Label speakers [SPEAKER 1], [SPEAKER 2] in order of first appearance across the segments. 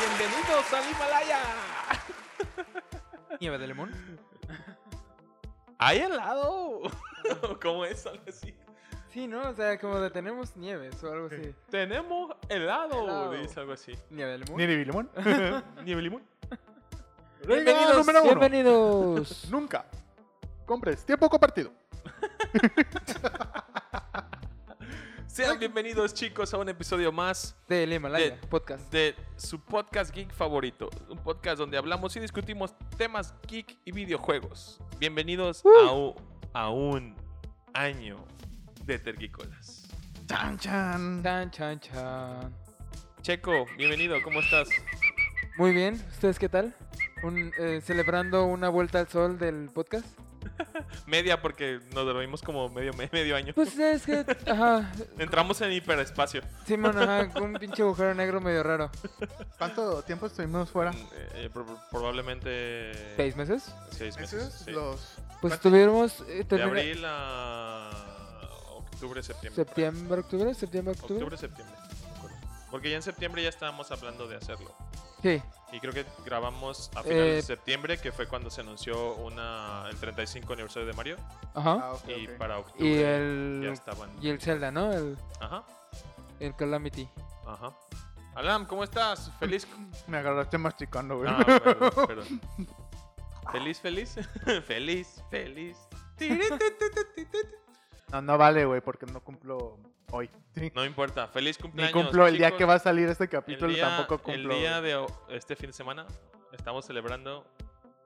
[SPEAKER 1] ¡Vámonos al Himalaya!
[SPEAKER 2] Nieve de limón.
[SPEAKER 1] ¡Ahí al lado! ¿Cómo es? Algo así.
[SPEAKER 2] Sí, ¿no? O sea, como de tenemos nieves o algo así.
[SPEAKER 1] Tenemos helado,
[SPEAKER 2] Helado.
[SPEAKER 1] dice algo así.
[SPEAKER 2] Nieve de limón.
[SPEAKER 3] Nieve de limón.
[SPEAKER 1] Nieve limón.
[SPEAKER 3] Regla
[SPEAKER 2] Bienvenidos,
[SPEAKER 3] número uno.
[SPEAKER 2] bienvenidos.
[SPEAKER 3] Nunca compres tiempo compartido.
[SPEAKER 1] Sean bienvenidos, chicos, a un episodio más
[SPEAKER 2] Del Himalaya,
[SPEAKER 1] De-
[SPEAKER 2] podcast.
[SPEAKER 1] de su podcast geek favorito. Un podcast donde hablamos y discutimos temas geek y videojuegos. Bienvenidos
[SPEAKER 3] Uh.
[SPEAKER 1] a, u- a un año de Tergicolas.
[SPEAKER 3] Chan, chan.
[SPEAKER 2] Chan, chan, chan.
[SPEAKER 1] Checo, bienvenido, ¿cómo estás?
[SPEAKER 2] Muy bien, ¿ustedes qué tal? Un, eh, ¿Celebrando una vuelta al sol del podcast?
[SPEAKER 1] Media porque nos dormimos como medio, me- medio año.
[SPEAKER 2] Pues es que, ajá,
[SPEAKER 1] Entramos en hiperespacio.
[SPEAKER 2] sí, mano, ajá, con un pinche agujero negro medio raro.
[SPEAKER 3] ¿Cuánto tiempo estuvimos fuera?
[SPEAKER 1] Eh, pro- probablemente...
[SPEAKER 2] ¿Seis meses?
[SPEAKER 1] seis meses,
[SPEAKER 3] Esos
[SPEAKER 1] sí.
[SPEAKER 3] los...
[SPEAKER 2] Pues
[SPEAKER 3] ¿cuánto?
[SPEAKER 2] estuvimos eh,
[SPEAKER 1] De
[SPEAKER 2] termina-
[SPEAKER 1] abril a octubre, septiembre. por ahí.
[SPEAKER 2] septiembre, octubre, septiembre, octubre.
[SPEAKER 1] Octubre, septiembre. no me acuerdo. Porque ya en septiembre ya estábamos hablando de hacerlo.
[SPEAKER 2] Sí,
[SPEAKER 1] Y creo que grabamos a finales de
[SPEAKER 2] Eh,
[SPEAKER 1] septiembre, que fue cuando se anunció una, el 35 aniversario de Mario.
[SPEAKER 2] ajá.
[SPEAKER 3] Ah, ok,
[SPEAKER 1] Y
[SPEAKER 3] ok.
[SPEAKER 1] para octubre
[SPEAKER 2] Y
[SPEAKER 1] ya
[SPEAKER 2] el,
[SPEAKER 1] estaban.
[SPEAKER 2] y el Zelda, ¿no? El,
[SPEAKER 1] Ajá,
[SPEAKER 2] el Calamity.
[SPEAKER 1] ajá. Alam, ¿cómo estás? Feliz.
[SPEAKER 3] Me agarraste masticando, güey.
[SPEAKER 1] Ah, perdón, perdón. Feliz, feliz. feliz, feliz.
[SPEAKER 3] No, no vale, güey, porque no cumplo hoy. Sí.
[SPEAKER 1] No importa, feliz
[SPEAKER 3] Ni
[SPEAKER 1] cumpleaños.
[SPEAKER 3] cumplo el día
[SPEAKER 1] chicos.
[SPEAKER 3] que va a salir este
[SPEAKER 1] El
[SPEAKER 3] capítulo,
[SPEAKER 1] día-
[SPEAKER 3] tampoco cumplo.
[SPEAKER 1] El día de o- este fin de semana estamos celebrando.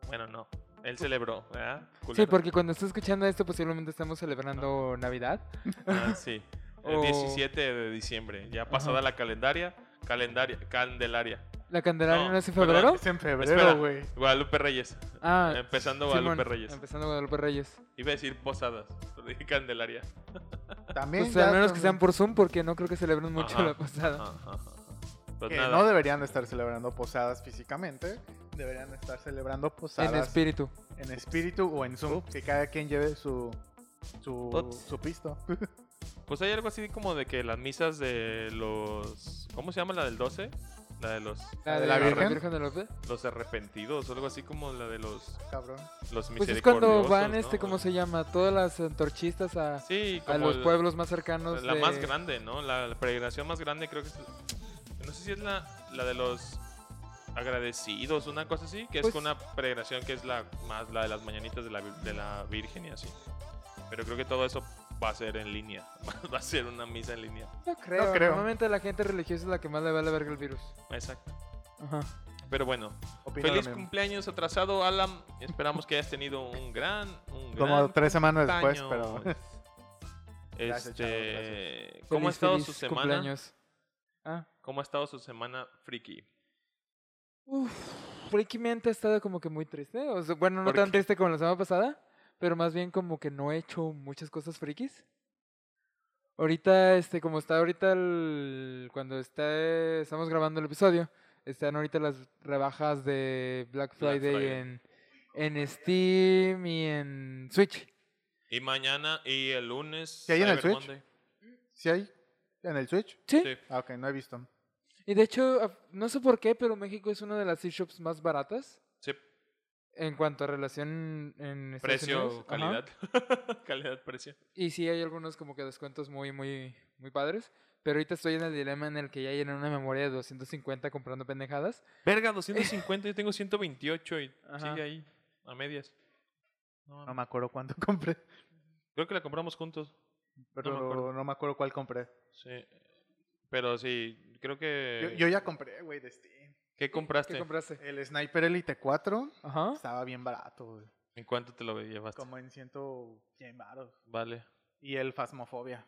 [SPEAKER 1] Bueno, no. Él celebró, ¿verdad?
[SPEAKER 2] Sí,
[SPEAKER 1] Culero.
[SPEAKER 2] porque cuando esté escuchando esto posiblemente estamos celebrando Navidad.
[SPEAKER 1] Ah, sí. El
[SPEAKER 3] Oh.
[SPEAKER 2] O-
[SPEAKER 1] 17 de diciembre. Ya pasada
[SPEAKER 2] Ajá.
[SPEAKER 1] la calendaria. Calendaria. Candelaria.
[SPEAKER 2] ¿La Candelaria
[SPEAKER 1] No,
[SPEAKER 2] no, es en
[SPEAKER 1] ¿verdad?
[SPEAKER 2] febrero?
[SPEAKER 3] Es en febrero,
[SPEAKER 1] Espera.
[SPEAKER 3] güey.
[SPEAKER 1] Guadalupe Reyes.
[SPEAKER 2] Ah,
[SPEAKER 1] Empezando Guadalupe
[SPEAKER 2] Simón,
[SPEAKER 1] Reyes.
[SPEAKER 2] Empezando Guadalupe Reyes.
[SPEAKER 1] Iba a decir posadas. pero dije Candelaria.
[SPEAKER 3] También.
[SPEAKER 2] Pues
[SPEAKER 3] ya
[SPEAKER 2] al menos
[SPEAKER 3] son-
[SPEAKER 2] que sean por Zoom porque no creo que celebren mucho
[SPEAKER 1] Ajá,
[SPEAKER 2] la posada.
[SPEAKER 1] Ajá, ajá, ajá. Pues
[SPEAKER 3] que
[SPEAKER 1] nada.
[SPEAKER 3] no deberían de estar celebrando posadas físicamente. Deberían de estar celebrando posadas
[SPEAKER 2] En espíritu.
[SPEAKER 3] en espíritu o en Zoom. Que cada quien lleve su. Su,
[SPEAKER 1] Ups.
[SPEAKER 3] su pisto.
[SPEAKER 1] Pues hay algo así como de que las misas de los. ¿Cómo se llama la del 12? La de los,
[SPEAKER 3] ¿La de la Virgen?
[SPEAKER 2] de Lope.
[SPEAKER 1] los arrepentidos, o algo así como la de los,
[SPEAKER 3] Cabrón.
[SPEAKER 1] los misericordiosos.
[SPEAKER 2] Pues es cuando van,
[SPEAKER 1] ¿no?
[SPEAKER 2] este, ¿cómo se llama? Todas las antorchistas a,
[SPEAKER 1] Sí,
[SPEAKER 2] a
[SPEAKER 1] como
[SPEAKER 2] los
[SPEAKER 1] el-
[SPEAKER 2] pueblos más cercanos.
[SPEAKER 1] La
[SPEAKER 2] de-
[SPEAKER 1] más grande, ¿no? La, la peregrinación más grande creo que es... No sé si es la, la de los agradecidos, una cosa así, que
[SPEAKER 2] Pues-
[SPEAKER 1] es una peregrinación que es la más la de las mañanitas de la, vir- de la Virgen y así. Pero creo que todo eso va a ser en línea, va a ser una misa en línea.
[SPEAKER 2] No creo.
[SPEAKER 3] No creo.
[SPEAKER 2] Normalmente la gente religiosa es la que más le va a la verga el virus.
[SPEAKER 1] Exacto.
[SPEAKER 2] Ajá.
[SPEAKER 1] Pero bueno,
[SPEAKER 3] Opino lo
[SPEAKER 1] feliz
[SPEAKER 3] mismo.
[SPEAKER 1] cumpleaños atrasado, Alan. Esperamos que hayas tenido un gran, un
[SPEAKER 3] Como
[SPEAKER 1] gran
[SPEAKER 3] tres semanas después,
[SPEAKER 1] cumpleaños.
[SPEAKER 3] pero. Gracias, chavos,
[SPEAKER 1] Este, Pues, ¿cómo ha
[SPEAKER 2] Feliz,
[SPEAKER 1] estado
[SPEAKER 2] feliz
[SPEAKER 1] su semana?
[SPEAKER 2] cumpleaños. Ah.
[SPEAKER 1] ¿Cómo ha estado su semana, friki?
[SPEAKER 2] Uf, freakymente he estado como que muy triste. O sea, bueno, no
[SPEAKER 1] ¿Por
[SPEAKER 2] tan
[SPEAKER 1] qué?
[SPEAKER 2] triste como la semana pasada, pero más bien como que no he hecho muchas cosas frikis. Ahorita, este, como está ahorita el- cuando está, eh, estamos grabando el episodio, están ahorita las rebajas de Black
[SPEAKER 1] Black
[SPEAKER 2] Friday,
[SPEAKER 1] Friday.
[SPEAKER 2] En, en Steam y en Switch.
[SPEAKER 1] Y mañana y el lunes.
[SPEAKER 3] ¿Qué hay en el Switch?
[SPEAKER 1] Monday.
[SPEAKER 3] ¿Sí hay? ¿En el Switch?
[SPEAKER 2] Sí.
[SPEAKER 1] Sí.
[SPEAKER 3] Ah, ok, no he visto.
[SPEAKER 2] Y de hecho, af- no sé por qué, pero México es una de las eShops más baratas
[SPEAKER 1] sí.
[SPEAKER 2] en cuanto a relación en Estados
[SPEAKER 1] Precio,
[SPEAKER 2] Unidos. Ajá.
[SPEAKER 1] calidad. calidad, precio.
[SPEAKER 2] Y sí, hay algunos como que descuentos muy, muy, muy padres. Pero ahorita estoy en el dilema en el que ya llené una memoria de 250 comprando pendejadas.
[SPEAKER 1] Verga, 250, yo tengo 128 y
[SPEAKER 2] Ajá.
[SPEAKER 1] sigue ahí, a medias. No,
[SPEAKER 3] No me acuerdo cuánto compré.
[SPEAKER 1] Creo que la compramos juntos.
[SPEAKER 3] Pero no me
[SPEAKER 1] acuerdo.
[SPEAKER 3] acuerdo, cuál compré.
[SPEAKER 1] Sí. Pero sí, creo que.
[SPEAKER 3] Yo, yo ya compré, güey, de Steam.
[SPEAKER 1] ¿Qué compraste?
[SPEAKER 2] ¿Qué compraste?
[SPEAKER 3] El Sniper Elite 4
[SPEAKER 2] Ajá.
[SPEAKER 3] estaba bien barato, güey.
[SPEAKER 1] ¿En cuánto te lo llevaste?
[SPEAKER 3] Como en 100 baros.
[SPEAKER 1] Vale.
[SPEAKER 3] Y el Phasmophobia.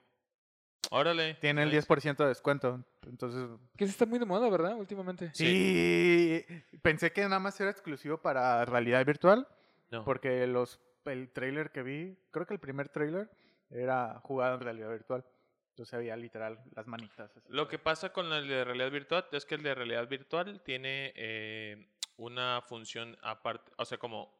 [SPEAKER 1] Órale.
[SPEAKER 3] Tiene el
[SPEAKER 1] nice.
[SPEAKER 3] 10% de descuento. Entonces.
[SPEAKER 2] Que se está muy de moda, ¿verdad? Últimamente.
[SPEAKER 3] Sí. Pensé que nada más era exclusivo para realidad virtual.
[SPEAKER 1] No.
[SPEAKER 3] Porque los, el trailer que vi, creo que el primer trailer, era jugado en realidad virtual. Entonces había literal las manitas. así.
[SPEAKER 1] Lo que pasa con el de realidad virtual es que el de realidad virtual tiene eh, una función aparte, o sea, como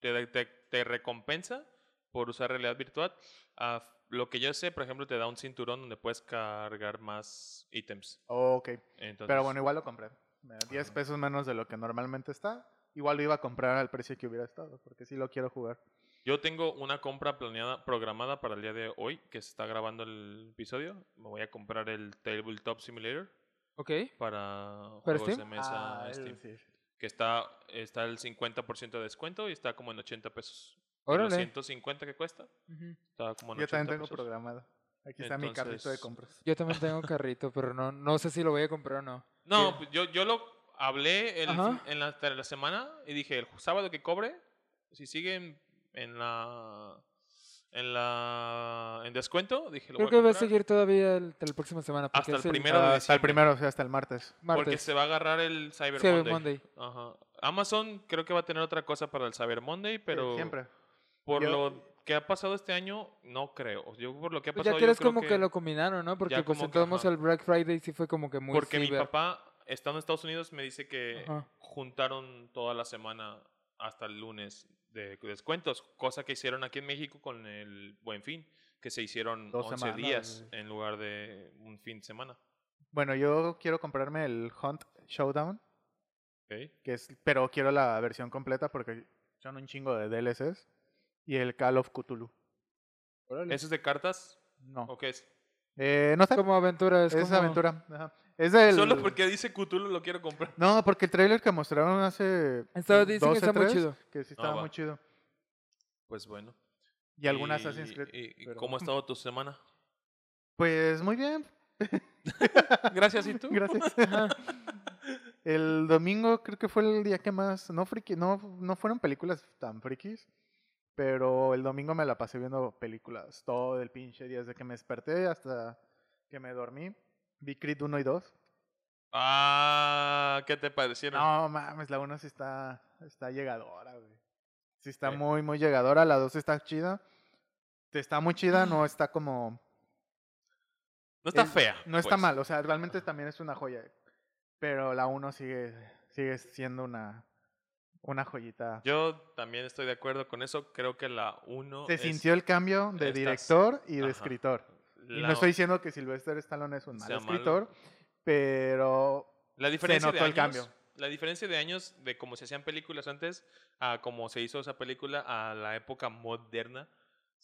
[SPEAKER 1] te, te- te recompensa por usar realidad virtual. Ah, lo que yo sé, por ejemplo, te da un cinturón donde puedes cargar más ítems.
[SPEAKER 3] Ok.
[SPEAKER 1] Entonces,
[SPEAKER 3] Pero bueno, igual lo compré. me da 10 pesos menos de lo que normalmente está. Igual lo iba a comprar al precio que hubiera estado, porque sí lo quiero jugar.
[SPEAKER 1] Yo tengo una compra planeada, programada para el día de hoy, que se está grabando el episodio. Me voy a comprar el Tabletop Simulator
[SPEAKER 2] Ok.
[SPEAKER 1] para
[SPEAKER 2] ¿Para
[SPEAKER 1] juegos
[SPEAKER 2] Steam?
[SPEAKER 1] de mesa
[SPEAKER 3] Ah, es
[SPEAKER 1] Steam,
[SPEAKER 3] decir,
[SPEAKER 1] Que está, está el 50% de descuento y está como en 80 pesos. Y Los
[SPEAKER 2] Órale.
[SPEAKER 1] 150 que cuesta,
[SPEAKER 2] Ujú.
[SPEAKER 1] está como en
[SPEAKER 3] Yo
[SPEAKER 1] 80
[SPEAKER 3] también tengo
[SPEAKER 1] pesos.
[SPEAKER 3] programado. Aquí está mi carrito de
[SPEAKER 1] Entonces-
[SPEAKER 3] compras.
[SPEAKER 2] Yo también tengo un carrito, pero no, no sé si lo voy a comprar o no.
[SPEAKER 1] No, pues yo, yo lo hablé el
[SPEAKER 2] Ajá.
[SPEAKER 1] fin- en la, entre la semana y dije, el sábado que cobre, si siguen en la... En la... En descuento, dije, lo
[SPEAKER 2] Creo
[SPEAKER 1] voy
[SPEAKER 2] que
[SPEAKER 1] a
[SPEAKER 2] va a
[SPEAKER 1] comprar,
[SPEAKER 2] seguir todavía el- hasta la próxima semana. porque
[SPEAKER 1] Hasta el
[SPEAKER 2] es
[SPEAKER 1] primero de
[SPEAKER 3] Ah, Hasta el
[SPEAKER 1] diciembre.
[SPEAKER 3] primero, o sea, hasta el martes.
[SPEAKER 2] Martes.
[SPEAKER 1] Porque se va a agarrar el Cyber,
[SPEAKER 2] Cyber
[SPEAKER 1] Monday.
[SPEAKER 2] Monday.
[SPEAKER 1] Ajá. Amazon creo que va a tener otra cosa para el Cyber Monday, pero
[SPEAKER 3] Siempre.
[SPEAKER 1] por
[SPEAKER 3] Yo-
[SPEAKER 1] lo que ha pasado este año, no creo. Yo por lo que ha
[SPEAKER 2] Pues
[SPEAKER 1] pasado yo
[SPEAKER 2] ya quieres
[SPEAKER 1] creo
[SPEAKER 2] como que... lo combinaron, ¿no? Porque pues
[SPEAKER 1] como
[SPEAKER 2] en
[SPEAKER 1] que,
[SPEAKER 2] todos modos
[SPEAKER 1] ajá.
[SPEAKER 2] el Black Friday sí fue como que muy
[SPEAKER 1] Porque mi
[SPEAKER 2] ciber.
[SPEAKER 1] papá, estando en Estados Unidos, me dice que
[SPEAKER 2] Ajá.
[SPEAKER 1] juntaron toda la semana hasta el lunes de descuentos, cosa que hicieron aquí en México con el Buen Fin, que se hicieron
[SPEAKER 3] Dos
[SPEAKER 1] 11
[SPEAKER 3] semanas,
[SPEAKER 1] días
[SPEAKER 3] güey.
[SPEAKER 1] en lugar de un fin de semana.
[SPEAKER 3] Bueno, yo quiero comprarme el Hunt Showdown,
[SPEAKER 1] ¿ok?
[SPEAKER 3] que es, pero quiero la versión completa porque son un chingo de DLCs. Y el Call of Cthulhu.
[SPEAKER 1] ¿Eso es de cartas
[SPEAKER 3] No.
[SPEAKER 1] o qué es?
[SPEAKER 3] Eh, no sé.
[SPEAKER 2] Como aventura. Es,
[SPEAKER 3] Es
[SPEAKER 2] como-
[SPEAKER 3] aventura. ajá. Es del.
[SPEAKER 1] Solo porque dice Cthulhu lo quiero comprar.
[SPEAKER 3] No, porque el trailer que mostraron hace.
[SPEAKER 2] Estaba- dicen que
[SPEAKER 3] 12,
[SPEAKER 2] está muy
[SPEAKER 3] 3,
[SPEAKER 2] chido.
[SPEAKER 3] Que sí estaba
[SPEAKER 1] Ah, va.
[SPEAKER 3] muy chido.
[SPEAKER 1] Pues bueno.
[SPEAKER 3] Y algunas Assassin's Creed.
[SPEAKER 1] y- y
[SPEAKER 3] pero-
[SPEAKER 1] cómo ha estado tu semana?
[SPEAKER 3] Pues muy bien,
[SPEAKER 1] Gracias, ¿y tú?
[SPEAKER 3] gracias.
[SPEAKER 2] Ajá.
[SPEAKER 3] El domingo creo que fue el día que más. No, friki, no, no fueron películas tan frikis. Pero el domingo me la pasé viendo películas todo el pinche día, desde que me desperté hasta que me dormí. Vi Creed 1 y 2.
[SPEAKER 1] Ah, ¿qué te parecieron?
[SPEAKER 3] No mames, la 1 sí está, está llegadora, güey. Sí está
[SPEAKER 1] Sí.
[SPEAKER 3] muy, muy llegadora. La 2 está chida. Está muy chida, no está como.
[SPEAKER 1] No está
[SPEAKER 3] el-
[SPEAKER 1] fea.
[SPEAKER 3] No está
[SPEAKER 1] pues.
[SPEAKER 3] mal, o sea, realmente
[SPEAKER 1] Ajá.
[SPEAKER 3] también es una joya. Pero la 1 sigue, sigue siendo una, una joyita.
[SPEAKER 1] Yo también estoy de acuerdo con eso. Creo que la 1
[SPEAKER 3] Se sintió el cambio de
[SPEAKER 1] estás-
[SPEAKER 3] director y de
[SPEAKER 1] ajá.
[SPEAKER 3] escritor. Y no estoy diciendo que Sylvester Stallone es un mal
[SPEAKER 1] sea malo.
[SPEAKER 3] escritor, pero
[SPEAKER 1] la diferencia
[SPEAKER 3] notó
[SPEAKER 1] de
[SPEAKER 3] el
[SPEAKER 1] años,
[SPEAKER 3] cambio.
[SPEAKER 1] La diferencia de años de cómo se hacían películas antes a cómo se hizo esa película a la época moderna,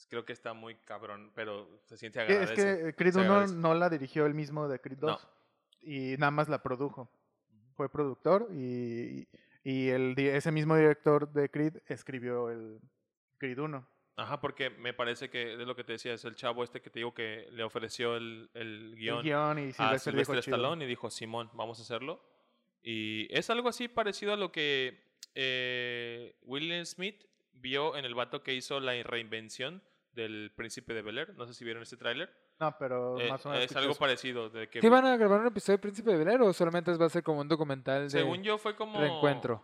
[SPEAKER 1] creo que está muy cabrón, pero se siente
[SPEAKER 3] es
[SPEAKER 1] agradable.
[SPEAKER 3] que Creed
[SPEAKER 1] se
[SPEAKER 3] 1
[SPEAKER 1] agradece.
[SPEAKER 3] no la dirigió el mismo de Creed
[SPEAKER 1] No.
[SPEAKER 3] 2 y nada más la produjo. Fue productor y, y el, di- ese mismo director de Creed escribió el Creed 1.
[SPEAKER 1] Ajá, porque me parece que es lo que te decía, es el chavo este que te digo que le ofreció el, el guión.
[SPEAKER 3] El guión y
[SPEAKER 1] a
[SPEAKER 3] Sylvester, dijo,
[SPEAKER 1] Sylvester
[SPEAKER 3] "Chido".
[SPEAKER 1] Stallone y dijo, Simón, vamos a hacerlo. Y es algo así parecido a lo que eh, Will Smith vio en el vato que hizo la reinvención del Príncipe de Bel-Air. No sé si vieron este tráiler.
[SPEAKER 3] No, pero
[SPEAKER 1] Eh,
[SPEAKER 3] Pues más o menos.
[SPEAKER 1] es
[SPEAKER 3] escuché
[SPEAKER 1] algo
[SPEAKER 3] eso.
[SPEAKER 1] parecido. De que
[SPEAKER 2] ¿Sí van a grabar un episodio de Príncipe de Bel-Air o solamente va a ser como un documental de
[SPEAKER 1] Según yo fue como...
[SPEAKER 2] reencuentro?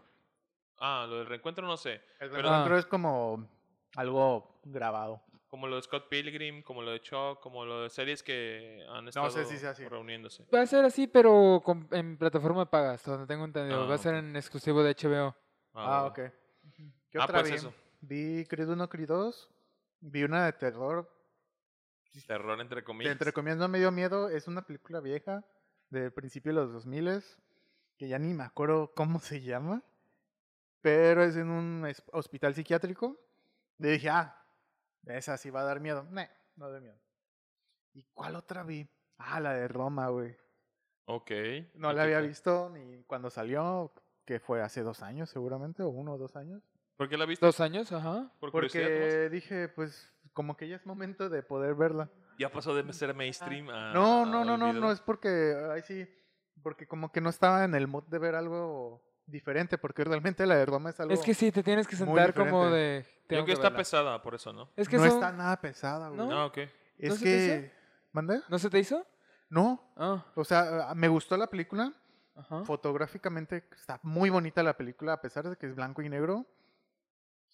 [SPEAKER 1] Ah, lo del reencuentro no sé.
[SPEAKER 3] El
[SPEAKER 1] pero-
[SPEAKER 3] reencuentro es como algo grabado.
[SPEAKER 1] Como lo de Scott Pilgrim, como lo de Chuck, como lo de series que han estado
[SPEAKER 3] No sé si sea así.
[SPEAKER 1] reuniéndose.
[SPEAKER 2] Va a ser así, pero con- en plataforma de paga, hasta donde tengo entendido.
[SPEAKER 1] Ah,
[SPEAKER 2] va a ser en exclusivo de HBO.
[SPEAKER 3] Ah,
[SPEAKER 1] bueno.
[SPEAKER 3] ok. ¿Qué
[SPEAKER 1] Ah,
[SPEAKER 3] otra
[SPEAKER 1] pues
[SPEAKER 3] vi?
[SPEAKER 1] eso.
[SPEAKER 3] Vi Creed 1, Creed 2. Vi una de terror.
[SPEAKER 1] Terror entre
[SPEAKER 3] que
[SPEAKER 1] comillas.
[SPEAKER 3] entre comillas no me dio miedo. Es una película vieja de principio de los 2000 que ya ni me acuerdo cómo se llama. Pero es en un es- hospital psiquiátrico. Y dije, ah, esa sí va a dar miedo. Nah, no da miedo. ¿Y cuál otra vi? Ah, la de Roma, güey.
[SPEAKER 1] Ok.
[SPEAKER 3] No
[SPEAKER 1] ¿Y
[SPEAKER 3] la
[SPEAKER 1] qué
[SPEAKER 3] había
[SPEAKER 1] tal?
[SPEAKER 3] visto ni cuando salió, que fue hace dos años seguramente, o uno o dos años.
[SPEAKER 1] ¿Por qué la viste?
[SPEAKER 2] Dos años, ajá.
[SPEAKER 1] Por curiosidad. nomás?
[SPEAKER 3] Porque dije, pues, como que ya es momento de poder verla.
[SPEAKER 1] Ya pasó de ser mainstream a.
[SPEAKER 3] Ah. No, no, no,
[SPEAKER 1] al
[SPEAKER 3] no,
[SPEAKER 1] Ah, video.
[SPEAKER 3] no, es porque, ahí sí, porque como que no estaba en el mood de ver algo diferente, porque realmente la de Roma es algo...
[SPEAKER 2] Es que sí, te tienes que
[SPEAKER 3] muy
[SPEAKER 2] sentar como
[SPEAKER 3] diferente.
[SPEAKER 2] de.
[SPEAKER 1] Creo
[SPEAKER 2] tengo
[SPEAKER 1] que
[SPEAKER 2] que
[SPEAKER 1] está
[SPEAKER 2] verla.
[SPEAKER 1] pesada por eso, ¿no?
[SPEAKER 2] Es que
[SPEAKER 3] no
[SPEAKER 2] son-
[SPEAKER 3] está nada pesada, güey.
[SPEAKER 2] ¿No?
[SPEAKER 1] Ah, ok.
[SPEAKER 3] Es
[SPEAKER 2] se te
[SPEAKER 3] que... ¿Mande?
[SPEAKER 2] ¿No se te hizo?
[SPEAKER 3] No,
[SPEAKER 2] Ah,
[SPEAKER 3] o sea, me gustó la película,
[SPEAKER 2] ajá.
[SPEAKER 3] fotográficamente está muy bonita la película, a pesar de que es blanco y negro.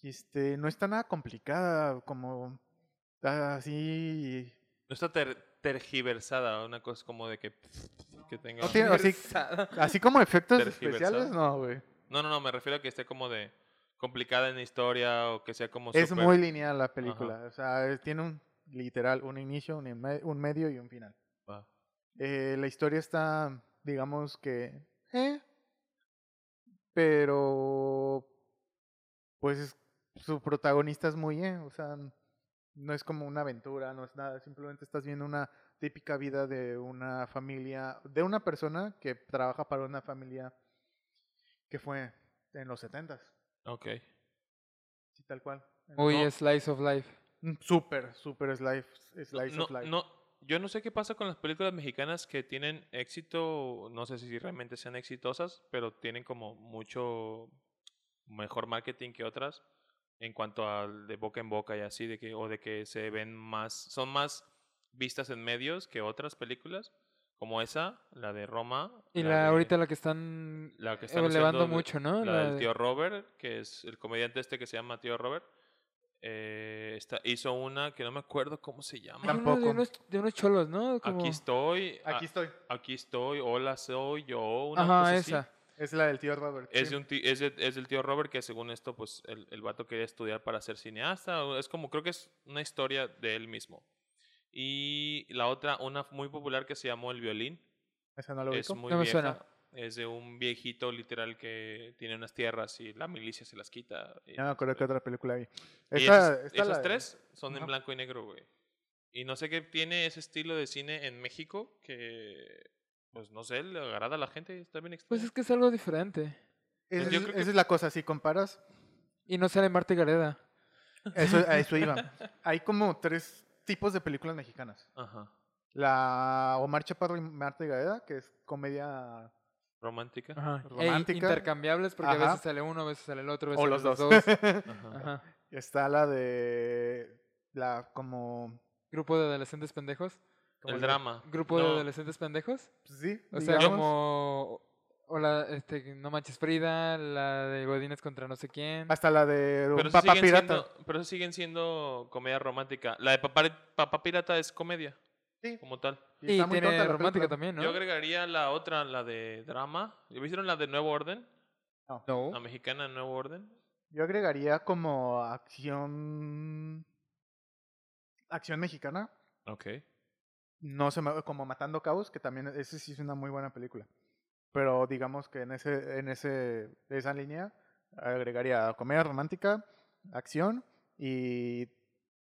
[SPEAKER 3] Y, Este, no está nada complicada, como así.
[SPEAKER 1] No está ter- tergiversada, una cosa como de que. que tenga.
[SPEAKER 3] No tiene- así, así como efectos
[SPEAKER 1] Tergiversada.
[SPEAKER 3] especiales, no, güey.
[SPEAKER 1] No, no, no, me refiero a que esté como de. complicada en la historia o que sea como.
[SPEAKER 3] Es
[SPEAKER 1] súper-
[SPEAKER 3] muy lineal la película. O sea, es- tiene un literal, un inicio, un, inme- un medio y un final.
[SPEAKER 1] Ah,
[SPEAKER 3] Eh, la historia está, digamos que, eh, Pero pues es- su protagonista es muy, eh, o sea, n- no es como una aventura, no es nada, simplemente estás viendo una típica vida de una familia, de una persona que trabaja para una familia que fue en los setentas,
[SPEAKER 1] Ok.
[SPEAKER 3] sí, tal cual.
[SPEAKER 2] Muy
[SPEAKER 1] No.
[SPEAKER 2] slice of life.
[SPEAKER 3] Mm, Súper, súper slice, slice
[SPEAKER 1] No,
[SPEAKER 3] of life.
[SPEAKER 1] no, yo no sé qué pasa con las películas mexicanas que tienen éxito, no sé si realmente sean exitosas, pero tienen como mucho mejor marketing que otras en cuanto al de boca en boca y así, de que, o de que se ven más, son más vistas en medios que otras películas, como esa, la de Roma.
[SPEAKER 2] Y la, ahorita
[SPEAKER 1] de-
[SPEAKER 2] la que están
[SPEAKER 1] la que están
[SPEAKER 2] elevando
[SPEAKER 1] haciendo de-
[SPEAKER 2] mucho, ¿no?
[SPEAKER 1] la
[SPEAKER 2] La
[SPEAKER 1] del
[SPEAKER 2] de-
[SPEAKER 1] tío Robert, que es el comediante este que se llama tío Robert. eh, está- hizo una que no me acuerdo cómo se
[SPEAKER 2] Hay
[SPEAKER 1] llama.
[SPEAKER 2] uno de,
[SPEAKER 3] Tampoco.
[SPEAKER 2] unos, de unos cholos, ¿no? Como-
[SPEAKER 1] Aquí estoy. a-
[SPEAKER 3] Aquí
[SPEAKER 1] Aquí,
[SPEAKER 3] estoy,
[SPEAKER 1] estoy. Hola, soy yo. Una
[SPEAKER 2] Ajá,
[SPEAKER 1] cosa así.
[SPEAKER 2] esa.
[SPEAKER 3] es la del tío Robert.
[SPEAKER 1] Es,
[SPEAKER 3] sí.
[SPEAKER 1] de un ti- es, de- es del tío Robert que según esto, pues el, el vato quería estudiar para ser cineasta. o Es como, creo que es una historia de él mismo. Y la otra, una muy popular que se llamó El Violín.
[SPEAKER 3] Esa no la
[SPEAKER 1] Es
[SPEAKER 3] ubico.
[SPEAKER 1] muy
[SPEAKER 2] No me
[SPEAKER 1] vieja.
[SPEAKER 2] suena.
[SPEAKER 1] Es de un viejito literal que tiene unas tierras y la milicia se las quita. eh, y
[SPEAKER 3] Ya
[SPEAKER 1] no
[SPEAKER 3] me
[SPEAKER 1] sé
[SPEAKER 3] acuerdo
[SPEAKER 1] qué.
[SPEAKER 3] que otra película vi.
[SPEAKER 1] Y
[SPEAKER 3] Esta-
[SPEAKER 1] esas,
[SPEAKER 3] esta la
[SPEAKER 1] esas
[SPEAKER 3] de-
[SPEAKER 1] tres son en
[SPEAKER 3] Ajá.
[SPEAKER 1] blanco y negro, güey. Y no sé qué tiene ese estilo de cine en México que, pues no sé, le agrada a la gente. Está bien
[SPEAKER 2] Pues
[SPEAKER 1] extraño.
[SPEAKER 2] es que es algo diferente.
[SPEAKER 1] Pues
[SPEAKER 3] Esa
[SPEAKER 1] yo
[SPEAKER 3] es-
[SPEAKER 1] creo que-
[SPEAKER 3] esa es la cosa, si comparas,
[SPEAKER 2] Y no sale Marta Gareda.
[SPEAKER 3] eso, a eso iba. Hay como tres tipos de películas mexicanas.
[SPEAKER 1] Ajá.
[SPEAKER 3] La Omar Chaparro y Marta Gaeda, que es comedia
[SPEAKER 1] Romántica.
[SPEAKER 2] Ajá. e
[SPEAKER 3] Romántica.
[SPEAKER 2] intercambiables porque a
[SPEAKER 3] Ajá.
[SPEAKER 2] veces sale uno, a veces sale el otro, a veces
[SPEAKER 3] o
[SPEAKER 2] sale
[SPEAKER 3] pues, los dos.
[SPEAKER 1] Ajá.
[SPEAKER 2] Ajá.
[SPEAKER 3] Está la de la como
[SPEAKER 2] Grupo de adolescentes pendejos.
[SPEAKER 3] como
[SPEAKER 1] El
[SPEAKER 3] la-
[SPEAKER 1] drama.
[SPEAKER 2] Grupo
[SPEAKER 1] No,
[SPEAKER 2] de adolescentes pendejos.
[SPEAKER 3] pues sí,
[SPEAKER 2] O sea,
[SPEAKER 3] digamos.
[SPEAKER 2] como. O la, este, No Manches Frida, la de Godines contra no sé quién.
[SPEAKER 3] hasta la de
[SPEAKER 1] Pero
[SPEAKER 3] un
[SPEAKER 1] eso
[SPEAKER 3] papá
[SPEAKER 1] siguen
[SPEAKER 3] pirata.
[SPEAKER 1] Siendo, pero eso siguen siendo comedia romántica. La de papá, papá pirata es comedia,
[SPEAKER 3] Sí,
[SPEAKER 1] como tal.
[SPEAKER 2] Y,
[SPEAKER 3] está muy
[SPEAKER 2] tiene
[SPEAKER 3] tonta la
[SPEAKER 2] romántica
[SPEAKER 3] película.
[SPEAKER 2] también, ¿no?
[SPEAKER 1] Yo agregaría la otra, la de drama. ¿Vieron la de Nuevo Orden? La
[SPEAKER 2] No.
[SPEAKER 1] mexicana de Nuevo Orden.
[SPEAKER 3] Yo agregaría como acción acción mexicana.
[SPEAKER 1] Ok.
[SPEAKER 3] No se me como Matando Cabos, que también ese sí es una muy buena película. Pero digamos que en ese, en ese, de esa línea agregaría comedia romántica, acción y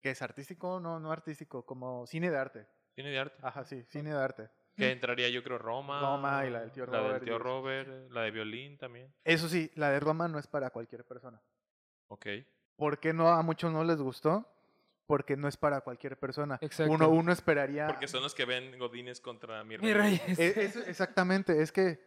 [SPEAKER 3] que es artístico, no, no artístico, como cine de arte.
[SPEAKER 1] Tiene de arte.
[SPEAKER 3] Ajá, sí, cine de arte.
[SPEAKER 1] Que entraría, yo creo, Roma.
[SPEAKER 3] Roma y la del tío
[SPEAKER 1] La del
[SPEAKER 3] Robert y
[SPEAKER 1] tío
[SPEAKER 3] eso.
[SPEAKER 1] Robert. La de violín también.
[SPEAKER 3] Eso sí, la de Roma no es para cualquier persona.
[SPEAKER 1] Ok.
[SPEAKER 3] ¿Por qué no a muchos no les gustó? Porque no es para cualquier persona.
[SPEAKER 2] Exacto.
[SPEAKER 3] Uno, uno esperaría.
[SPEAKER 1] Porque son los que ven Godines contra mi rey.
[SPEAKER 2] Mi rey.
[SPEAKER 3] E- eso- exactamente, es que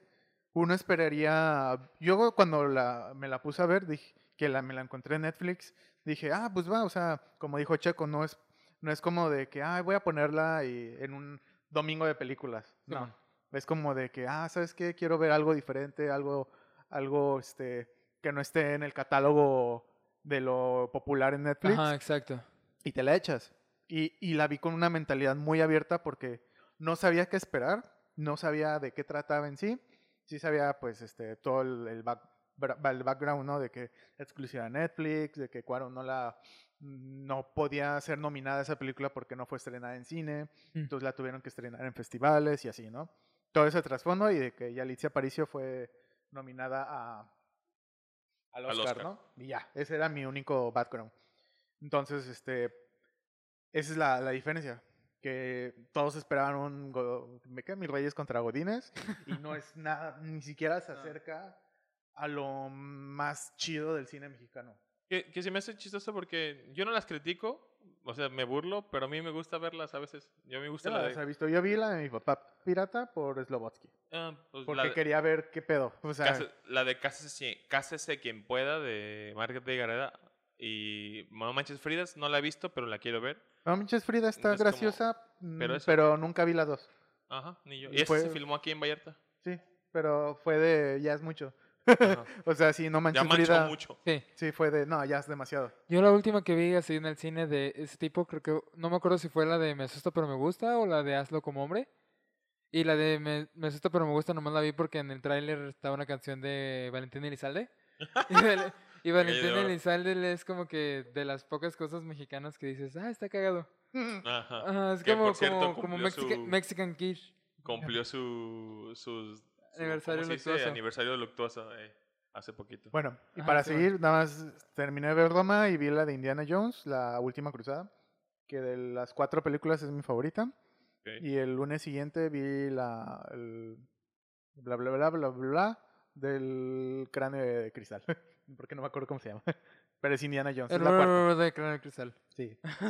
[SPEAKER 3] uno esperaría. Yo cuando la, me la puse a ver, dije que la, me la encontré en Netflix, dije, ah, pues va, o sea, como dijo Checo, no es, no es como de que, ah, voy a ponerla y- en un domingo de películas. No.
[SPEAKER 2] Simón.
[SPEAKER 3] Es como de que, ah, ¿sabes qué? Quiero ver algo diferente, algo, algo este, que no esté en el catálogo de lo popular en Netflix
[SPEAKER 2] Ajá, exacto.
[SPEAKER 3] y te la echas. Y, y la vi con una mentalidad muy abierta porque no sabía qué esperar, no sabía de qué trataba en sí, sí sabía pues este, todo el, el back- bra- el background, ¿no? De que exclusiva de Netflix, de que Cuarón no la no podía ser nominada a esa película porque no fue estrenada en cine,
[SPEAKER 2] Mm.
[SPEAKER 3] entonces la tuvieron que estrenar en festivales y así, ¿no? Todo ese trasfondo y de que Yalitza Aparicio fue nominada a, al,
[SPEAKER 1] Al
[SPEAKER 3] Oscar,
[SPEAKER 1] Oscar.
[SPEAKER 3] ¿no? Y ya, ese era mi único background. Entonces, este, esa es la, la diferencia, que todos esperaban un, Go- ¿me qué? Mis Reyes contra Godines y no es nada, ni siquiera se
[SPEAKER 1] No.
[SPEAKER 3] acerca a lo más chido del cine mexicano.
[SPEAKER 1] Que, que se me hace chistoso porque yo no las critico, o sea, me burlo, pero a mí me gusta verlas a veces. Yo me gusta
[SPEAKER 3] Yo
[SPEAKER 1] la
[SPEAKER 3] la
[SPEAKER 1] de...
[SPEAKER 3] he visto. Yo vi la de mi papá pirata por Slobotsky.
[SPEAKER 1] ah, pues, la
[SPEAKER 3] Porque
[SPEAKER 1] de-
[SPEAKER 3] quería ver qué pedo. O sea,
[SPEAKER 1] Case- la de Cásese, Cásese quien pueda de Margaret de Gareda y Mamá Manches Fridas no la he visto, pero la quiero ver.
[SPEAKER 3] no manches, Frida está
[SPEAKER 1] es como-
[SPEAKER 3] graciosa, mm,
[SPEAKER 1] pero
[SPEAKER 3] pero,
[SPEAKER 1] es-
[SPEAKER 3] nunca vi las dos.
[SPEAKER 1] Ajá, ni yo.
[SPEAKER 3] Y
[SPEAKER 1] Y esa se
[SPEAKER 3] fue-
[SPEAKER 1] filmó aquí en Vallarta.
[SPEAKER 3] Sí, pero fue de ya es mucho.
[SPEAKER 1] Ajá.
[SPEAKER 3] O sea, sí, no
[SPEAKER 1] ya
[SPEAKER 3] manches,
[SPEAKER 1] manchó
[SPEAKER 3] Frida.
[SPEAKER 1] mucho.
[SPEAKER 2] Sí.
[SPEAKER 3] Sí, fue de no, ya es demasiado.
[SPEAKER 2] Yo la última que vi así en el cine de ese tipo, creo que no me acuerdo si fue la de Me asusta pero me gusta o la de Hazlo como hombre. Y la de Me, me asusta pero me gusta nomás la vi porque en el tráiler estaba una canción de Valentín Elizalde. y, Val- y Valentín
[SPEAKER 1] oro.
[SPEAKER 2] Elizalde le- es como que de las pocas cosas mexicanas que dices, ah, está cagado.
[SPEAKER 1] Ajá.
[SPEAKER 2] Ajá, es
[SPEAKER 1] Ah, Que,
[SPEAKER 2] como,
[SPEAKER 1] por cierto,
[SPEAKER 2] como, como
[SPEAKER 1] cumplió
[SPEAKER 2] Mexica-
[SPEAKER 1] su-
[SPEAKER 2] Mexican Kish.
[SPEAKER 1] Cumplió su... sus- su-
[SPEAKER 2] Aniversario
[SPEAKER 1] ¿cómo se dice?
[SPEAKER 2] luctuoso.
[SPEAKER 1] Aniversario luctuoso. eh. hace poquito.
[SPEAKER 3] Bueno, y
[SPEAKER 2] Ajá,
[SPEAKER 3] para
[SPEAKER 2] sí, bueno.
[SPEAKER 3] seguir, nada más terminé de ver Roma y vi la de Indiana Jones, la última cruzada, que de las cuatro películas es mi favorita.
[SPEAKER 1] Ok.
[SPEAKER 3] Y el lunes siguiente vi la. el bla bla bla bla bla del cráneo de cristal. Porque no me acuerdo cómo se llama. Pero es Indiana Jones, es
[SPEAKER 2] El
[SPEAKER 3] la cuarta.
[SPEAKER 2] horror de Claro Cristal.
[SPEAKER 3] Sí.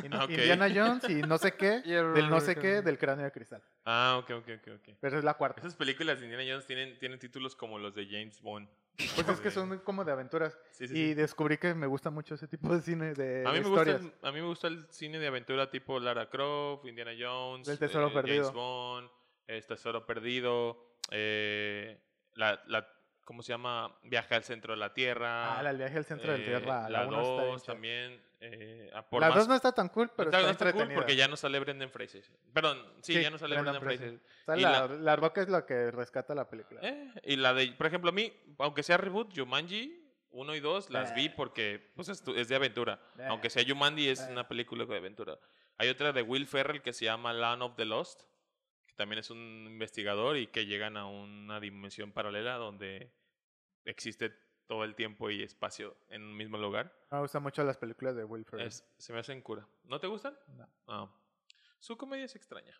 [SPEAKER 3] In-
[SPEAKER 1] Ah, ok.
[SPEAKER 3] Indiana Jones y no sé qué,
[SPEAKER 2] Y el
[SPEAKER 3] del no
[SPEAKER 2] horror
[SPEAKER 3] sé
[SPEAKER 2] de
[SPEAKER 3] qué,
[SPEAKER 2] cráneo.
[SPEAKER 3] del cráneo de cristal.
[SPEAKER 1] Ah, ok, ok, ok, ok.
[SPEAKER 3] Pero es la cuarta.
[SPEAKER 1] Esas películas de Indiana Jones tienen, tienen títulos como los de James Bond.
[SPEAKER 3] Pues es que son como de aventuras.
[SPEAKER 1] Sí, sí,
[SPEAKER 3] Y
[SPEAKER 1] sí.
[SPEAKER 3] descubrí que me gusta mucho ese tipo de cine, de,
[SPEAKER 1] A mí,
[SPEAKER 3] de
[SPEAKER 1] me gusta
[SPEAKER 3] historias.
[SPEAKER 1] el, a mí me gusta el cine de aventura tipo Lara Croft, Indiana Jones, eh,
[SPEAKER 3] El Tesoro Perdido.
[SPEAKER 1] James Bond, El Tesoro Perdido, eh, la, la, ¿cómo se llama? Viaje al centro de la Tierra.
[SPEAKER 3] Ah, la- el viaje al centro
[SPEAKER 1] eh,
[SPEAKER 3] de la Tierra.
[SPEAKER 1] La
[SPEAKER 3] uno está bien
[SPEAKER 1] 2
[SPEAKER 3] chida.
[SPEAKER 1] también. Eh, a por
[SPEAKER 3] La
[SPEAKER 1] más-
[SPEAKER 3] 2 no está tan cool, pero
[SPEAKER 1] está-
[SPEAKER 3] está,
[SPEAKER 1] no está cool
[SPEAKER 3] entretenida.
[SPEAKER 1] porque ya no sale Brendan Fraser. Perdón, sí,
[SPEAKER 3] Sí,
[SPEAKER 1] ya no sale
[SPEAKER 3] Brendan
[SPEAKER 1] Brendan, Fraser.
[SPEAKER 3] O sea,
[SPEAKER 1] y
[SPEAKER 3] la, la roca es la que rescata la película.
[SPEAKER 1] Eh, y la de, por ejemplo, a mí, aunque sea reboot, Jumanji 1 y 2 las vi
[SPEAKER 3] Eh.
[SPEAKER 1] porque pues, es, tu- es de aventura.
[SPEAKER 3] Eh.
[SPEAKER 1] Aunque sea Jumanji, es
[SPEAKER 3] Eh.
[SPEAKER 1] una película de aventura. Hay otra de Will Ferrell que se llama Land of the Lost, que también es un investigador y que llegan a una dimensión paralela donde existe todo el tiempo y espacio en un mismo lugar.
[SPEAKER 3] Me gustan mucho las películas de Will Ferrell.
[SPEAKER 1] Es- se me hacen cura. ¿No te gustan?
[SPEAKER 3] No.
[SPEAKER 1] No. Su comedia es extraña.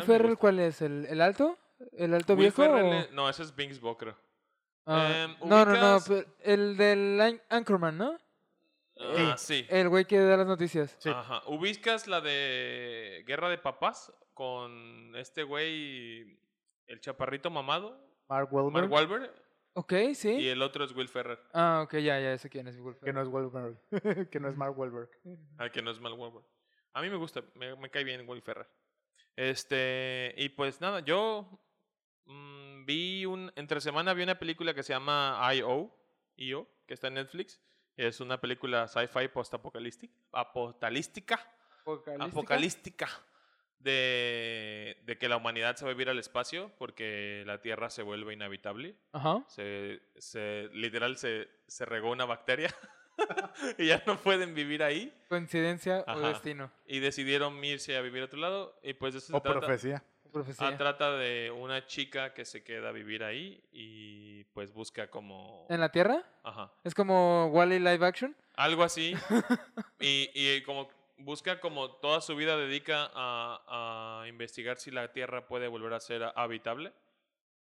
[SPEAKER 1] pero me
[SPEAKER 2] Ferrell
[SPEAKER 1] gusta.
[SPEAKER 2] cuál es? ¿El, el alto? ¿El alto
[SPEAKER 1] Will
[SPEAKER 2] viejo?
[SPEAKER 1] Ferrell
[SPEAKER 2] o-
[SPEAKER 1] es- No, ese es Binks Bocro.
[SPEAKER 2] Ah,
[SPEAKER 1] Em,
[SPEAKER 2] no, no, no.
[SPEAKER 1] ubicas-
[SPEAKER 2] pero El del An- Anchorman, ¿no?
[SPEAKER 1] Ah, sí.
[SPEAKER 2] El güey que da las noticias.
[SPEAKER 3] Sí.
[SPEAKER 1] Ajá. ¿Ubicas la de Guerra de Papás con este güey, el chaparrito mamado,
[SPEAKER 3] Mark Wahlberg,
[SPEAKER 1] Mark Wahlberg?
[SPEAKER 2] Ok, sí.
[SPEAKER 1] Y el otro es Will Ferrer.
[SPEAKER 2] Ah, ok, ya, ya, sé quién es Will
[SPEAKER 3] que
[SPEAKER 2] Ferrell.
[SPEAKER 3] no es Wahlberg, que no es Mark Wahlberg.
[SPEAKER 1] Ah, que no es Mark Wahlberg. A mí me gusta, me, me cae bien Will Ferrer. Este, y pues nada, yo mm, vi un, entre semana vi una película que se llama I.O., I.O., que está en Netflix. Es una película sci-fi post-apocalíptica. Apocalística.
[SPEAKER 2] ¿Apocalíptica?
[SPEAKER 1] apocalíptica de, de que la humanidad se va a vivir al espacio porque la Tierra se vuelve inhabitable.
[SPEAKER 2] Ajá.
[SPEAKER 1] Se, se- literal se, se regó una bacteria y ya no pueden vivir ahí.
[SPEAKER 2] Coincidencia o
[SPEAKER 1] Ajá.
[SPEAKER 2] destino.
[SPEAKER 1] Y decidieron irse a vivir a otro lado. Y pues de eso se
[SPEAKER 3] O
[SPEAKER 1] trata.
[SPEAKER 3] profecía.
[SPEAKER 2] Profecía.
[SPEAKER 1] Ah, trata de una chica que se queda a vivir ahí y pues busca como...
[SPEAKER 2] ¿En la Tierra?
[SPEAKER 1] Ajá.
[SPEAKER 2] Es como Wally Live Action.
[SPEAKER 1] Algo así. y, y como busca como toda su vida dedica a, a investigar si la Tierra puede volver a ser habitable.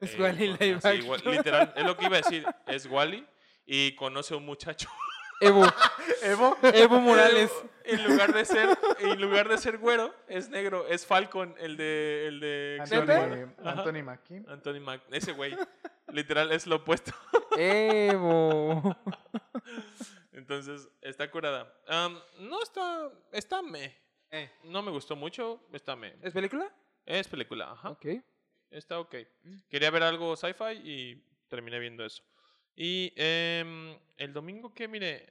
[SPEAKER 2] Es
[SPEAKER 1] Eh,
[SPEAKER 2] Wally
[SPEAKER 1] con-
[SPEAKER 2] Live
[SPEAKER 1] así,
[SPEAKER 2] Action.
[SPEAKER 1] igual- literal, es lo que iba a decir. Es Wally y conoce a un muchacho.
[SPEAKER 2] Evo,
[SPEAKER 3] Evo,
[SPEAKER 2] Evo Morales.
[SPEAKER 1] En lugar de ser, en lugar de ser güero, es negro. Es Falcon, el de, el de X-Men, güero.
[SPEAKER 3] Anthony,
[SPEAKER 1] Ajá.
[SPEAKER 3] Anthony Mackie.
[SPEAKER 1] Anthony Mac, ese güey. Literal, es lo opuesto.
[SPEAKER 2] Evo.
[SPEAKER 1] Entonces, está curada. Am, no está. Está me.
[SPEAKER 2] Eh.
[SPEAKER 1] No me gustó mucho. Está me.
[SPEAKER 2] ¿Es película?
[SPEAKER 1] Es película, ajá.
[SPEAKER 2] Ok.
[SPEAKER 1] Está ok.
[SPEAKER 2] Mm.
[SPEAKER 1] Quería ver algo sci-fi y terminé viendo eso. Y em, el domingo que, mire,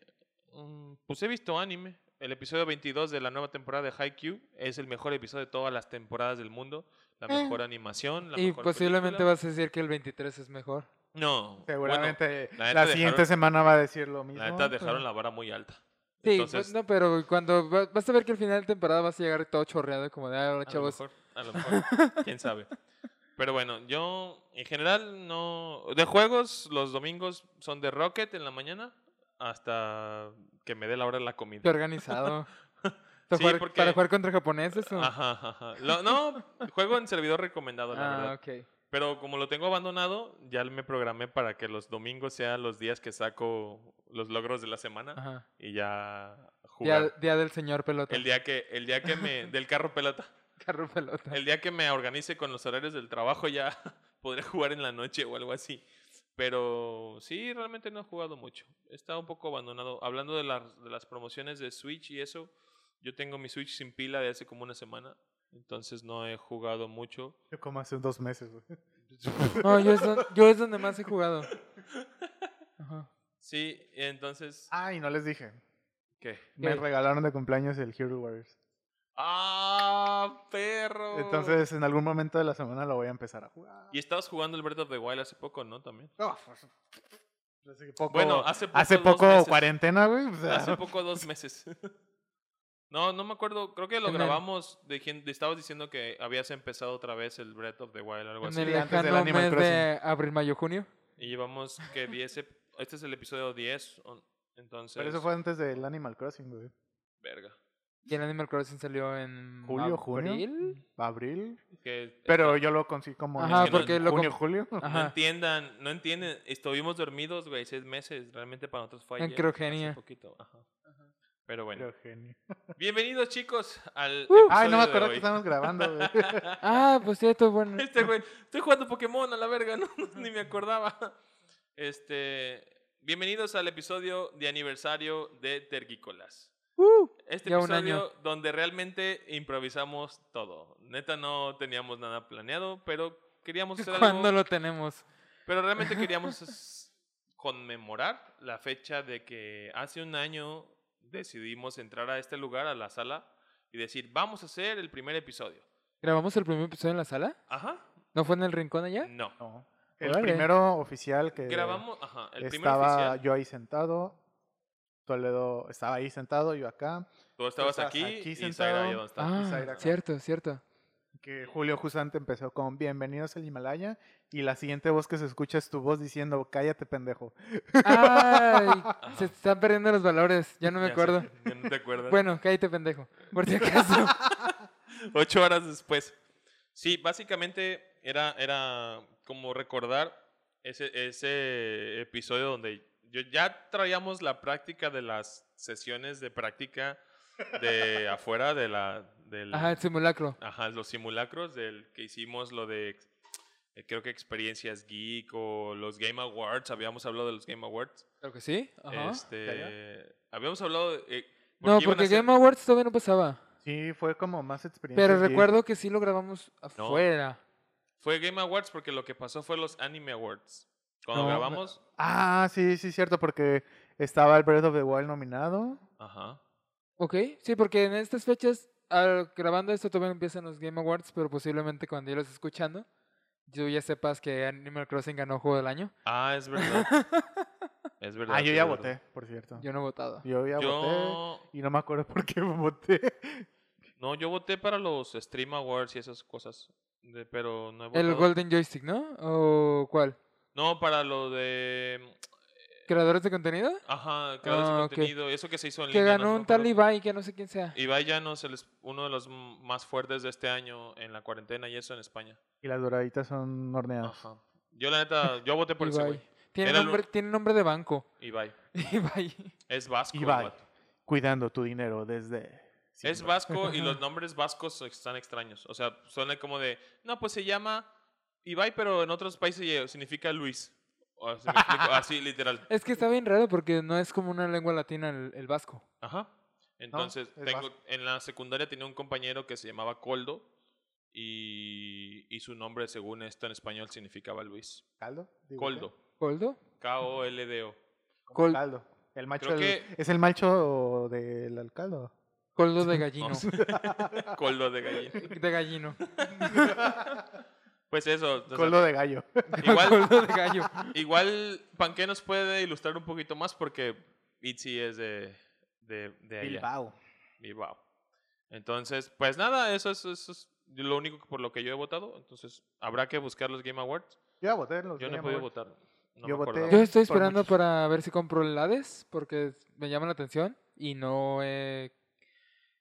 [SPEAKER 1] mm, pues he visto anime. El episodio 22 de la nueva temporada de Haikyuu es el mejor episodio de todas las temporadas del mundo. La
[SPEAKER 2] Eh.
[SPEAKER 1] mejor animación, la
[SPEAKER 2] Y
[SPEAKER 1] mejor
[SPEAKER 2] posiblemente
[SPEAKER 1] película.
[SPEAKER 2] vas a decir que el 23 es mejor.
[SPEAKER 1] No. Seguramente.
[SPEAKER 3] Seguramente
[SPEAKER 1] la neta
[SPEAKER 3] la, siguiente
[SPEAKER 1] dejaron-
[SPEAKER 3] semana va a decir lo mismo.
[SPEAKER 1] la neta
[SPEAKER 3] pero-
[SPEAKER 1] dejaron la vara muy alta.
[SPEAKER 2] Sí, pues,
[SPEAKER 1] Entonces,
[SPEAKER 2] no, pero cuando va- vas a ver que al final de temporada vas a llegar todo chorreado, como de, ah, ahora,
[SPEAKER 1] A lo
[SPEAKER 2] chavos.
[SPEAKER 1] mejor, a lo mejor, quién sabe. Pero bueno, yo en general no... De juegos, los domingos son de Rocket en la mañana hasta que me dé la hora de la
[SPEAKER 2] Qué
[SPEAKER 1] comida.
[SPEAKER 2] organizado.
[SPEAKER 1] Sí,
[SPEAKER 2] ¿Para, jugar,
[SPEAKER 1] porque-
[SPEAKER 2] para jugar contra japoneses o?
[SPEAKER 1] Ajá, ajá, ajá. Lo- no, juego en servidor recomendado, la
[SPEAKER 2] ah,
[SPEAKER 1] verdad.
[SPEAKER 2] ok.
[SPEAKER 1] Pero como lo tengo abandonado, ya me programé para que los domingos sean los días que saco los logros de la semana
[SPEAKER 2] Ajá.
[SPEAKER 1] y ya jugar.
[SPEAKER 2] Día, día del señor pelota.
[SPEAKER 1] El día que, el día que me... Del carro pelota.
[SPEAKER 2] Carro pelota.
[SPEAKER 1] El día que me organice con los horarios del trabajo ya podré jugar en la noche o algo así. Pero sí, realmente no he jugado mucho. Está un poco abandonado. Hablando de las, de las promociones de Switch y eso, yo tengo mi Switch sin pila de hace como una semana. Entonces no he jugado mucho.
[SPEAKER 3] Yo como hace dos meses, güey.
[SPEAKER 2] No, yo es, don- yo es donde más he jugado. Ajá.
[SPEAKER 1] Sí, entonces...
[SPEAKER 3] Ay, no les dije.
[SPEAKER 1] ¿Qué?
[SPEAKER 3] Me
[SPEAKER 2] ¿Qué?
[SPEAKER 3] regalaron de cumpleaños el Hero Warriors.
[SPEAKER 1] ¡Ah, perro!
[SPEAKER 3] Entonces, en algún momento de la semana lo voy a empezar a jugar.
[SPEAKER 1] Y estabas jugando el Breath of the Wild hace poco, ¿no? También.
[SPEAKER 3] No, pues, hace poco,
[SPEAKER 1] Bueno, hace poco...
[SPEAKER 3] hace
[SPEAKER 1] dos
[SPEAKER 3] poco
[SPEAKER 1] meses.
[SPEAKER 3] cuarentena, güey. o sea,
[SPEAKER 1] Hace poco dos meses. No, no me acuerdo. Creo que lo
[SPEAKER 2] En el-
[SPEAKER 1] grabamos. De, quien- de- estabas diciendo que habías empezado otra vez el Breath of the Wild o algo
[SPEAKER 2] En
[SPEAKER 1] así.
[SPEAKER 2] el
[SPEAKER 3] antes del
[SPEAKER 2] lejano
[SPEAKER 3] Animal
[SPEAKER 2] mes de abril, mayo, junio.
[SPEAKER 1] Y llevamos que 10 ep- Este es el episodio 10. on- Entonces.
[SPEAKER 3] Pero eso fue antes del Animal Crossing, güey.
[SPEAKER 1] Verga.
[SPEAKER 2] Y el Animal Crossing salió en.
[SPEAKER 3] ¿Julio, junio?
[SPEAKER 2] abril.
[SPEAKER 3] Abril.
[SPEAKER 1] Que-
[SPEAKER 3] Pero yo lo conseguí como
[SPEAKER 2] Ajá,
[SPEAKER 3] en
[SPEAKER 1] porque
[SPEAKER 2] lo
[SPEAKER 3] junio,
[SPEAKER 2] comp-
[SPEAKER 3] julio.
[SPEAKER 1] No
[SPEAKER 2] Ajá.
[SPEAKER 1] entiendan, no entienden. Estuvimos dormidos, güey, seis meses. Realmente para nosotros fue
[SPEAKER 2] En
[SPEAKER 1] ayer,
[SPEAKER 2] criogenia.
[SPEAKER 1] hace poquito, ajá. Pero bueno.
[SPEAKER 3] Pero genio.
[SPEAKER 1] Bienvenidos, chicos, al.
[SPEAKER 3] Uh, Ay,
[SPEAKER 1] episodio
[SPEAKER 3] no me
[SPEAKER 1] de
[SPEAKER 3] acuerdo que
[SPEAKER 1] hoy.
[SPEAKER 3] estamos grabando, güey.
[SPEAKER 2] Ah, pues cierto, bueno.
[SPEAKER 1] Este güey, estoy jugando Pokémon a la verga, no, no, ni me acordaba. Este, bienvenidos al episodio de aniversario de Tergícolas.
[SPEAKER 2] Uh,
[SPEAKER 1] Este
[SPEAKER 2] Ya un
[SPEAKER 1] episodio donde realmente improvisamos todo. Neta no teníamos nada planeado, pero queríamos hacer
[SPEAKER 2] ¿Cuándo
[SPEAKER 1] algo,
[SPEAKER 2] lo tenemos?
[SPEAKER 1] pero realmente queríamos es- conmemorar la fecha de que hace un año decidimos entrar a este lugar, a la sala y decir, vamos a hacer el primer episodio.
[SPEAKER 2] ¿Grabamos el primer episodio en la sala?
[SPEAKER 1] Ajá.
[SPEAKER 2] ¿No fue en el rincón allá?
[SPEAKER 1] No.
[SPEAKER 3] No. El
[SPEAKER 2] Órale.
[SPEAKER 3] primero oficial que
[SPEAKER 1] Grabamos, ajá, el primer
[SPEAKER 3] estaba
[SPEAKER 1] oficial.
[SPEAKER 3] yo ahí sentado. Toledo estaba ahí sentado, yo acá.
[SPEAKER 1] Tú estabas
[SPEAKER 3] estabas
[SPEAKER 1] aquí,
[SPEAKER 3] aquí
[SPEAKER 1] y
[SPEAKER 3] sentado.
[SPEAKER 1] Zaira ya donde está.
[SPEAKER 2] Ah,
[SPEAKER 3] Zaira acá.
[SPEAKER 2] cierto, cierto.
[SPEAKER 3] Que Julio Jusante empezó con Bienvenidos al Himalaya. Y la siguiente voz que se escucha es tu voz diciendo Cállate, pendejo.
[SPEAKER 2] Ay, se están perdiendo los valores, ya no me
[SPEAKER 1] Ya
[SPEAKER 2] acuerdo.
[SPEAKER 1] sé, ya no te acuerdas.
[SPEAKER 2] Bueno, cállate, pendejo. Por si acaso.
[SPEAKER 1] Ocho horas después. Sí, básicamente era, era como recordar ese, ese episodio donde yo, ya traíamos la práctica de las sesiones de práctica de afuera de la, del,
[SPEAKER 2] Ajá, el simulacro.
[SPEAKER 1] Ajá, los simulacros del que hicimos lo de ex- eh, creo que experiencias geek o los Game Awards, habíamos hablado de los Game Awards.
[SPEAKER 2] Creo que sí. Ajá.
[SPEAKER 1] Este, habíamos hablado de, eh,
[SPEAKER 2] no,
[SPEAKER 1] iban a
[SPEAKER 2] porque
[SPEAKER 1] hacer-
[SPEAKER 2] Game Awards todavía no pasaba.
[SPEAKER 3] Sí, fue como más experiencia.
[SPEAKER 2] Pero recuerdo que sí lo grabamos afuera.
[SPEAKER 1] fue Game Awards porque lo que pasó fue los Anime Awards. Cuando
[SPEAKER 2] No,
[SPEAKER 1] grabamos,
[SPEAKER 3] Ah, sí, sí, cierto, porque estaba el Breath of the Wild nominado.
[SPEAKER 1] ajá.
[SPEAKER 2] Ok, sí, porque en estas fechas, al- grabando esto, todavía no empiezan los Game Awards, pero posiblemente cuando yo los esté escuchando, tú ya sepas que Animal Crossing ganó Juego del Año.
[SPEAKER 1] Ah, es verdad. es verdad.
[SPEAKER 3] Ah, yo
[SPEAKER 1] es
[SPEAKER 3] ya
[SPEAKER 1] verdad.
[SPEAKER 3] voté, por cierto. Yo,
[SPEAKER 2] Yo no he votado.
[SPEAKER 3] ya voté.
[SPEAKER 1] Yo
[SPEAKER 3] Y no me acuerdo por qué voté.
[SPEAKER 1] no, yo voté para los Stream Awards y esas cosas, de- pero no he votado.
[SPEAKER 2] El Golden Joystick, ¿no? ¿O cuál?
[SPEAKER 1] No, para lo de
[SPEAKER 2] ¿Creadores de contenido?
[SPEAKER 1] ajá, creadores de
[SPEAKER 2] Ah, ok.
[SPEAKER 1] contenido, eso que se hizo en
[SPEAKER 2] Que
[SPEAKER 1] línea, no
[SPEAKER 2] ganó
[SPEAKER 1] me
[SPEAKER 2] un tal
[SPEAKER 1] acuerdo.
[SPEAKER 2] Ibai, que no sé quién sea.
[SPEAKER 1] Ibai Llanos, el es- uno de los m- más fuertes de este año en la cuarentena y eso en España.
[SPEAKER 3] Y las doraditas son horneadas.
[SPEAKER 1] Ajá. Yo la neta, yo voté por ese
[SPEAKER 2] Ibai.
[SPEAKER 1] güey.
[SPEAKER 2] Tiene
[SPEAKER 1] Era lo-
[SPEAKER 2] nombre, tiene nombre de banco.
[SPEAKER 1] Ibai.
[SPEAKER 2] Ibai.
[SPEAKER 1] Es vasco. el
[SPEAKER 3] Ibai.
[SPEAKER 1] vato.
[SPEAKER 3] Cuidando tu dinero desde.
[SPEAKER 1] Es
[SPEAKER 3] siempre.
[SPEAKER 1] vasco y los nombres vascos están extraños. O sea, suena como de, no, pues se llama Ibai, pero en otros países ye- significa Luis. O así, me explico, así, literal.
[SPEAKER 2] Es que está bien raro porque no es como una lengua latina el, el vasco.
[SPEAKER 1] Ajá. Entonces,
[SPEAKER 3] es
[SPEAKER 1] tengo,
[SPEAKER 3] vasco.
[SPEAKER 1] en la secundaria tenía un compañero que se llamaba Coldo y, y su nombre, según esto en español, significaba Luis.
[SPEAKER 3] ¿Caldo? Digo,
[SPEAKER 1] Coldo.
[SPEAKER 2] ¿Coldo?
[SPEAKER 1] K-O-L-D-O.
[SPEAKER 3] ¿qué?
[SPEAKER 2] Col-
[SPEAKER 3] Caldo. El macho.
[SPEAKER 1] Creo
[SPEAKER 3] del-
[SPEAKER 1] que-
[SPEAKER 3] Es el macho del alcaldo.
[SPEAKER 2] Coldo de gallino.
[SPEAKER 1] Coldo de gallina.
[SPEAKER 2] De gallino.
[SPEAKER 1] Pues eso. o sea,
[SPEAKER 3] Coldo de gallo.
[SPEAKER 1] igual,
[SPEAKER 2] Coldo de gallo.
[SPEAKER 1] igual Panqué nos puede ilustrar un poquito más porque Itzy es de, de, de allá.
[SPEAKER 3] Bilbao.
[SPEAKER 1] Bilbao. Entonces, pues nada, eso es, eso es lo único por lo que yo he votado. Entonces, habrá que buscar los Game Awards.
[SPEAKER 3] Yo ya voté. en los
[SPEAKER 1] Yo no he
[SPEAKER 3] Game
[SPEAKER 1] podido
[SPEAKER 3] Awards.
[SPEAKER 1] votar. No
[SPEAKER 3] Yo
[SPEAKER 1] me
[SPEAKER 3] voté-
[SPEAKER 1] acordaba.
[SPEAKER 2] Yo estoy
[SPEAKER 3] Por
[SPEAKER 2] esperando
[SPEAKER 3] muchos.
[SPEAKER 2] para ver si compro el Hades porque me llama la atención y no eh,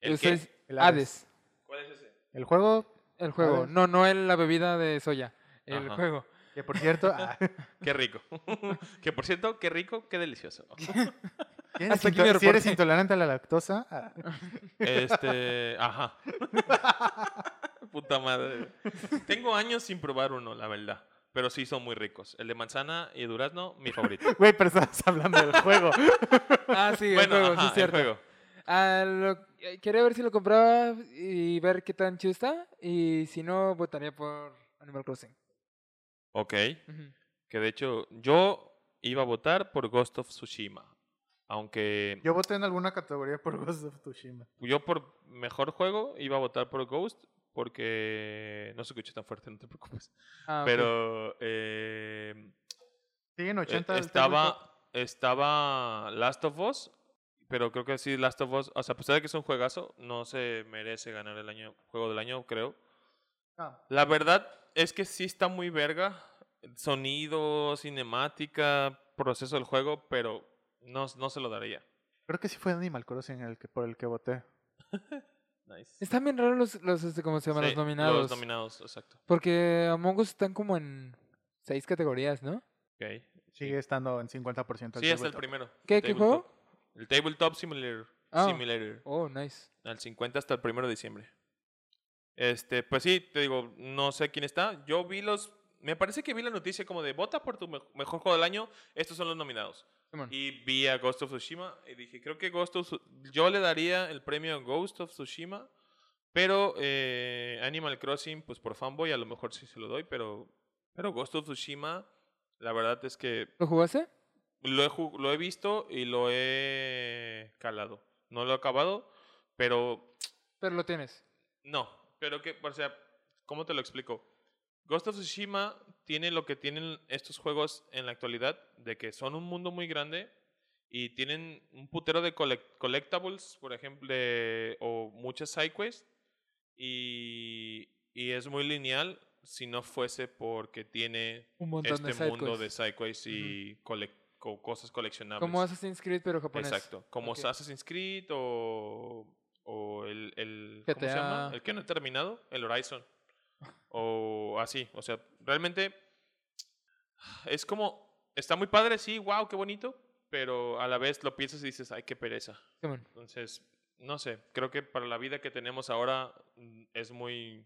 [SPEAKER 1] ¿El
[SPEAKER 2] estoy-
[SPEAKER 1] qué?
[SPEAKER 3] El Hades.
[SPEAKER 2] Hades,
[SPEAKER 1] ¿Cuál es ese?
[SPEAKER 3] El juego,
[SPEAKER 2] el juego.
[SPEAKER 3] Hades.
[SPEAKER 2] No, no el- la bebida de soya, el
[SPEAKER 1] Ajá.
[SPEAKER 2] juego.
[SPEAKER 3] que por cierto. ah,
[SPEAKER 1] Qué rico. que por cierto, qué rico, qué delicioso.
[SPEAKER 3] si eres
[SPEAKER 2] Hasta aquí mi
[SPEAKER 3] into- si eres
[SPEAKER 2] reporte.
[SPEAKER 3] intolerante a la lactosa, ah,
[SPEAKER 1] Este, ajá. Puta madre. Tengo años sin probar uno, la verdad. Pero sí son muy ricos. El de manzana y durazno, mi favorito.
[SPEAKER 3] Güey, pero estabas hablando del juego.
[SPEAKER 2] Ah, sí, el
[SPEAKER 1] bueno,
[SPEAKER 2] juego,
[SPEAKER 1] ajá,
[SPEAKER 2] sí es
[SPEAKER 1] el
[SPEAKER 2] cierto.
[SPEAKER 1] juego.
[SPEAKER 2] Ah, lo- eh, quería ver si lo compraba y ver qué tan chido está. Y si no, votaría por Animal Crossing.
[SPEAKER 1] Ok.
[SPEAKER 2] Ujú.
[SPEAKER 1] Que de hecho, yo iba a votar por Ghost of Tsushima. Aunque
[SPEAKER 3] Yo voté en alguna categoría por Ghost of Tsushima.
[SPEAKER 1] yo por mejor juego iba a votar por Ghost porque no se escucha tan fuerte, no te preocupes.
[SPEAKER 2] Ah, ok.
[SPEAKER 1] Pero eh,
[SPEAKER 3] Sí, en
[SPEAKER 1] eh,
[SPEAKER 3] 80. del Tabletop.
[SPEAKER 1] estaba, estaba Last of Us, pero creo que sí, Last of Us, o sea, a pesar de que es un juegazo, no se merece ganar el año, juego del año, creo.
[SPEAKER 3] No,
[SPEAKER 1] La verdad es que sí está muy verga. Sonido, cinemática, proceso del juego, pero no, no se lo daría.
[SPEAKER 3] Creo que sí fue Animal Crossing el que, por el que voté.
[SPEAKER 1] Nice.
[SPEAKER 2] Están bien raros los, los este, ¿cómo se llaman?
[SPEAKER 1] Sí,
[SPEAKER 2] los nominados.
[SPEAKER 1] Los nominados, exacto.
[SPEAKER 2] Porque Among Us están como en seis categorías, ¿no?
[SPEAKER 1] Ok.
[SPEAKER 3] Sigue estando en 50%
[SPEAKER 1] Sí, es el
[SPEAKER 3] tabletop.
[SPEAKER 1] primero.
[SPEAKER 2] ¿Qué-
[SPEAKER 1] el
[SPEAKER 2] qué
[SPEAKER 1] tabletop.
[SPEAKER 2] juego?
[SPEAKER 1] El Tabletop Simulator.
[SPEAKER 2] Ah.
[SPEAKER 1] Simulator.
[SPEAKER 2] Oh, nice.
[SPEAKER 1] Al 50 hasta el primero de diciembre. Este, pues sí, te digo, no sé quién está. Yo vi los. Me parece que vi la noticia como de vota por tu me- mejor juego del año. Estos son los nominados.
[SPEAKER 2] Simón.
[SPEAKER 1] Y vi a Ghost of Tsushima y dije, creo que Ghost of Tsu- Yo le daría el premio a Ghost of Tsushima. Pero eh, Animal Crossing, pues por fanboy, a lo mejor sí se lo doy. Pero, pero Ghost of Tsushima, la verdad es que
[SPEAKER 2] ¿Lo jugaste?
[SPEAKER 1] lo he, ju- lo he visto y lo he calado. No lo he acabado, pero
[SPEAKER 2] Pero lo tienes.
[SPEAKER 1] no, pero que, o sea, ¿cómo te lo explico? Ghost of Tsushima tiene lo que tienen estos juegos en la actualidad, de que son un mundo muy grande y tienen un putero de collect- collectables, por ejemplo, de- o muchas sidequests, y, y es muy lineal si no fuese porque tiene
[SPEAKER 2] Un montón
[SPEAKER 1] este
[SPEAKER 2] de
[SPEAKER 1] mundo de
[SPEAKER 2] sidequests.
[SPEAKER 1] sidequests y colec- co- cosas coleccionables.
[SPEAKER 2] Como Assassin's Creed, pero japonés.
[SPEAKER 1] Exacto. Como
[SPEAKER 2] Ok.
[SPEAKER 1] Assassin's Creed o, o el, el- ¿cómo se
[SPEAKER 2] GTA.
[SPEAKER 1] llama? El que no he terminado, el Horizon. O así. O sea, realmente es como. Está muy padre, sí, wow, qué bonito. Pero a la vez lo piensas y dices, ay, qué pereza.
[SPEAKER 2] Simón.
[SPEAKER 1] Entonces, no sé, creo que para la vida que tenemos ahora mm, es muy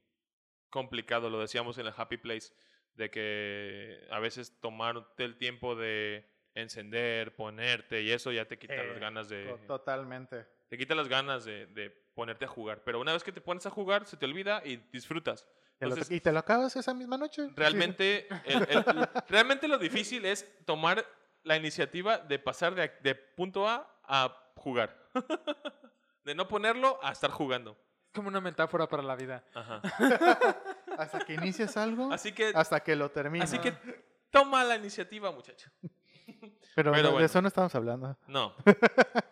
[SPEAKER 1] complicado, lo decíamos en el Happy Place, de que a veces tomarte el tiempo de encender, ponerte y eso ya te quita las
[SPEAKER 3] Sí,
[SPEAKER 1] ganas de...
[SPEAKER 3] To- Totalmente.
[SPEAKER 1] Te quita las ganas de, de ponerte a jugar. Pero una vez que te pones a jugar, se te olvida y disfrutas.
[SPEAKER 3] Te lo-
[SPEAKER 1] Entonces-
[SPEAKER 3] ¿Y te lo acabas esa misma noche? Sí.
[SPEAKER 1] Realmente, el- el- realmente lo difícil es tomar la iniciativa de pasar de, ac- de punto A a jugar. De no ponerlo a estar jugando.
[SPEAKER 2] Es como una metáfora para la vida.
[SPEAKER 1] Ajá.
[SPEAKER 3] Hasta que inicias algo,
[SPEAKER 1] Así que,
[SPEAKER 3] hasta que lo terminas.
[SPEAKER 1] así que toma la iniciativa, muchacho.
[SPEAKER 3] Pero,
[SPEAKER 1] Pero
[SPEAKER 3] de-
[SPEAKER 1] bueno.
[SPEAKER 3] de eso no estamos hablando.
[SPEAKER 1] No.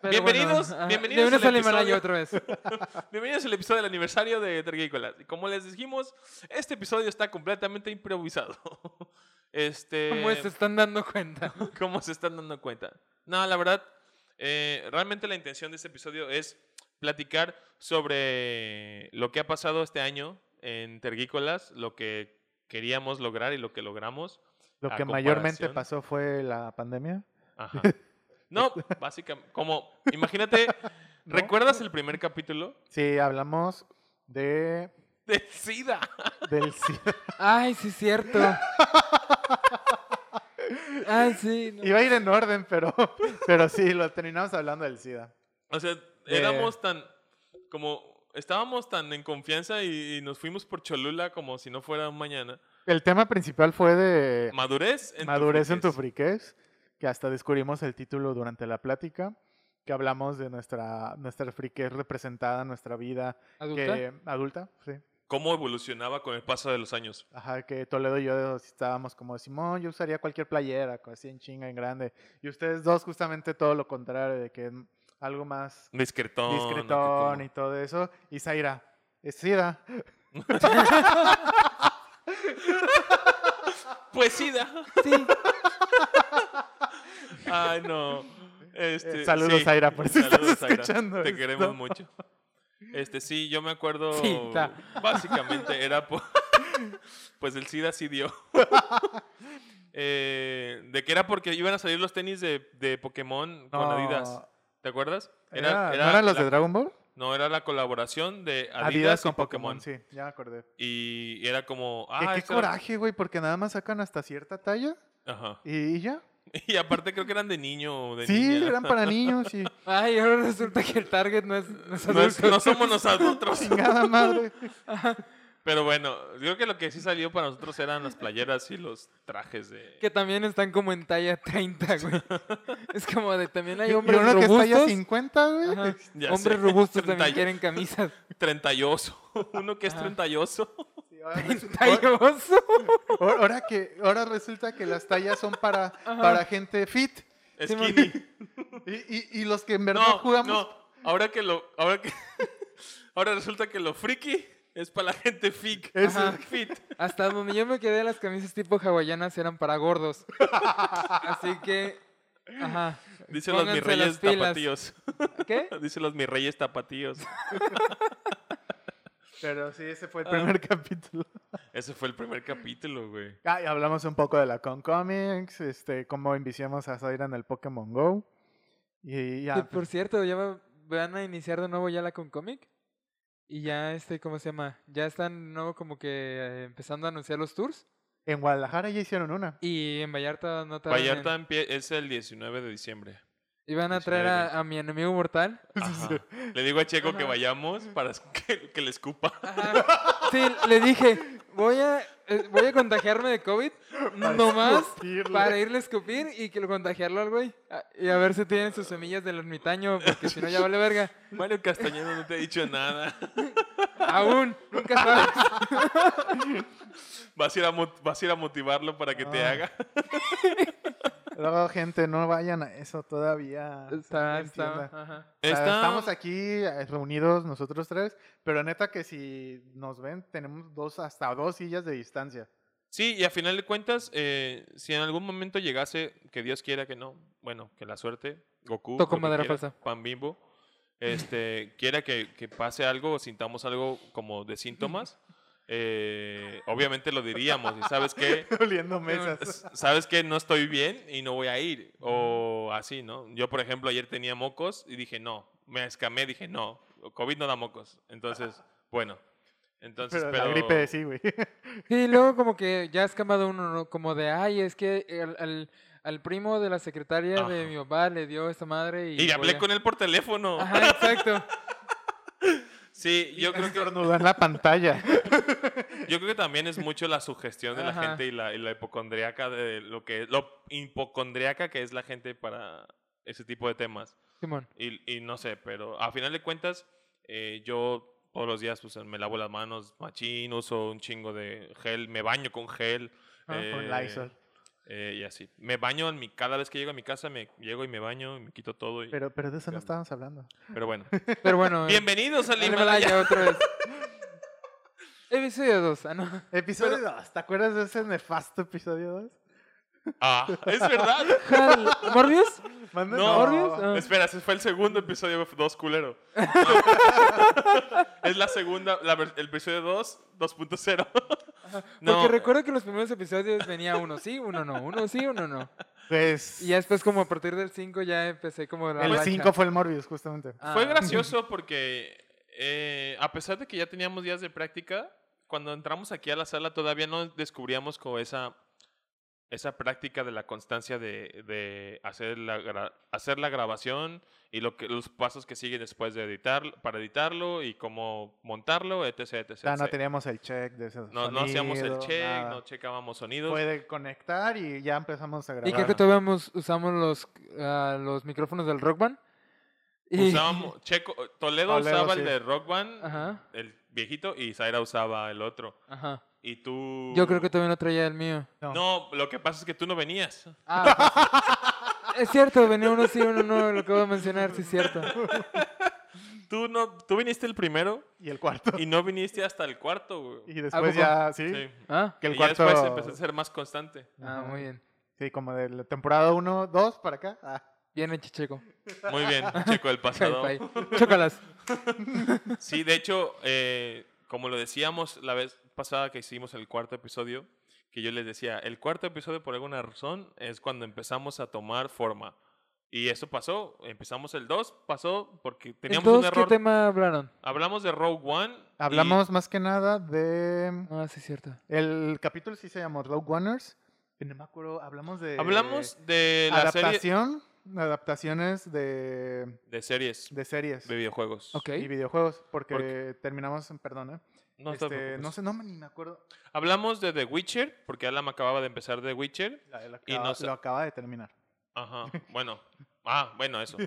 [SPEAKER 2] Pero
[SPEAKER 1] Bienvenidos-
[SPEAKER 2] ajá,
[SPEAKER 1] bienvenidos
[SPEAKER 2] De una
[SPEAKER 1] al
[SPEAKER 2] Salimana y
[SPEAKER 1] episodio.
[SPEAKER 2] otra vez.
[SPEAKER 1] Bienvenidos al episodio del aniversario de Tergícolas. Y como les dijimos, este episodio está completamente improvisado. Este...
[SPEAKER 2] Como se están dando cuenta.
[SPEAKER 1] ¿Cómo se están dando cuenta? No, la verdad, eh, realmente la intención de este episodio es platicar sobre lo que ha pasado este año en Tergícolas, lo que queríamos lograr y lo que logramos.
[SPEAKER 3] Lo
[SPEAKER 1] A
[SPEAKER 3] que mayormente
[SPEAKER 1] comparación.
[SPEAKER 3] pasó fue la pandemia.
[SPEAKER 1] Ajá. No, básicamente, como, imagínate,
[SPEAKER 3] ¿no?
[SPEAKER 1] ¿recuerdas el primer capítulo?
[SPEAKER 3] Sí, hablamos de
[SPEAKER 1] De SIDA.
[SPEAKER 3] del SIDA.
[SPEAKER 2] Ay, sí, es cierto. Ay, sí. no.
[SPEAKER 3] Iba a ir en orden, pero, pero sí, lo terminamos hablando del SIDA.
[SPEAKER 1] O sea, éramos tan, como, estábamos tan en confianza y, y nos fuimos por Cholula como si no fuera un mañana.
[SPEAKER 3] El tema principal fue de
[SPEAKER 1] Madurez. en tu
[SPEAKER 3] madurez en tu
[SPEAKER 1] friquez.
[SPEAKER 3] friquez, que hasta descubrimos el título durante la plática, que hablamos de nuestra, nuestra friquez representada, nuestra vida
[SPEAKER 2] ¿Adulta?
[SPEAKER 3] que- adulta, sí.
[SPEAKER 1] cómo evolucionaba con el paso de los años.
[SPEAKER 3] Ajá, que Toledo y yo estábamos como, Simón, yo usaría cualquier playera, co- así en chinga, en grande. Y ustedes dos justamente todo lo contrario, de que mm, algo más
[SPEAKER 1] Discretón. acá
[SPEAKER 3] discretón
[SPEAKER 1] como-
[SPEAKER 3] y todo eso. Y Zaira, eh, es Sida.
[SPEAKER 1] Pues sí, da.
[SPEAKER 2] Sí.
[SPEAKER 1] Ay, no. Este,
[SPEAKER 3] Eh, saludos,
[SPEAKER 1] sí.
[SPEAKER 3] Zaira, por si
[SPEAKER 1] Saludos,
[SPEAKER 3] estás
[SPEAKER 1] Zaira.
[SPEAKER 3] escuchando
[SPEAKER 1] Te
[SPEAKER 3] esto.
[SPEAKER 1] queremos mucho. Este, sí, yo me acuerdo.
[SPEAKER 2] Sí, da.
[SPEAKER 1] Básicamente era por. pues el SIDA sí dio. Eh, de que era porque iban a salir los tenis de, de Pokémon con
[SPEAKER 3] No,
[SPEAKER 1] Adidas. ¿Te acuerdas?
[SPEAKER 3] era- ¿No eran los
[SPEAKER 1] la-
[SPEAKER 3] de Dragon Ball?
[SPEAKER 1] No, era la colaboración de Adidas, con Pokémon.
[SPEAKER 3] Sí, ya me acordé.
[SPEAKER 1] Y era como.
[SPEAKER 3] Que
[SPEAKER 1] Ah,
[SPEAKER 3] qué
[SPEAKER 1] esta-
[SPEAKER 3] coraje, güey, porque nada más sacan hasta cierta talla
[SPEAKER 1] Ajá.
[SPEAKER 3] y, y ya.
[SPEAKER 1] Y aparte creo que eran de niño o de
[SPEAKER 3] sí,
[SPEAKER 1] niña.
[SPEAKER 3] eran para niños y
[SPEAKER 2] Ay, ahora resulta que el target no es, no es
[SPEAKER 1] No, es-
[SPEAKER 2] adulto.
[SPEAKER 1] no somos nosotros.
[SPEAKER 3] chingada madre.
[SPEAKER 1] Pero bueno, yo creo que lo que sí salió para nosotros eran las playeras y los trajes de...
[SPEAKER 2] Que también están como en talla 30, güey. Es como de también hay
[SPEAKER 3] Y
[SPEAKER 2] hombres
[SPEAKER 3] uno que es talla
[SPEAKER 2] robustos.
[SPEAKER 3] 50, güey. Este,
[SPEAKER 2] Ajá,
[SPEAKER 1] Ya
[SPEAKER 2] Hombres
[SPEAKER 1] sé,
[SPEAKER 2] robustos
[SPEAKER 1] treinta y-
[SPEAKER 2] también quieren camisas.
[SPEAKER 1] Trentayoso. Uno que es
[SPEAKER 2] Ajá.
[SPEAKER 1] trentayoso.
[SPEAKER 3] Sí, ahora resulta-
[SPEAKER 2] Talloso.
[SPEAKER 3] ahora- Ahora que ahora resulta que las tallas son para, para gente fit.
[SPEAKER 2] mon.
[SPEAKER 1] Skinny.
[SPEAKER 3] Y, y- y los que en verdad
[SPEAKER 1] No,
[SPEAKER 3] jugamos.
[SPEAKER 1] no. Ahora que lo... Ahora que... Ahora resulta que lo friki es para la gente fic.
[SPEAKER 2] Ajá.
[SPEAKER 1] Fit.
[SPEAKER 2] Hasta donde yo me quedé, las camisas tipo hawaianas eran para gordos. Así que Ajá.
[SPEAKER 1] Dice los mis
[SPEAKER 2] Pónganse las
[SPEAKER 1] reyes
[SPEAKER 2] pilas.
[SPEAKER 1] tapatíos.
[SPEAKER 2] ¿Qué?
[SPEAKER 1] Dice los mis reyes tapatíos.
[SPEAKER 3] Pero sí, ese fue el
[SPEAKER 1] Ah.
[SPEAKER 3] primer capítulo.
[SPEAKER 1] Ese fue el primer capítulo, güey.
[SPEAKER 3] Ah, y hablamos un poco de la Con Comics, este, cómo enviciamos a Zaira en el Pokémon Go. Y
[SPEAKER 2] Que,
[SPEAKER 3] ya,
[SPEAKER 2] por cierto, ya va- van a iniciar de nuevo ya la Concomic. Y ya, este, ¿cómo se llama? Ya están de nuevo como que eh, empezando a anunciar los tours.
[SPEAKER 3] en Guadalajara ya hicieron una.
[SPEAKER 2] Y en Vallarta no traen.
[SPEAKER 1] Vallarta empie- es el 19 de diciembre.
[SPEAKER 2] Iban a traer a, a mi enemigo mortal.
[SPEAKER 1] Ajá. Le digo a Checo que
[SPEAKER 2] Ajá.
[SPEAKER 1] vayamos para que, que le escupa.
[SPEAKER 2] Ajá. Sí, le dije, voy a, eh, voy a contagiarme de COVID. Nomás
[SPEAKER 3] escupirle.
[SPEAKER 2] para irle a escupir y que lo contagiarlo al güey. Ah, Y a ver si tienen sus semillas del ermitaño, porque si no ya vale verga.
[SPEAKER 1] Mario Castañeda no te ha dicho nada.
[SPEAKER 2] Aún, nunca sabes.
[SPEAKER 1] Vas a ir a, mot- vas a, ir a motivarlo para que te
[SPEAKER 3] Ah.
[SPEAKER 1] haga.
[SPEAKER 3] Luego, gente, no vayan a eso todavía.
[SPEAKER 2] Está,
[SPEAKER 3] Sí,
[SPEAKER 2] está,
[SPEAKER 3] entienda.
[SPEAKER 2] ajá.
[SPEAKER 3] O sea,
[SPEAKER 1] Está-
[SPEAKER 3] Estamos aquí eh, reunidos nosotros tres, pero neta que si nos ven, tenemos dos hasta dos sillas de distancia.
[SPEAKER 1] Sí, y a final de cuentas, eh, si en algún momento llegase, que Dios quiera que no, bueno, que la suerte, Goku,
[SPEAKER 2] Toco
[SPEAKER 1] lo que
[SPEAKER 2] madera
[SPEAKER 1] quiera,
[SPEAKER 2] falsa.
[SPEAKER 1] Pan Bimbo, este, quiera que, que pase algo o sintamos algo como de síntomas, eh, obviamente lo diríamos. Y sabes qué,
[SPEAKER 3] Oliendo mesas.
[SPEAKER 1] sabes que no estoy bien y no voy a ir. O así, ¿no? Yo, por ejemplo, ayer tenía mocos y dije no. Me escamé, dije no. COVID no da mocos. Entonces, bueno. Entonces,
[SPEAKER 3] Pero
[SPEAKER 1] pues, pero.
[SPEAKER 3] la gripe sí, güey.
[SPEAKER 2] Sí, luego como que ya has camado uno, ¿no? Como de, ay, es que al, al- al primo de la secretaria de
[SPEAKER 1] Ajá.
[SPEAKER 2] mi papá le dio esta madre y...
[SPEAKER 1] Y hablé
[SPEAKER 2] voy a-
[SPEAKER 1] con él por teléfono.
[SPEAKER 2] Ajá, exacto.
[SPEAKER 1] Sí, yo creo, que,
[SPEAKER 3] Estornudó en la pantalla.
[SPEAKER 1] yo creo que también es mucho la sugestión de la
[SPEAKER 2] Ajá.
[SPEAKER 1] gente y la, y la hipocondriaca de lo que lo hipocondriaca que es la gente para ese tipo de temas.
[SPEAKER 2] Simón.
[SPEAKER 1] Y, y no sé, pero a final de cuentas, eh, yo todos los días pues, me lavo las manos machín, uso un chingo de gel, me baño con gel.
[SPEAKER 2] Ah,
[SPEAKER 1] eh,
[SPEAKER 3] Con Lysol.
[SPEAKER 1] eh, y así. Me baño en mi, cada vez que llego a mi casa, me llego y me baño y me quito todo. y- pero,
[SPEAKER 3] Pero, pero de eso no estábamos hablando.
[SPEAKER 1] bueno.
[SPEAKER 2] Pero bueno. eh,
[SPEAKER 1] Bienvenidos al
[SPEAKER 2] dale
[SPEAKER 1] Himalaya.
[SPEAKER 2] Malaya otra vez. Episodio 2, ah, no.
[SPEAKER 3] Episodio 2. ¿Te acuerdas de ese nefasto episodio 2?
[SPEAKER 1] Ah, es verdad.
[SPEAKER 2] Jal- ¿Morbius?
[SPEAKER 3] Manda-
[SPEAKER 1] No.
[SPEAKER 2] ¿Morbius? Ah.
[SPEAKER 1] Espera, ese fue el segundo episodio 2, culero. es la segunda, la ver- el episodio 2, 2.0.
[SPEAKER 2] Porque recuerdo que en los primeros episodios venía uno sí, uno no, uno sí, uno no.
[SPEAKER 3] Pues
[SPEAKER 2] Y ya después como a partir del 5 ya empecé como la
[SPEAKER 3] el
[SPEAKER 1] pues,
[SPEAKER 2] racha.
[SPEAKER 3] 5 fue el Morbius, justamente.
[SPEAKER 2] Ah.
[SPEAKER 1] Fue gracioso porque eh, a pesar de que ya teníamos días de práctica, cuando entramos aquí a la sala todavía no descubríamos como esa, esa práctica de la constancia de, de hacer, la gra- hacer la grabación y lo que, los pasos que siguen después de editar, para editarlo y cómo montarlo, etc. etc,
[SPEAKER 3] O sea, no
[SPEAKER 1] etc..
[SPEAKER 3] teníamos el check de esos
[SPEAKER 1] No, no hacíamos el
[SPEAKER 3] sonidos,
[SPEAKER 1] check,
[SPEAKER 3] nada.
[SPEAKER 1] no checábamos sonidos.
[SPEAKER 3] Fue de conectar y ya empezamos a grabar.
[SPEAKER 2] Y creo que todavía hemos- usamos los, ah, los micrófonos del Rock Band. Y...
[SPEAKER 1] Usábamos- Checo, Toledo,
[SPEAKER 3] Toledo,
[SPEAKER 1] usaba el
[SPEAKER 3] sí.
[SPEAKER 1] de Rock Band,
[SPEAKER 2] Ajá.
[SPEAKER 1] el viejito, y Zaira usaba el otro.
[SPEAKER 2] Ajá.
[SPEAKER 1] Y tú...
[SPEAKER 2] Yo creo que también lo traía el mío.
[SPEAKER 1] No, lo que pasa es que tú no venías.
[SPEAKER 2] Ah, pues- es cierto, venía uno sí, uno no, lo acabo de mencionar, sí es cierto.
[SPEAKER 1] Tú no, tú viniste el primero
[SPEAKER 3] Y el cuarto.
[SPEAKER 1] y no viniste hasta el cuarto, güey.
[SPEAKER 3] Y después
[SPEAKER 2] poco?
[SPEAKER 3] ya, sí.
[SPEAKER 1] Sí.
[SPEAKER 2] Ah,
[SPEAKER 3] Que el
[SPEAKER 1] y ya
[SPEAKER 3] cuarto.
[SPEAKER 1] después empezó a ser más constante.
[SPEAKER 2] ah, muy bien.
[SPEAKER 3] Sí, como de la temporada 1, 2 para acá. Ah.
[SPEAKER 2] Bien hecho, Checo.
[SPEAKER 1] Muy bien, chico del pasado.
[SPEAKER 2] Hi-Fi. Chócalas.
[SPEAKER 1] Sí, de hecho, eh, como lo decíamos la vez pasada que hicimos el cuarto episodio, que yo les decía, el cuarto episodio por alguna razón es cuando empezamos a tomar forma. Y eso pasó, empezamos el 2, pasó porque teníamos un
[SPEAKER 2] Entonces, ¿qué
[SPEAKER 1] error.
[SPEAKER 2] tema hablaron?
[SPEAKER 1] Hablamos de Rogue One. y-
[SPEAKER 3] Hablamos más que nada de.
[SPEAKER 2] Ah, sí es cierto.
[SPEAKER 3] El capítulo sí se llamó Rogue Warners. No me acuerdo. Hablamos de.
[SPEAKER 1] hablamos de la serie
[SPEAKER 3] adaptación. Adaptaciones de,
[SPEAKER 1] de series
[SPEAKER 3] de series
[SPEAKER 1] de videojuegos.
[SPEAKER 2] Ok.
[SPEAKER 3] y videojuegos. Porque
[SPEAKER 1] ¿Por
[SPEAKER 3] terminamos, en- perdón, ¿eh?
[SPEAKER 1] No pues. te
[SPEAKER 3] Este,
[SPEAKER 1] preocupes.
[SPEAKER 3] no sé, no me- ni me acuerdo.
[SPEAKER 1] Hablamos de The Witcher, porque Alam acababa de empezar The Witcher.
[SPEAKER 3] La- la
[SPEAKER 1] Y
[SPEAKER 3] acaba-
[SPEAKER 1] no sé-
[SPEAKER 3] Lo acaba de terminar.
[SPEAKER 1] Ajá, bueno. Ah, bueno, eso.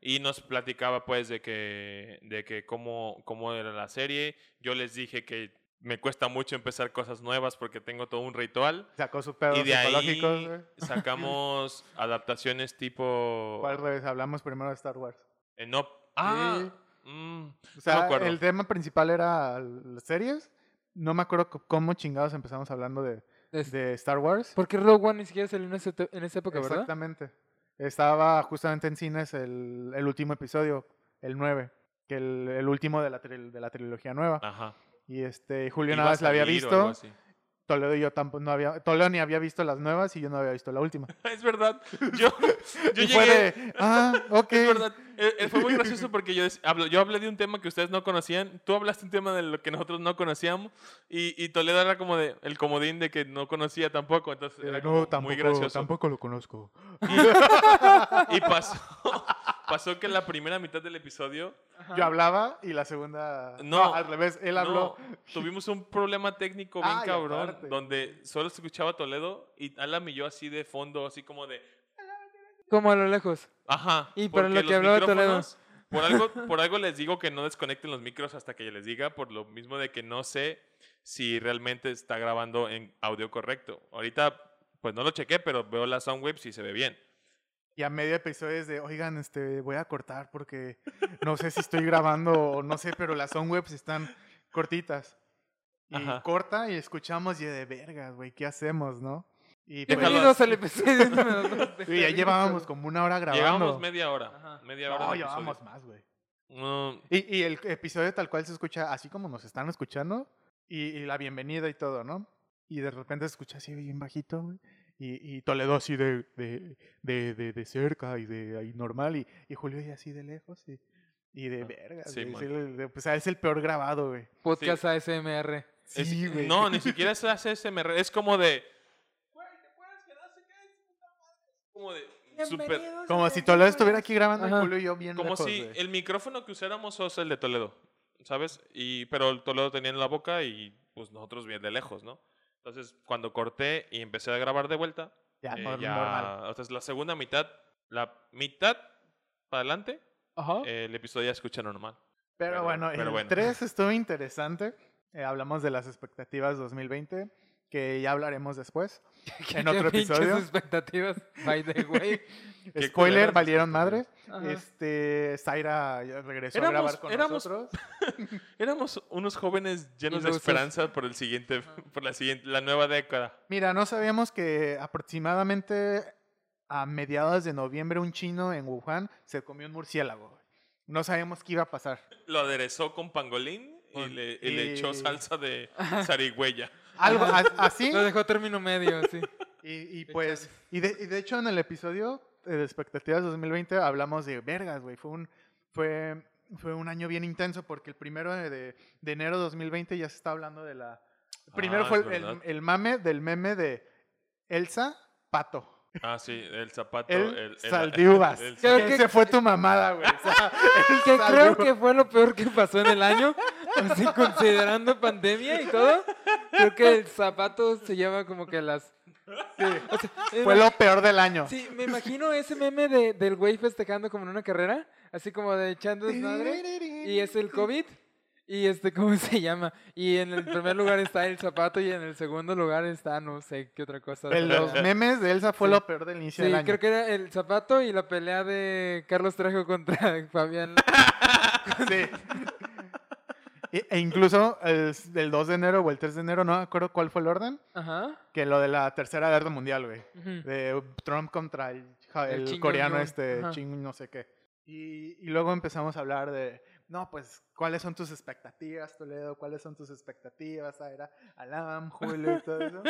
[SPEAKER 1] Y nos platicaba pues de que, de que cómo, cómo era la serie. Yo les dije que me cuesta mucho empezar cosas nuevas porque tengo todo un ritual.
[SPEAKER 3] Sacó sus pedos
[SPEAKER 1] y de
[SPEAKER 3] psicológicos.
[SPEAKER 1] ahí
[SPEAKER 3] güey.
[SPEAKER 1] sacamos adaptaciones tipo...
[SPEAKER 3] O al revés, hablamos primero de Star Wars.
[SPEAKER 1] eh, no... Ah, mm,
[SPEAKER 3] O sea,
[SPEAKER 1] acuerdo.
[SPEAKER 3] el tema principal era las series. No me acuerdo c- cómo chingados empezamos hablando de,
[SPEAKER 2] Es-
[SPEAKER 3] de Star Wars.
[SPEAKER 2] Porque Rogue One ni siquiera salió en, ese te- en esa época, ¿verdad?
[SPEAKER 3] Exactamente. Estaba justamente en cines el, el último episodio, el 9, que el, el último de la, tril- de la trilogía nueva.
[SPEAKER 1] Ajá.
[SPEAKER 3] Y este, Julio
[SPEAKER 1] Ah. Iba
[SPEAKER 3] nada
[SPEAKER 1] a
[SPEAKER 3] más la había
[SPEAKER 1] salir o algo
[SPEAKER 3] visto.
[SPEAKER 1] así.
[SPEAKER 3] Toledo y yo tampoco no había. Toledo ni había visto las nuevas y yo no había visto la última.
[SPEAKER 1] Es verdad. Yo, yo
[SPEAKER 3] y
[SPEAKER 1] llegué.
[SPEAKER 3] fue de, ah, ok.
[SPEAKER 1] Es verdad. Eh, eh, fue muy gracioso porque yo, dec- hablo, yo hablé de un tema que ustedes no conocían. Tú hablaste un tema de lo que nosotros no conocíamos. Y, y Toledo era como de el comodín de que no conocía tampoco. Entonces
[SPEAKER 3] Eh,
[SPEAKER 1] era como
[SPEAKER 3] no, tampoco,
[SPEAKER 1] muy gracioso.
[SPEAKER 3] tampoco lo conozco.
[SPEAKER 1] Y pasó, pasó que en la primera mitad del episodio
[SPEAKER 3] Yo hablaba y la segunda.
[SPEAKER 1] No.
[SPEAKER 3] al revés, él habló.
[SPEAKER 1] No, tuvimos un problema técnico bien
[SPEAKER 3] Ay,
[SPEAKER 1] cabrón,
[SPEAKER 3] aparte.
[SPEAKER 1] donde solo se escuchaba Toledo y Alam y yo así de fondo, así como de,
[SPEAKER 2] Como a lo lejos.
[SPEAKER 1] ajá.
[SPEAKER 2] Y para
[SPEAKER 1] porque
[SPEAKER 2] lo que
[SPEAKER 1] los
[SPEAKER 2] hablaba Toledo.
[SPEAKER 1] micrófonos, Por algo, por algo les digo que no desconecten los micros hasta que yo les diga, por lo mismo de que no sé si realmente está grabando en audio correcto. Ahorita, pues no lo chequé, pero veo la soundwebs y se ve bien.
[SPEAKER 3] Y a medio episodio es de, oigan, este, voy a cortar porque no sé si estoy grabando o no sé, pero las soundwebs están cortitas. Y
[SPEAKER 1] Ajá.
[SPEAKER 3] corta y escuchamos y de vergas, güey, ¿qué hacemos, no? Y, pues,
[SPEAKER 1] Déjalo
[SPEAKER 2] Bienvenidos al episodio número dos de
[SPEAKER 3] y ya
[SPEAKER 2] Jalisco.
[SPEAKER 3] llevábamos como una hora grabando.
[SPEAKER 1] Llevábamos media hora.
[SPEAKER 2] Ajá.
[SPEAKER 1] Media hora.
[SPEAKER 3] no,
[SPEAKER 1] de episodio.
[SPEAKER 3] llevábamos más, güey.
[SPEAKER 1] No,
[SPEAKER 3] Y, y el episodio tal cual se escucha así como nos están escuchando y, y la bienvenida y todo, ¿no? Y de repente se escucha así bien bajito güey, y, y Toledo así de, de, de, de, de cerca y de ahí normal y, y Julio ya así de lejos y, y de
[SPEAKER 1] Ah,
[SPEAKER 3] verga.
[SPEAKER 1] sí,
[SPEAKER 3] güey,
[SPEAKER 1] man.
[SPEAKER 3] sí, le- le- pues, ah, es el peor grabado, güey.
[SPEAKER 2] Podcast ASMR.
[SPEAKER 1] Es-
[SPEAKER 3] Sí, güey.
[SPEAKER 1] No, ni siquiera es ASMR. Es como de. "Güey, ¿te acuerdas que no sé qué? Como de. Super,
[SPEAKER 3] Como si Toledo estuviera aquí grabando
[SPEAKER 2] Ajá.
[SPEAKER 3] y Julio y yo bien
[SPEAKER 1] como
[SPEAKER 3] lejos,
[SPEAKER 1] si
[SPEAKER 3] güey.
[SPEAKER 1] el micrófono que usáramos es el de Toledo, ¿sabes? Y, pero el Toledo tenía en la boca y pues nosotros bien de lejos, ¿no? Entonces, cuando corté y empecé a grabar de vuelta,
[SPEAKER 3] Ya,
[SPEAKER 1] eh,
[SPEAKER 3] nor-
[SPEAKER 1] ya-
[SPEAKER 3] normal.
[SPEAKER 1] entonces, la segunda mitad, la mitad para adelante,
[SPEAKER 2] Ajá.
[SPEAKER 1] eh, el episodio ya escucha normal.
[SPEAKER 3] Pero,
[SPEAKER 1] Pero-
[SPEAKER 3] bueno,
[SPEAKER 1] pero
[SPEAKER 3] el
[SPEAKER 1] bueno.
[SPEAKER 3] 3 estuvo interesante. Eh, hablamos de las expectativas 2020, que ya hablaremos después. en otro
[SPEAKER 2] Qué pinches
[SPEAKER 3] episodio.
[SPEAKER 2] expectativas, by the way.
[SPEAKER 1] Qué
[SPEAKER 3] Spoiler,
[SPEAKER 1] culeras
[SPEAKER 3] valieron madre.
[SPEAKER 1] expectativas.
[SPEAKER 2] Ajá.
[SPEAKER 3] Este, Zaira ya regresó
[SPEAKER 1] Éramos-
[SPEAKER 3] a grabar con
[SPEAKER 1] éramos-
[SPEAKER 3] nosotros.
[SPEAKER 1] Éramos unos jóvenes llenos de
[SPEAKER 2] Ilusos.
[SPEAKER 1] esperanza por el siguiente, por la siguiente, la nueva década.
[SPEAKER 3] Mira, no sabíamos que aproximadamente a mediados de noviembre un chino en Wuhan se comió un murciélago. No sabíamos qué iba a pasar.
[SPEAKER 1] lo aderezó con pangolín y
[SPEAKER 3] Con-
[SPEAKER 1] le, y le echó
[SPEAKER 3] y-
[SPEAKER 1] salsa de zarigüeya.
[SPEAKER 3] Algo a- así.
[SPEAKER 2] Lo dejó término medio, sí.
[SPEAKER 3] Y, y pues, y de, y de hecho en el episodio eh, de Expectativas 2020 hablamos de vergas, güey. Fue un, fue, fue un año bien intenso porque el primero de, de, de enero de 2020 ya se está hablando de la... Primero
[SPEAKER 1] Ah,
[SPEAKER 3] fue
[SPEAKER 1] es
[SPEAKER 3] el, el,
[SPEAKER 1] verdad.
[SPEAKER 3] el mame del meme de Elsa Pato.
[SPEAKER 1] Ah, sí, el zapato.
[SPEAKER 3] El,
[SPEAKER 1] El, el-
[SPEAKER 3] saldiuvas.
[SPEAKER 1] el- el-
[SPEAKER 2] Creo
[SPEAKER 3] Que
[SPEAKER 2] que-
[SPEAKER 3] se fue tu mamada, güey. O sea, el
[SPEAKER 2] Que creo
[SPEAKER 3] saldiu-
[SPEAKER 2] que fue lo peor que pasó en el año. Así, considerando pandemia y todo. Creo que el zapato se llama como que las. O sea, eh,
[SPEAKER 3] Fue lo peor del año.
[SPEAKER 2] Sí, me imagino ese meme de, del güey festejando como en una carrera. Así como de echando desmadre. Y es el COVID. Y este, ¿cómo se llama? Y en el primer lugar está el zapato y en el segundo lugar está no sé qué otra cosa.
[SPEAKER 3] El- los memes de Elsa fue
[SPEAKER 2] Sí.
[SPEAKER 3] lo peor del inicio
[SPEAKER 2] Sí,
[SPEAKER 3] del año.
[SPEAKER 2] creo que era el zapato y la pelea de Carlos Trejo contra Fabián.
[SPEAKER 3] Sí. E e incluso el, el 2 de enero o el 3 de enero, no me acuerdo cuál fue el orden,
[SPEAKER 2] Ajá.
[SPEAKER 3] que lo de la tercera guerra mundial, güey.
[SPEAKER 2] Ujú.
[SPEAKER 3] De Trump contra el, ja-
[SPEAKER 2] El
[SPEAKER 3] el
[SPEAKER 2] Kim
[SPEAKER 3] coreano
[SPEAKER 2] Jong-un,
[SPEAKER 3] este,
[SPEAKER 2] ajá.
[SPEAKER 3] ching no sé qué. Y, y luego empezamos a hablar de, no, pues, ¿cuáles son tus expectativas, Toledo? ¿Cuáles son tus expectativas, Aira? Alam, Julio y todo eso.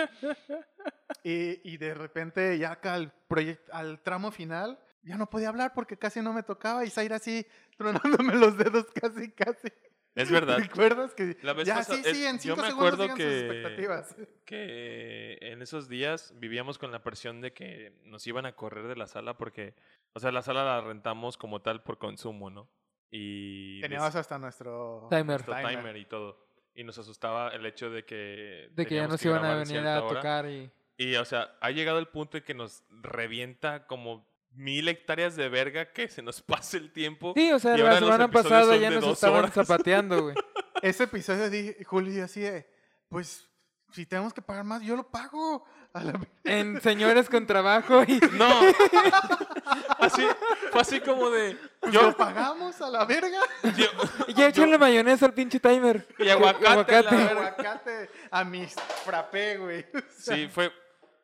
[SPEAKER 3] y, y de repente ya acá al, proyect- al tramo final... Ya no podía hablar porque casi no me tocaba y Zaira así tronándome los dedos casi, casi.
[SPEAKER 1] Es verdad.
[SPEAKER 3] ¿Recuerdas que
[SPEAKER 1] La vez
[SPEAKER 3] ya
[SPEAKER 1] pasada-
[SPEAKER 3] sí, sí,
[SPEAKER 1] es-
[SPEAKER 3] en
[SPEAKER 1] yo
[SPEAKER 3] cinco
[SPEAKER 1] me
[SPEAKER 3] segundos
[SPEAKER 1] acuerdo
[SPEAKER 3] digan sus
[SPEAKER 1] que-
[SPEAKER 3] expectativas?
[SPEAKER 1] Que en esos días vivíamos con la presión de que nos iban a correr de la sala porque, o sea, la sala la rentamos como tal por consumo, ¿no? Y des-
[SPEAKER 3] Teníamos hasta nuestro
[SPEAKER 2] Timer.
[SPEAKER 1] nuestro
[SPEAKER 3] timer.
[SPEAKER 1] timer. y todo. Y nos asustaba el hecho de que...
[SPEAKER 2] De que ya
[SPEAKER 1] teníamos
[SPEAKER 2] nos iban a
[SPEAKER 1] grabar
[SPEAKER 2] venir
[SPEAKER 1] cierta
[SPEAKER 2] a
[SPEAKER 1] hora.
[SPEAKER 2] tocar y.
[SPEAKER 1] Y, o sea, ha llegado el punto en que nos revienta como mil hectáreas de verga que se nos pase el tiempo.
[SPEAKER 2] Sí, o sea,
[SPEAKER 1] Y ahora
[SPEAKER 2] la
[SPEAKER 1] los
[SPEAKER 2] semana
[SPEAKER 1] episodios
[SPEAKER 2] pasada
[SPEAKER 1] son
[SPEAKER 2] ya
[SPEAKER 1] de
[SPEAKER 2] nos
[SPEAKER 1] dos
[SPEAKER 2] estaban
[SPEAKER 1] horas.
[SPEAKER 2] zapateando, güey.
[SPEAKER 3] Ese episodio dije, Julio y yo así de, pues si tenemos que pagar más, yo lo pago. A la-
[SPEAKER 2] En señores con trabajo y.
[SPEAKER 1] No. así, fue así como de.
[SPEAKER 3] pues,
[SPEAKER 1] Yo,
[SPEAKER 3] lo pagamos a la verga.
[SPEAKER 1] yo-
[SPEAKER 2] Ya échenle mayonesa al pinche timer.
[SPEAKER 1] y aguacate. la
[SPEAKER 2] aguacate.
[SPEAKER 1] verga.
[SPEAKER 3] Aguacate a mis frappé, güey.
[SPEAKER 1] sí, fue.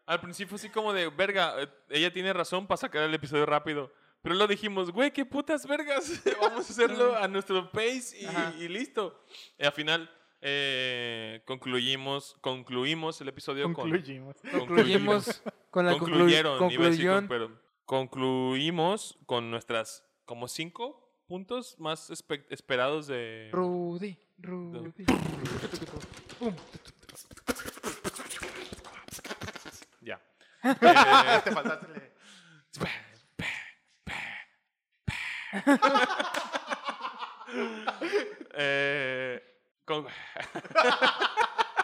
[SPEAKER 1] Al principio así como de, verga, eh, ella tiene razón para sacar el episodio rápido. Pero lo dijimos, güey, qué putas vergas. Vamos a hacerlo a nuestro pace
[SPEAKER 3] Ajá.
[SPEAKER 1] y, y listo. Y al final eh, concluimos, concluimos el episodio
[SPEAKER 3] Concluimos.
[SPEAKER 1] con...
[SPEAKER 2] Concluimos con Ah, la conclu-
[SPEAKER 1] concluyeron, iba a decir
[SPEAKER 2] concluyón.
[SPEAKER 1] con- pero concluimos con nuestras como cinco puntos más espe- esperados de
[SPEAKER 2] Rudy, Rudy.
[SPEAKER 1] ya. Eh,
[SPEAKER 3] Te faltaste el-
[SPEAKER 1] eh, con-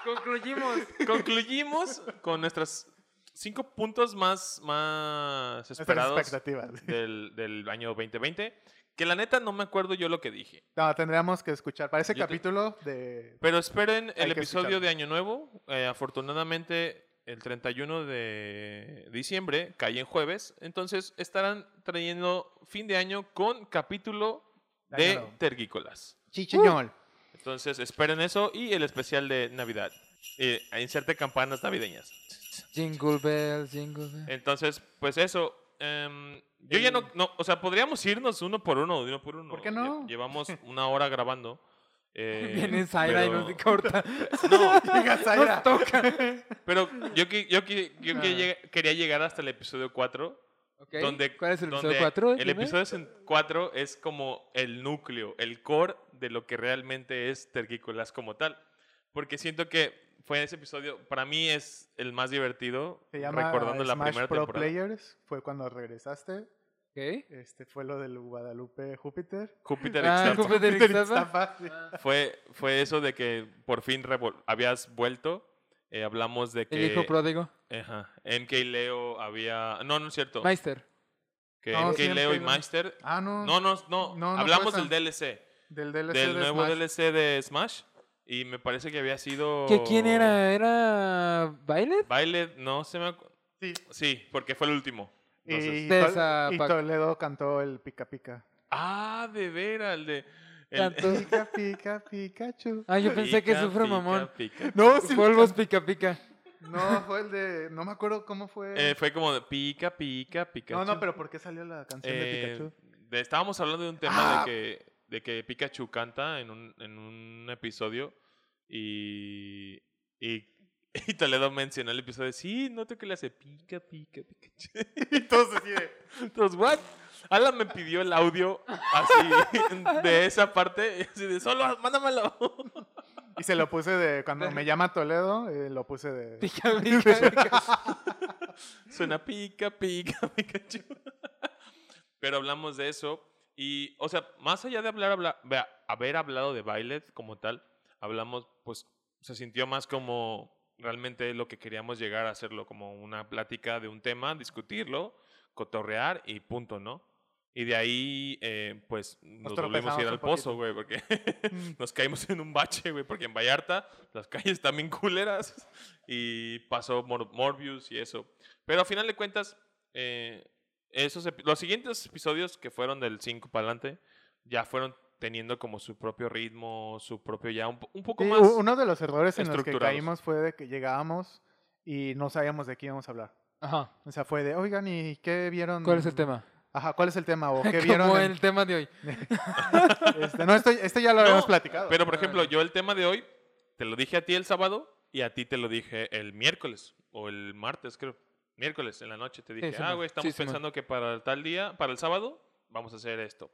[SPEAKER 2] Concluimos.
[SPEAKER 1] concluimos con nuestras cinco puntos más más
[SPEAKER 3] nuestras
[SPEAKER 1] esperados
[SPEAKER 3] expectativas.
[SPEAKER 1] del, del año 2020, que la neta no me acuerdo yo lo que dije.
[SPEAKER 3] No, tendríamos que escuchar. Para ese
[SPEAKER 1] Yo te-
[SPEAKER 3] capítulo de.
[SPEAKER 1] Pero esperen
[SPEAKER 3] Hay
[SPEAKER 1] el
[SPEAKER 3] que
[SPEAKER 1] episodio
[SPEAKER 3] escucharlo.
[SPEAKER 1] de Año Nuevo. Eh, afortunadamente, el 31 de diciembre cae en jueves. Entonces estarán trayendo fin de año con capítulo
[SPEAKER 3] de
[SPEAKER 1] de
[SPEAKER 3] Año Nuevo.
[SPEAKER 1] Tergícolas.
[SPEAKER 3] Chichiñol.
[SPEAKER 1] Uh. Entonces esperen eso y el especial de Navidad. Eh, inserte campanas navideñas.
[SPEAKER 2] Jingle bells, jingle bells.
[SPEAKER 1] Entonces, pues eso. em, yo ya no, no, o sea, podríamos irnos uno por uno, uno por uno.
[SPEAKER 3] ¿Por qué
[SPEAKER 1] Lle-
[SPEAKER 3] no?
[SPEAKER 1] Llevamos una hora grabando. eh,
[SPEAKER 2] Viene Zaira y
[SPEAKER 1] pero-
[SPEAKER 2] nos corta.
[SPEAKER 1] No,
[SPEAKER 3] Diga, Zaira.
[SPEAKER 2] Nos toca.
[SPEAKER 1] Pero yo, que- yo, que- yo que
[SPEAKER 3] Ah.
[SPEAKER 1] llega- quería llegar hasta el episodio 4.
[SPEAKER 2] Ok,
[SPEAKER 1] Donde,
[SPEAKER 2] ¿Cuál es el
[SPEAKER 1] donde
[SPEAKER 2] episodio 4?
[SPEAKER 1] El episodio 4 es como el núcleo, el core de lo que realmente es Terquícolas como tal. Porque siento que fue ese episodio, para mí es el más divertido.
[SPEAKER 3] Se llama
[SPEAKER 1] recordando la
[SPEAKER 3] Smash
[SPEAKER 1] primera
[SPEAKER 3] Pro
[SPEAKER 1] temporada.
[SPEAKER 3] Players. Fue cuando regresaste. Este fue lo del Guadalupe Júpiter.
[SPEAKER 1] Júpiter
[SPEAKER 2] Ah,
[SPEAKER 1] Exalta.
[SPEAKER 2] Júpiter Ixtapa.
[SPEAKER 3] Ixtapa, sí.
[SPEAKER 1] fue, fue eso de que por fin revol- habías vuelto. Eh, hablamos de
[SPEAKER 2] El
[SPEAKER 1] que.
[SPEAKER 2] hijo pródigo.
[SPEAKER 1] Ajá, NK Leo había. No, no es cierto.
[SPEAKER 2] Meister.
[SPEAKER 1] Que
[SPEAKER 3] No,
[SPEAKER 1] NK
[SPEAKER 3] siempre
[SPEAKER 1] Leo y
[SPEAKER 3] no.
[SPEAKER 1] Meister
[SPEAKER 3] Ah, no.
[SPEAKER 1] No, no, no.
[SPEAKER 3] No, no
[SPEAKER 1] Hablamos
[SPEAKER 3] pasa.
[SPEAKER 1] del DLC.
[SPEAKER 3] Del DLC.
[SPEAKER 1] del
[SPEAKER 3] de
[SPEAKER 1] nuevo
[SPEAKER 3] Smash.
[SPEAKER 1] DLC de Smash. Y me parece que había sido.
[SPEAKER 2] ¿Que quién era? ¿Era Violet?
[SPEAKER 1] Violet, no se me. acu-
[SPEAKER 3] Sí.
[SPEAKER 1] Sí, porque fue el último. Entonces-
[SPEAKER 3] Y,
[SPEAKER 2] De
[SPEAKER 3] Tol-
[SPEAKER 2] esa
[SPEAKER 3] y
[SPEAKER 2] pac-
[SPEAKER 3] Toledo cantó el Pica Pica.
[SPEAKER 1] Ah, de veras, el de. el-
[SPEAKER 2] Tanto-
[SPEAKER 3] Pica Pica Pikachu.
[SPEAKER 2] Ah, yo pensé que
[SPEAKER 1] Pica,
[SPEAKER 2] sufre
[SPEAKER 1] pica,
[SPEAKER 2] mamón.
[SPEAKER 1] pica.
[SPEAKER 3] No, sí.
[SPEAKER 2] Polvos pica pica.
[SPEAKER 3] No, fue el de. No me acuerdo cómo fue.
[SPEAKER 1] Eh, fue como de pica, pica, pica.
[SPEAKER 3] no, no, pero ¿por qué salió la canción
[SPEAKER 1] Eh,
[SPEAKER 3] de Pikachu?
[SPEAKER 1] estábamos hablando de un tema
[SPEAKER 3] Ah.
[SPEAKER 1] de, que, de que Pikachu canta en un, en un episodio y. y y Toledo mencionó el episodio. Sí, noto que le hace pica, pica, Pikachu.
[SPEAKER 3] Y todos así de.
[SPEAKER 1] Entonces, ¿what? Alan me pidió el audio así de esa parte. y Así de, solo mándamelo.
[SPEAKER 3] Y se lo puse de. Cuando me llama Toledo, eh, lo puse de.
[SPEAKER 2] Pica pica. pica.
[SPEAKER 1] Suena pica, pica, Pikachu. Pero hablamos de eso. Y, o sea, más allá de hablar, habla- vea, haber hablado de Violet como tal, hablamos, pues, se sintió más como realmente lo que queríamos llegar a hacerlo, como una plática de un tema, discutirlo, cotorrear y punto, ¿no? Y de ahí, eh, pues, nos, volvimos a ir al
[SPEAKER 3] tropezamos un poquito. Mm.
[SPEAKER 1] pozo, güey, porque nos caímos en un bache, güey, porque en Vallarta las calles están bien culeras y pasó Mor- Morbius y eso. Pero a final de cuentas, eh, esos epi- los siguientes episodios que fueron del 5 para adelante ya fueron teniendo como su propio ritmo, su propio ya un, po- un poco
[SPEAKER 3] Sí,
[SPEAKER 1] más.
[SPEAKER 3] u- uno de los errores en los que
[SPEAKER 1] estructurados.
[SPEAKER 3] caímos fue de que llegábamos y no sabíamos de qué íbamos a hablar.
[SPEAKER 2] Ajá.
[SPEAKER 3] O sea, fue de, oigan, ¿y qué vieron?
[SPEAKER 2] ¿Cuál es el tema?
[SPEAKER 3] Ajá, ¿cuál es el tema? ¿O qué Mm, vieron?
[SPEAKER 2] Como
[SPEAKER 3] en-
[SPEAKER 2] el tema de hoy.
[SPEAKER 3] Este, no, esto, esto ya lo
[SPEAKER 1] No,
[SPEAKER 3] habíamos platicado.
[SPEAKER 1] Pero por ejemplo,
[SPEAKER 2] Órale.
[SPEAKER 1] yo el tema de hoy te lo dije a ti el sábado y a ti te lo dije el miércoles o el martes, creo. Miércoles en la noche te dije, ah,
[SPEAKER 2] Simón.
[SPEAKER 1] güey,
[SPEAKER 2] Sí,
[SPEAKER 1] estamos
[SPEAKER 2] Simón.
[SPEAKER 1] pensando que para tal día, para el sábado, vamos a hacer esto.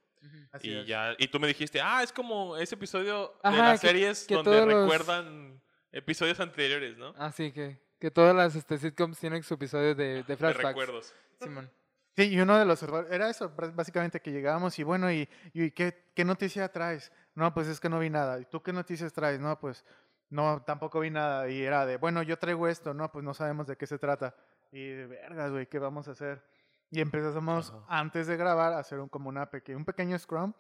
[SPEAKER 3] Así
[SPEAKER 1] Y,
[SPEAKER 3] es.
[SPEAKER 1] ya, y tú me dijiste, ah, es como ese episodio de
[SPEAKER 2] Ajá,
[SPEAKER 1] las
[SPEAKER 2] que-
[SPEAKER 1] series
[SPEAKER 2] que
[SPEAKER 1] donde
[SPEAKER 2] todos los- Ah,
[SPEAKER 1] recuerdan episodios anteriores, ¿no?
[SPEAKER 3] Ah,
[SPEAKER 2] Así que, que todas las este, sitcoms tienen su episodio de, de
[SPEAKER 1] de
[SPEAKER 2] flashbacks.
[SPEAKER 1] recuerdos.
[SPEAKER 2] Simón.
[SPEAKER 3] Sí, y uno de los errores era eso, br- básicamente que llegábamos y bueno, ¿y, y qué, qué noticia traes? No, pues es que no vi nada. ¿Y tú qué noticias traes? No, pues no, tampoco vi nada. Y era de, bueno, yo traigo esto, no, pues no sabemos de qué se trata. Y de vergas, güey, ¿qué vamos a hacer? Y empezamos
[SPEAKER 1] Ajá.
[SPEAKER 3] antes de grabar a hacer un, como una peque- un pequeño scrum,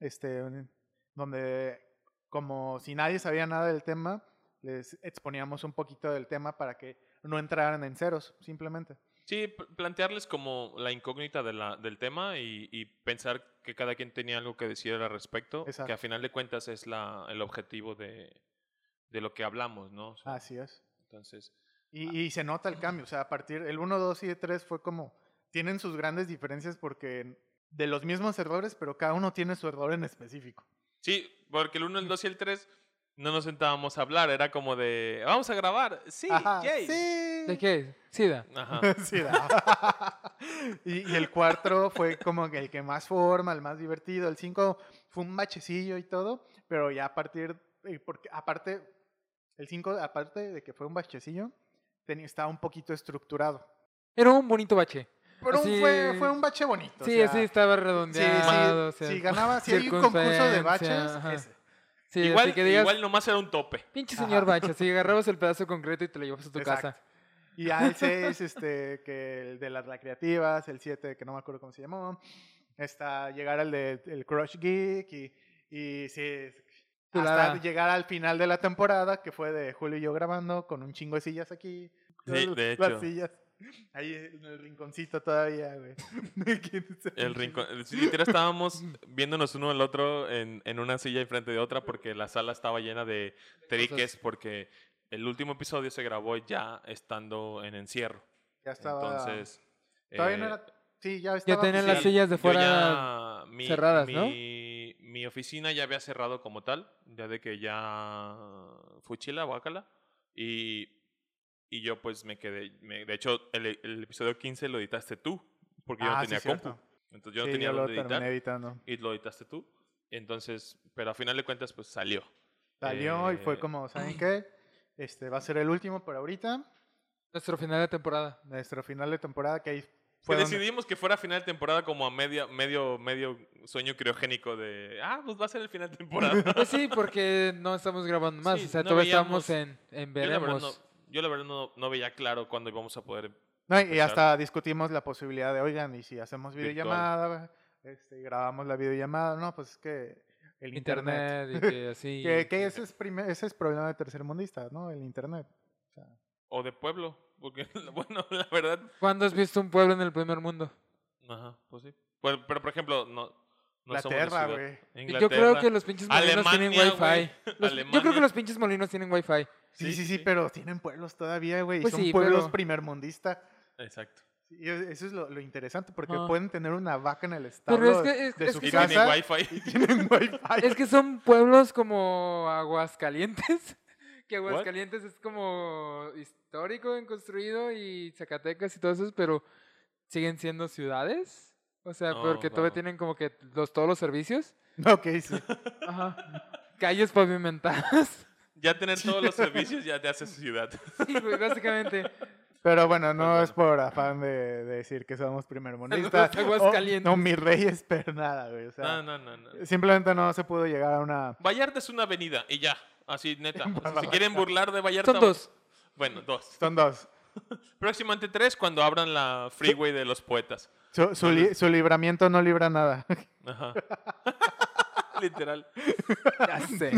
[SPEAKER 3] este, un- donde como si nadie sabía nada del tema, les exponíamos un poquito del tema para que no entraran en ceros, simplemente.
[SPEAKER 1] Sí, p- plantearles como la incógnita de la- del tema y, y pensar que cada quien tenía algo que decir al respecto, que
[SPEAKER 3] Exacto.
[SPEAKER 1] a final de cuentas es la, el objetivo de, de lo que hablamos, ¿no? O sea,
[SPEAKER 3] Así es.
[SPEAKER 1] Entonces,
[SPEAKER 3] Y, y se nota el cambio. O sea, a partir el 1, 2 y el 3 fue como. Tienen sus grandes diferencias porque de los mismos errores, pero cada uno tiene su error en específico.
[SPEAKER 1] Sí, porque el 1, el 2 y el 3 no nos sentábamos a hablar. Era como de, vamos a grabar. Sí,
[SPEAKER 3] Ajá,
[SPEAKER 1] yay.
[SPEAKER 3] sí.
[SPEAKER 2] ¿De qué? Sida.
[SPEAKER 1] Ajá.
[SPEAKER 3] Sí, da. y, y el 4 fue como que el que más forma, el más divertido. El 5 fue un bachecillo y todo, pero ya a partir, eh, porque aparte, el 5, aparte de que fue un bachecillo, tenía, estaba un poquito estructurado.
[SPEAKER 2] Era un bonito bache.
[SPEAKER 3] Pero un-
[SPEAKER 2] Así-
[SPEAKER 3] fue, fue un bache bonito. o
[SPEAKER 2] Sí,
[SPEAKER 3] sea,
[SPEAKER 2] sí, estaba
[SPEAKER 3] sí, sí,
[SPEAKER 2] redondeado. o sea,
[SPEAKER 3] si ganaba, si hay un concurso de
[SPEAKER 2] circunferencia,
[SPEAKER 3] baches,
[SPEAKER 2] ajá.
[SPEAKER 3] ese.
[SPEAKER 2] Sí, así
[SPEAKER 1] Igual,
[SPEAKER 2] que digas,
[SPEAKER 1] igual nomás era un tope.
[SPEAKER 2] pinche
[SPEAKER 3] Ajá.
[SPEAKER 2] señor bache, así agarrabas el pedazo concreto y te lo llevas a tu casa.
[SPEAKER 3] Exacto. Y ya el 6, este, que el de las recreativas, el 7, que no me acuerdo cómo se llamó, está llegar al de el Crush Geek y, y sí, hasta
[SPEAKER 2] Chulada.
[SPEAKER 3] llegar al final de la temporada, que fue de Julio y yo grabando, con un chingo de sillas aquí.
[SPEAKER 1] Sí,
[SPEAKER 3] Todas
[SPEAKER 1] de
[SPEAKER 3] Las
[SPEAKER 1] hecho.
[SPEAKER 3] sillas. Ahí en el rinconcito todavía, güey. ¿Quién sabe?
[SPEAKER 1] El rincón. eh, Literal estábamos viéndonos uno al otro en, en una silla enfrente de otra porque la sala estaba llena de triques porque el último episodio se grabó ya estando en encierro.
[SPEAKER 3] Ya estaba.
[SPEAKER 1] Entonces.
[SPEAKER 3] Todavía no
[SPEAKER 1] eh,
[SPEAKER 3] era. Sí, ya estaba.
[SPEAKER 2] Ya tenían
[SPEAKER 1] sí,
[SPEAKER 2] las sillas de
[SPEAKER 1] yo
[SPEAKER 2] fuera.
[SPEAKER 1] ya- mi-
[SPEAKER 2] cerradas, ¿no?
[SPEAKER 1] Mi, mi oficina ya había cerrado como tal, ya de que ya fuchila, guácala. Y, y yo pues me quedé, me- de hecho el, el episodio 15 lo editaste tú, porque yo
[SPEAKER 3] Ah,
[SPEAKER 1] no
[SPEAKER 3] sí,
[SPEAKER 1] tenía
[SPEAKER 3] cierto.
[SPEAKER 1] compu. Entonces yo no
[SPEAKER 3] Sí,
[SPEAKER 1] tenía
[SPEAKER 3] lo
[SPEAKER 1] dónde editar
[SPEAKER 3] terminé editando.
[SPEAKER 1] y lo editaste tú. Entonces, pero a final de cuentas pues salió.
[SPEAKER 3] Salió y fue
[SPEAKER 1] Eh,
[SPEAKER 3] como, ¿saben qué? Este va a ser el último por ahorita.
[SPEAKER 2] Nuestro final de temporada.
[SPEAKER 3] Nuestro final de temporada que ahí
[SPEAKER 1] Que
[SPEAKER 3] fue donde-
[SPEAKER 1] decidimos que fuera final de temporada como a media, medio, medio sueño criogénico de, ah, pues va a ser el final de temporada.
[SPEAKER 2] Pues sí, porque no estamos grabando más.
[SPEAKER 1] Sí,
[SPEAKER 2] o sea,
[SPEAKER 1] no
[SPEAKER 2] todavía
[SPEAKER 1] veíamos-
[SPEAKER 2] estamos en, en
[SPEAKER 1] Yo la verdad,
[SPEAKER 2] veremos.
[SPEAKER 1] no, yo la verdad no, no veía claro cuándo íbamos a poder.
[SPEAKER 3] No, y
[SPEAKER 1] empezar.
[SPEAKER 3] hasta discutimos la posibilidad de, oigan, y si hacemos
[SPEAKER 1] Virtual.
[SPEAKER 3] videollamada, este, y grabamos la videollamada, no, pues es que el internet.
[SPEAKER 2] Internet, y que así.
[SPEAKER 3] Que, que ese, es primer- ese es problema de tercermundistas, ¿no? El internet.
[SPEAKER 1] O de pueblo. Porque, bueno, la verdad.
[SPEAKER 2] ¿Cuándo has visto un pueblo en el primer mundo?
[SPEAKER 1] Ajá, pues sí. Bueno, pero por ejemplo, no. no somos de
[SPEAKER 3] Inglaterra,
[SPEAKER 1] ciudad.
[SPEAKER 3] güey.
[SPEAKER 2] Yo creo
[SPEAKER 1] Inglaterra.
[SPEAKER 2] que los pinches molinos tienen
[SPEAKER 1] Alemania, güey.
[SPEAKER 2] wifi. Los- yo creo
[SPEAKER 1] Alemania.
[SPEAKER 2] que los pinches molinos tienen wifi.
[SPEAKER 1] Sí,
[SPEAKER 3] Sí, sí, sí,
[SPEAKER 1] sí.
[SPEAKER 3] pero tienen pueblos todavía, güey. y
[SPEAKER 2] Pues
[SPEAKER 3] son
[SPEAKER 2] sí,
[SPEAKER 3] pueblos
[SPEAKER 2] pero-
[SPEAKER 3] primermundistas.
[SPEAKER 1] Exacto.
[SPEAKER 3] Y e- eso es lo, lo interesante, porque
[SPEAKER 2] Ajá.
[SPEAKER 3] pueden tener una vaca en el establo
[SPEAKER 2] Pero es que, es,
[SPEAKER 3] de
[SPEAKER 2] es
[SPEAKER 3] su
[SPEAKER 1] Y
[SPEAKER 2] que
[SPEAKER 3] casa.
[SPEAKER 2] son,
[SPEAKER 1] tienen wifi.
[SPEAKER 3] y tienen wifi.
[SPEAKER 2] es que son pueblos como Aguascalientes. Que Aguascalientes es como histórico en construido y Zacatecas y todo eso, pero siguen siendo ciudades. O sea,
[SPEAKER 1] Oh,
[SPEAKER 2] porque todavía
[SPEAKER 1] wow.
[SPEAKER 2] tienen como que los, todos los servicios.
[SPEAKER 3] Ok, sí.
[SPEAKER 2] Ajá. Calles pavimentadas.
[SPEAKER 1] Ya tener todos los servicios ya te hace ciudad.
[SPEAKER 2] Sí, güey, básicamente.
[SPEAKER 3] Pero bueno, no
[SPEAKER 1] bueno.
[SPEAKER 3] es por afán de, de decir que somos primermundistas.
[SPEAKER 2] Saludos,
[SPEAKER 3] o-
[SPEAKER 2] Aguascalientes.
[SPEAKER 3] No, mis reyes, pero nada, güey. O sea,
[SPEAKER 1] No, no, Ah, no. no.
[SPEAKER 3] Simplemente no se pudo llegar a una.
[SPEAKER 1] Vallarta es una avenida y ya. Así, neta. O sea, si quieren burlar de Vallarta.
[SPEAKER 2] Son dos.
[SPEAKER 1] Bueno, dos.
[SPEAKER 3] Son dos.
[SPEAKER 1] Próximamente tres cuando abran la freeway de los poetas.
[SPEAKER 3] Su, su li- su libramiento no libra nada.
[SPEAKER 1] Ajá. Literal.
[SPEAKER 2] Ya sé.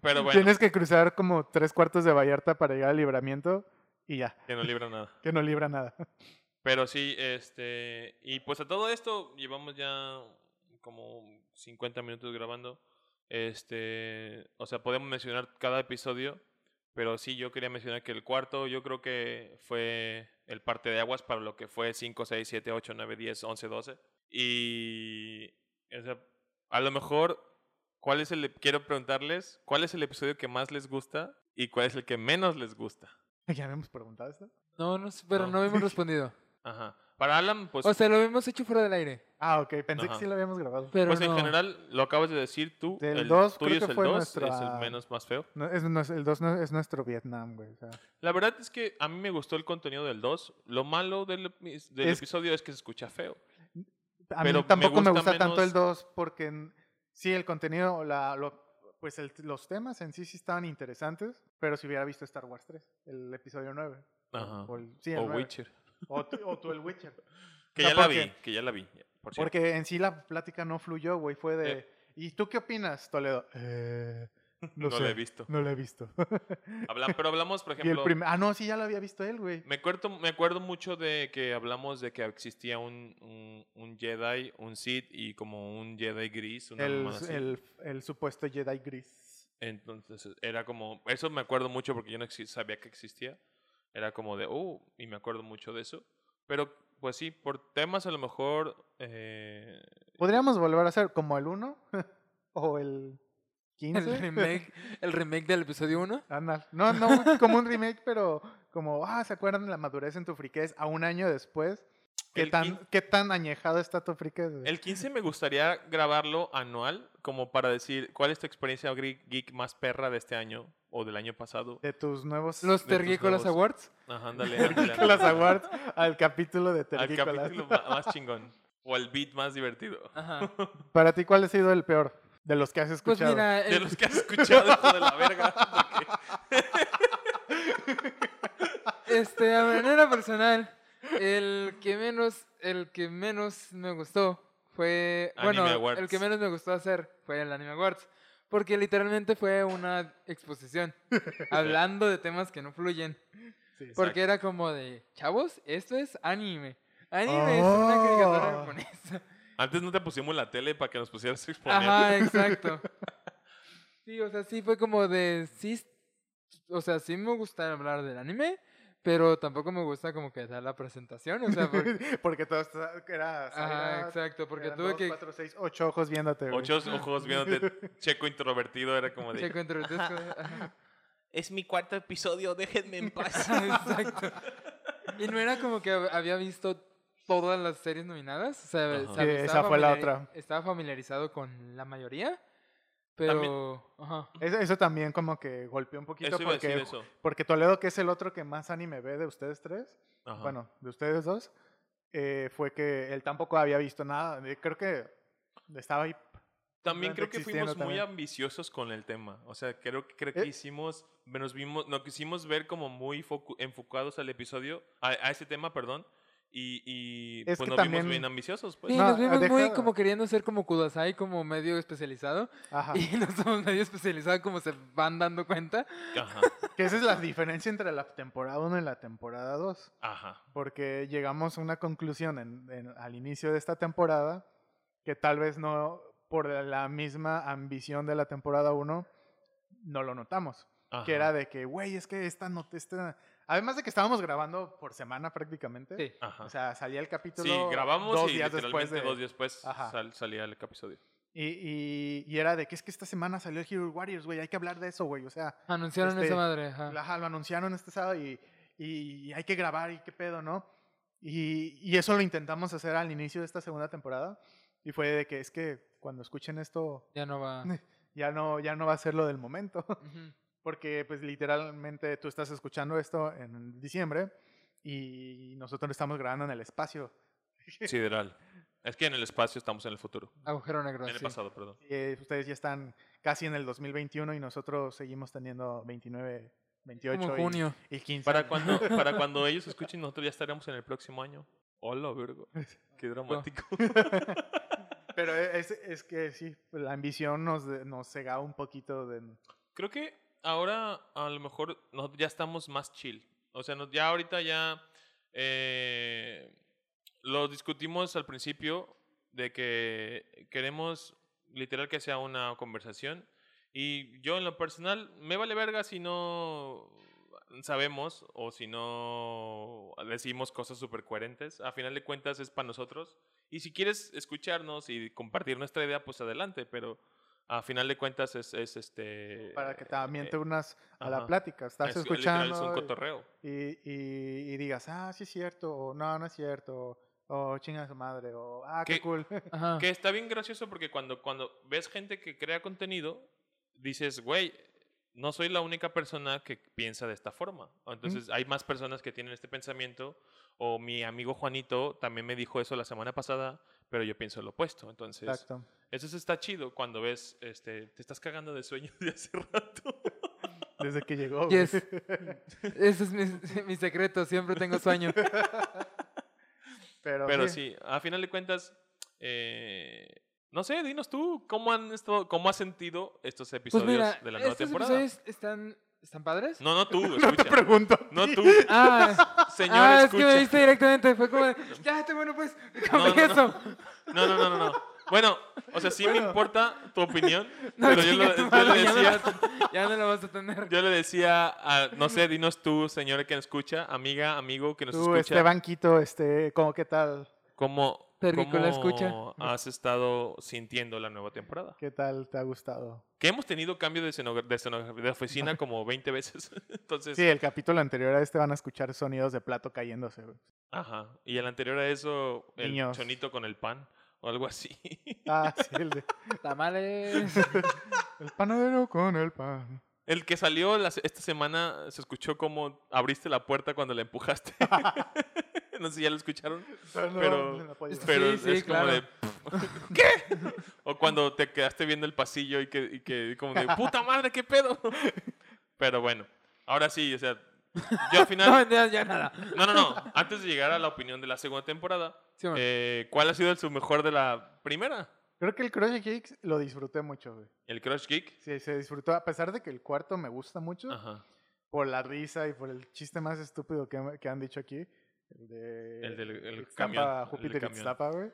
[SPEAKER 1] Pero bueno,
[SPEAKER 3] Tienes que cruzar como tres cuartos de Vallarta para llegar al libramiento y ya,
[SPEAKER 1] que no libra nada.
[SPEAKER 3] que no libra nada.
[SPEAKER 1] Pero sí, este. Y pues a todo esto llevamos ya como 50 minutos grabando. Este. O sea, podemos mencionar cada episodio. Pero sí, yo quería mencionar que el cuarto, yo creo que fue el parte de aguas para lo que fue 5, 6, 7, 8, 9, 10, 11, 12. Y. o sea, a lo mejor. ¿Cuál es el. Quiero preguntarles. ¿Cuál es el episodio que más les gusta? ¿Y cuál es el que menos les gusta?
[SPEAKER 3] Ya habíamos preguntado esto.
[SPEAKER 2] No, no, sé, pero
[SPEAKER 1] No.
[SPEAKER 2] no, hemos respondido.
[SPEAKER 1] Ajá. Para Alan, pues.
[SPEAKER 2] O sea, lo hemos hecho fuera del aire.
[SPEAKER 3] Ah, ok, pensé
[SPEAKER 1] Ajá.
[SPEAKER 3] que sí lo habíamos grabado.
[SPEAKER 2] Pero
[SPEAKER 1] pues en
[SPEAKER 2] no.
[SPEAKER 1] general, lo acabas de decir tú.
[SPEAKER 3] Del
[SPEAKER 1] el
[SPEAKER 3] dos,
[SPEAKER 1] tuyo
[SPEAKER 3] creo que
[SPEAKER 1] es el
[SPEAKER 3] fue
[SPEAKER 1] 2, es el
[SPEAKER 3] nuestra-
[SPEAKER 1] menos más feo.
[SPEAKER 3] No, es, no es- el 2 no, es nuestro Vietnam, güey. o sea.
[SPEAKER 1] La verdad es que a mí me gustó el contenido del 2. Lo malo del, epi- del
[SPEAKER 3] Es-
[SPEAKER 1] episodio es que se escucha feo.
[SPEAKER 3] A
[SPEAKER 1] Pero
[SPEAKER 3] mí
[SPEAKER 1] me
[SPEAKER 3] tampoco me gusta,
[SPEAKER 1] gusta
[SPEAKER 3] tanto el
[SPEAKER 1] menos-
[SPEAKER 3] 2 porque en- sí, el contenido, o la, lo- pues el- los temas en sí sí estaban interesantes, pero si hubiera visto Star Wars 3, el episodio 9.
[SPEAKER 1] Ajá.
[SPEAKER 3] O, el- sí, el
[SPEAKER 1] o
[SPEAKER 3] 9.
[SPEAKER 1] Witcher.
[SPEAKER 3] O, tú- o tú el Witcher.
[SPEAKER 1] Que
[SPEAKER 3] eh, No,
[SPEAKER 1] ya la
[SPEAKER 3] porque-
[SPEAKER 1] vi, que ya la vi. Por cierto.
[SPEAKER 3] Porque en sí la plática no fluyó, güey. Fue de.
[SPEAKER 1] Eh.
[SPEAKER 3] ¿Y tú qué opinas, Toledo? Eh,
[SPEAKER 1] no
[SPEAKER 3] no sé.
[SPEAKER 1] la he visto.
[SPEAKER 3] No la he visto.
[SPEAKER 1] Habla- pero hablamos, por
[SPEAKER 3] y el
[SPEAKER 1] ejemplo.
[SPEAKER 3] prim- Ah, no, sí, ya la había visto él, güey.
[SPEAKER 1] Me acuerdo, me acuerdo mucho de que hablamos de que existía un, un, un Jedi, un Sith y como un Jedi gris. Una
[SPEAKER 3] El,
[SPEAKER 1] mamada así.
[SPEAKER 3] el- el supuesto Jedi Gris.
[SPEAKER 1] e, Entonces era como, eso me acuerdo mucho porque yo no exi- sabía que existía. Era como de, uh, y me acuerdo mucho de eso. Pero pues sí, por temas a lo mejor... eh,
[SPEAKER 3] Podríamos volver a hacer como el 1 o el
[SPEAKER 2] El
[SPEAKER 3] 15.
[SPEAKER 2] remake, el remake del episodio 1.
[SPEAKER 3] Ándale. No, no como un remake, pero como, ah, ¿se acuerdan de la madurez en tu friquez a un año después? ¿Qué
[SPEAKER 1] el
[SPEAKER 3] tan,
[SPEAKER 1] quin-
[SPEAKER 3] ¿Qué tan añejada está tu friquez? güey?
[SPEAKER 1] El 15 me gustaría grabarlo anual, como para decir cuál es tu experiencia gri- geek más perra de este año o del año pasado.
[SPEAKER 3] De tus nuevos...
[SPEAKER 2] Los
[SPEAKER 1] tus
[SPEAKER 2] Terrícolas
[SPEAKER 1] nuevos.
[SPEAKER 2] Awards.
[SPEAKER 1] Ajá, ándale, ándale, ándale.
[SPEAKER 3] Las awards al capítulo de
[SPEAKER 1] Al
[SPEAKER 3] Terrícolas.
[SPEAKER 1] capítulo ma- más chingón. O al beat más divertido.
[SPEAKER 2] Ajá.
[SPEAKER 3] Para ti, ¿cuál ha sido el peor de los que has
[SPEAKER 2] Pues
[SPEAKER 3] escuchado?
[SPEAKER 2] mira,
[SPEAKER 1] De
[SPEAKER 2] el-
[SPEAKER 1] los que has escuchado, hijo de la verga. porque-
[SPEAKER 2] este, a manera personal, el que menos, el que menos me gustó fue,
[SPEAKER 1] Anime
[SPEAKER 2] bueno,
[SPEAKER 1] Awards.
[SPEAKER 2] el que menos me gustó hacer fue el Anime Awards, porque literalmente fue una exposición, hablando de temas que no fluyen,
[SPEAKER 3] Sí,
[SPEAKER 2] porque era como de, chavos, esto es anime, anime es una caricatura
[SPEAKER 3] Oh.
[SPEAKER 2] japonesa.
[SPEAKER 1] Antes no te pusimos la tele para que nos pusieras a exponer.
[SPEAKER 2] Ajá, exacto. Sí, o sea, sí fue como de sí, s- o sea, sí me gusta hablar del anime, pero tampoco me gusta como que dar la presentación, o sea, porque,
[SPEAKER 3] Porque todo está-
[SPEAKER 1] Ah,
[SPEAKER 3] era...
[SPEAKER 2] ajá, exacto, porque tuve que
[SPEAKER 3] 4, 6, 8 ojos viéndote. güey.
[SPEAKER 1] Ocho ojos viéndote, checo introvertido, era como de...
[SPEAKER 2] checo entre los discos, ajá,
[SPEAKER 1] Es mi cuarto episodio, déjenme en paz.
[SPEAKER 2] Exacto. Y no era como que hab- había visto todas las series nominadas, o sea,
[SPEAKER 1] Ajá.
[SPEAKER 2] sab-
[SPEAKER 3] Sí, esa fue la
[SPEAKER 2] familiari-
[SPEAKER 3] otra.
[SPEAKER 2] Estaba familiarizado con la mayoría, pero ajá.
[SPEAKER 1] Pues,
[SPEAKER 3] Eso, eso también como que golpeó un poquito
[SPEAKER 1] Eso iba a decir
[SPEAKER 3] porque,
[SPEAKER 1] eso.
[SPEAKER 3] porque Toledo, que es el otro que más anime ve de ustedes tres,
[SPEAKER 1] Ajá.
[SPEAKER 3] bueno, de ustedes dos, eh, fue que él tampoco había visto nada. Eh, Creo que estaba ahí.
[SPEAKER 1] También
[SPEAKER 3] Durante
[SPEAKER 1] creo que
[SPEAKER 3] existiendo
[SPEAKER 1] fuimos muy
[SPEAKER 3] también.
[SPEAKER 1] ambiciosos con el tema. O sea, creo, que- creo que
[SPEAKER 3] Eh.
[SPEAKER 1] hicimos, nos vimos, nos quisimos ver como muy focu- enfocados al episodio, a, a ese tema, perdón. Y, y
[SPEAKER 3] Es
[SPEAKER 1] pues
[SPEAKER 3] que
[SPEAKER 1] nos
[SPEAKER 3] también-
[SPEAKER 1] vimos bien ambiciosos, pues.
[SPEAKER 2] Sí,
[SPEAKER 3] No,
[SPEAKER 2] nos vimos muy
[SPEAKER 3] deja-
[SPEAKER 2] como queriendo ser como Kudasai, como medio especializado.
[SPEAKER 3] Ajá.
[SPEAKER 2] Y no somos medio especializados como se van dando cuenta.
[SPEAKER 1] Ajá,
[SPEAKER 3] Que esa es la diferencia entre la temporada 1 y la temporada 2.
[SPEAKER 1] ajá.
[SPEAKER 3] porque llegamos a una conclusión en- en- al inicio de esta temporada que tal vez no por la misma ambición de la temporada 1 no lo notamos,
[SPEAKER 1] ajá.
[SPEAKER 3] que era de que, güey, es que esta no esta... además de que estábamos grabando por semana prácticamente,
[SPEAKER 2] Sí.
[SPEAKER 1] Ajá.
[SPEAKER 3] o sea, salía el capítulo
[SPEAKER 1] sí, grabamos
[SPEAKER 3] dos
[SPEAKER 1] y
[SPEAKER 3] días
[SPEAKER 1] literalmente
[SPEAKER 3] después de-
[SPEAKER 1] dos días después
[SPEAKER 3] Ajá.
[SPEAKER 1] sal- salía el episodio.
[SPEAKER 3] Y, y- y era de que es que esta semana salió el Hero Warriors, güey, hay que hablar de eso, güey, o sea,
[SPEAKER 2] Anunciaron
[SPEAKER 3] Este,
[SPEAKER 2] esa madre. ajá.
[SPEAKER 1] Ah.
[SPEAKER 3] Ajá, lo anunciaron este sábado y, y hay que grabar y qué pedo, ¿no? Y, y eso lo intentamos hacer al inicio de esta segunda temporada y fue de que es que cuando escuchen esto
[SPEAKER 2] Ya no va.
[SPEAKER 3] ya no, ya no va a ser lo del momento,
[SPEAKER 2] Ujú.
[SPEAKER 3] porque pues literalmente tú estás escuchando esto en diciembre y nosotros lo estamos grabando en el espacio.
[SPEAKER 1] Sideral. Es que en el espacio estamos en el futuro.
[SPEAKER 2] Agujero
[SPEAKER 3] Ah,
[SPEAKER 2] negro.
[SPEAKER 1] En el
[SPEAKER 2] sí.
[SPEAKER 1] pasado, perdón.
[SPEAKER 3] Eh, ustedes ya están casi en el 2021 y nosotros seguimos teniendo 29, 28
[SPEAKER 2] Como
[SPEAKER 3] y-
[SPEAKER 2] junio.
[SPEAKER 3] y, 15.
[SPEAKER 1] Para
[SPEAKER 3] años.
[SPEAKER 1] cuando, para cuando ellos escuchen, nosotros ya estaremos en el próximo año. Hola, vergo. Qué dramático.
[SPEAKER 3] Pero e-, es, es que sí, pues, la ambición nos, de- nos cegaba un poquito de...
[SPEAKER 1] Creo que ahora a lo mejor nosotros ya estamos más chill. O sea, no- ya ahorita ya eh, lo discutimos al principio de que queremos literal que sea una conversación. Y yo en lo personal me vale verga si no sabemos o si no decimos cosas súper coherentes. A final de cuentas es para nosotros. Y si quieres escucharnos y compartir nuestra idea, pues adelante. Pero a final de cuentas es, es este...
[SPEAKER 3] Para que también te
[SPEAKER 1] eh,
[SPEAKER 3] unas a la
[SPEAKER 1] ajá.
[SPEAKER 3] plática. Estás
[SPEAKER 1] es- literal,
[SPEAKER 3] escuchando
[SPEAKER 1] Es un
[SPEAKER 3] y-
[SPEAKER 1] cotorreo.
[SPEAKER 3] y, y- y digas, ah, sí es cierto, o no, no es cierto, o "Oh, chinga su madre, o ah, qué,
[SPEAKER 1] Que-
[SPEAKER 3] cool.
[SPEAKER 2] Ajá.
[SPEAKER 1] Que está bien gracioso porque cuando, cuando ves gente que crea contenido, dices, güey, no soy la única persona que piensa de esta forma. O Entonces hay más personas que tienen este pensamiento. O mi amigo Juanito también me dijo eso la semana pasada, pero yo pienso lo opuesto. Entonces,
[SPEAKER 3] Exacto.
[SPEAKER 1] eso sí está chido cuando ves, este, te estás cagando de sueño de hace rato.
[SPEAKER 3] Desde que llegó. güey.
[SPEAKER 2] Yes. Ese es mi, mi secreto. Siempre tengo sueño. Pues
[SPEAKER 3] Pero,
[SPEAKER 1] Pero sí, a final de cuentas, eh, no sé, dinos tú, ¿cómo, han esto, cómo has sentido estos
[SPEAKER 2] Pues
[SPEAKER 1] episodios
[SPEAKER 2] mira,
[SPEAKER 1] de la nueva
[SPEAKER 2] estos
[SPEAKER 1] temporada?
[SPEAKER 2] episodios están, están padres.
[SPEAKER 1] No, no tú,
[SPEAKER 3] No te
[SPEAKER 1] escucha.
[SPEAKER 3] pregunto. a
[SPEAKER 1] No
[SPEAKER 3] ti.
[SPEAKER 1] tú,
[SPEAKER 2] Ah,
[SPEAKER 1] señor,
[SPEAKER 2] ah, es que
[SPEAKER 1] escucha.
[SPEAKER 2] me viste directamente. Fue como, de, ya, está bueno, pues,
[SPEAKER 1] No, no,
[SPEAKER 2] cambia
[SPEAKER 1] no.
[SPEAKER 2] eso.
[SPEAKER 1] No, no, no, no, no. Bueno, O sea, sí me importa tu opinión,
[SPEAKER 2] No,
[SPEAKER 1] pero yo,
[SPEAKER 2] chinga
[SPEAKER 1] lo-
[SPEAKER 2] tu
[SPEAKER 1] yo le
[SPEAKER 2] madre, ya no
[SPEAKER 1] decía,
[SPEAKER 2] la- Ya no la vas a tener.
[SPEAKER 1] yo le decía a, no sé, dinos tú, señora que nos escucha, amiga, amigo que nos
[SPEAKER 3] Tú,
[SPEAKER 1] escucha,
[SPEAKER 3] este banquito, este, ¿cómo qué tal?
[SPEAKER 1] ¿cómo,
[SPEAKER 2] Terrícola escucha.
[SPEAKER 1] cómo has estado sintiendo la nueva temporada?
[SPEAKER 3] ¿Qué tal te ha gustado?
[SPEAKER 1] Que hemos tenido cambio de, escenogra- de, escenogra- de oficina como 20 veces. Entonces,
[SPEAKER 3] Sí, el capítulo anterior a este van a escuchar sonidos de plato cayéndose. güey.
[SPEAKER 1] ajá. Y el anterior a eso, el
[SPEAKER 3] Niños.
[SPEAKER 1] chonito con el pan o algo así.
[SPEAKER 3] Ah, sí, el de-
[SPEAKER 2] Tamales.
[SPEAKER 3] el panadero con el pan.
[SPEAKER 1] El que salió la se- esta semana se escuchó como abriste la puerta cuando la empujaste. no sé si ya lo escucharon.
[SPEAKER 3] Pero,
[SPEAKER 1] Pero-
[SPEAKER 3] no puedo
[SPEAKER 2] Esto
[SPEAKER 3] llegar.
[SPEAKER 1] Pero
[SPEAKER 2] Sí, sí,
[SPEAKER 1] es como
[SPEAKER 2] claro.
[SPEAKER 1] de. ¿Qué? O cuando te quedaste viendo el pasillo y que, y que como de. ¡Puta madre, qué pedo! Pero bueno, ahora sí, o sea. Yo al final.
[SPEAKER 2] No, Ah. ya, ya nada.
[SPEAKER 1] No, no, no. Antes de llegar a la opinión de la segunda temporada,
[SPEAKER 2] Sí, bueno.
[SPEAKER 1] eh, ¿cuál ha sido el su mejor de la primera?
[SPEAKER 3] Creo que el Crush Geeks lo disfruté mucho, güey.
[SPEAKER 1] El Crush Geek.
[SPEAKER 3] Sí, se disfrutó. A pesar de que el cuarto me gusta mucho,
[SPEAKER 2] Ah.
[SPEAKER 1] Ajá.
[SPEAKER 3] por la risa y por el chiste más estúpido que, han- que han dicho aquí, el de.
[SPEAKER 1] El del el
[SPEAKER 3] Ixtapa,
[SPEAKER 1] camión. el del
[SPEAKER 3] Júpiter
[SPEAKER 1] camión.
[SPEAKER 3] Ixtapa, güey.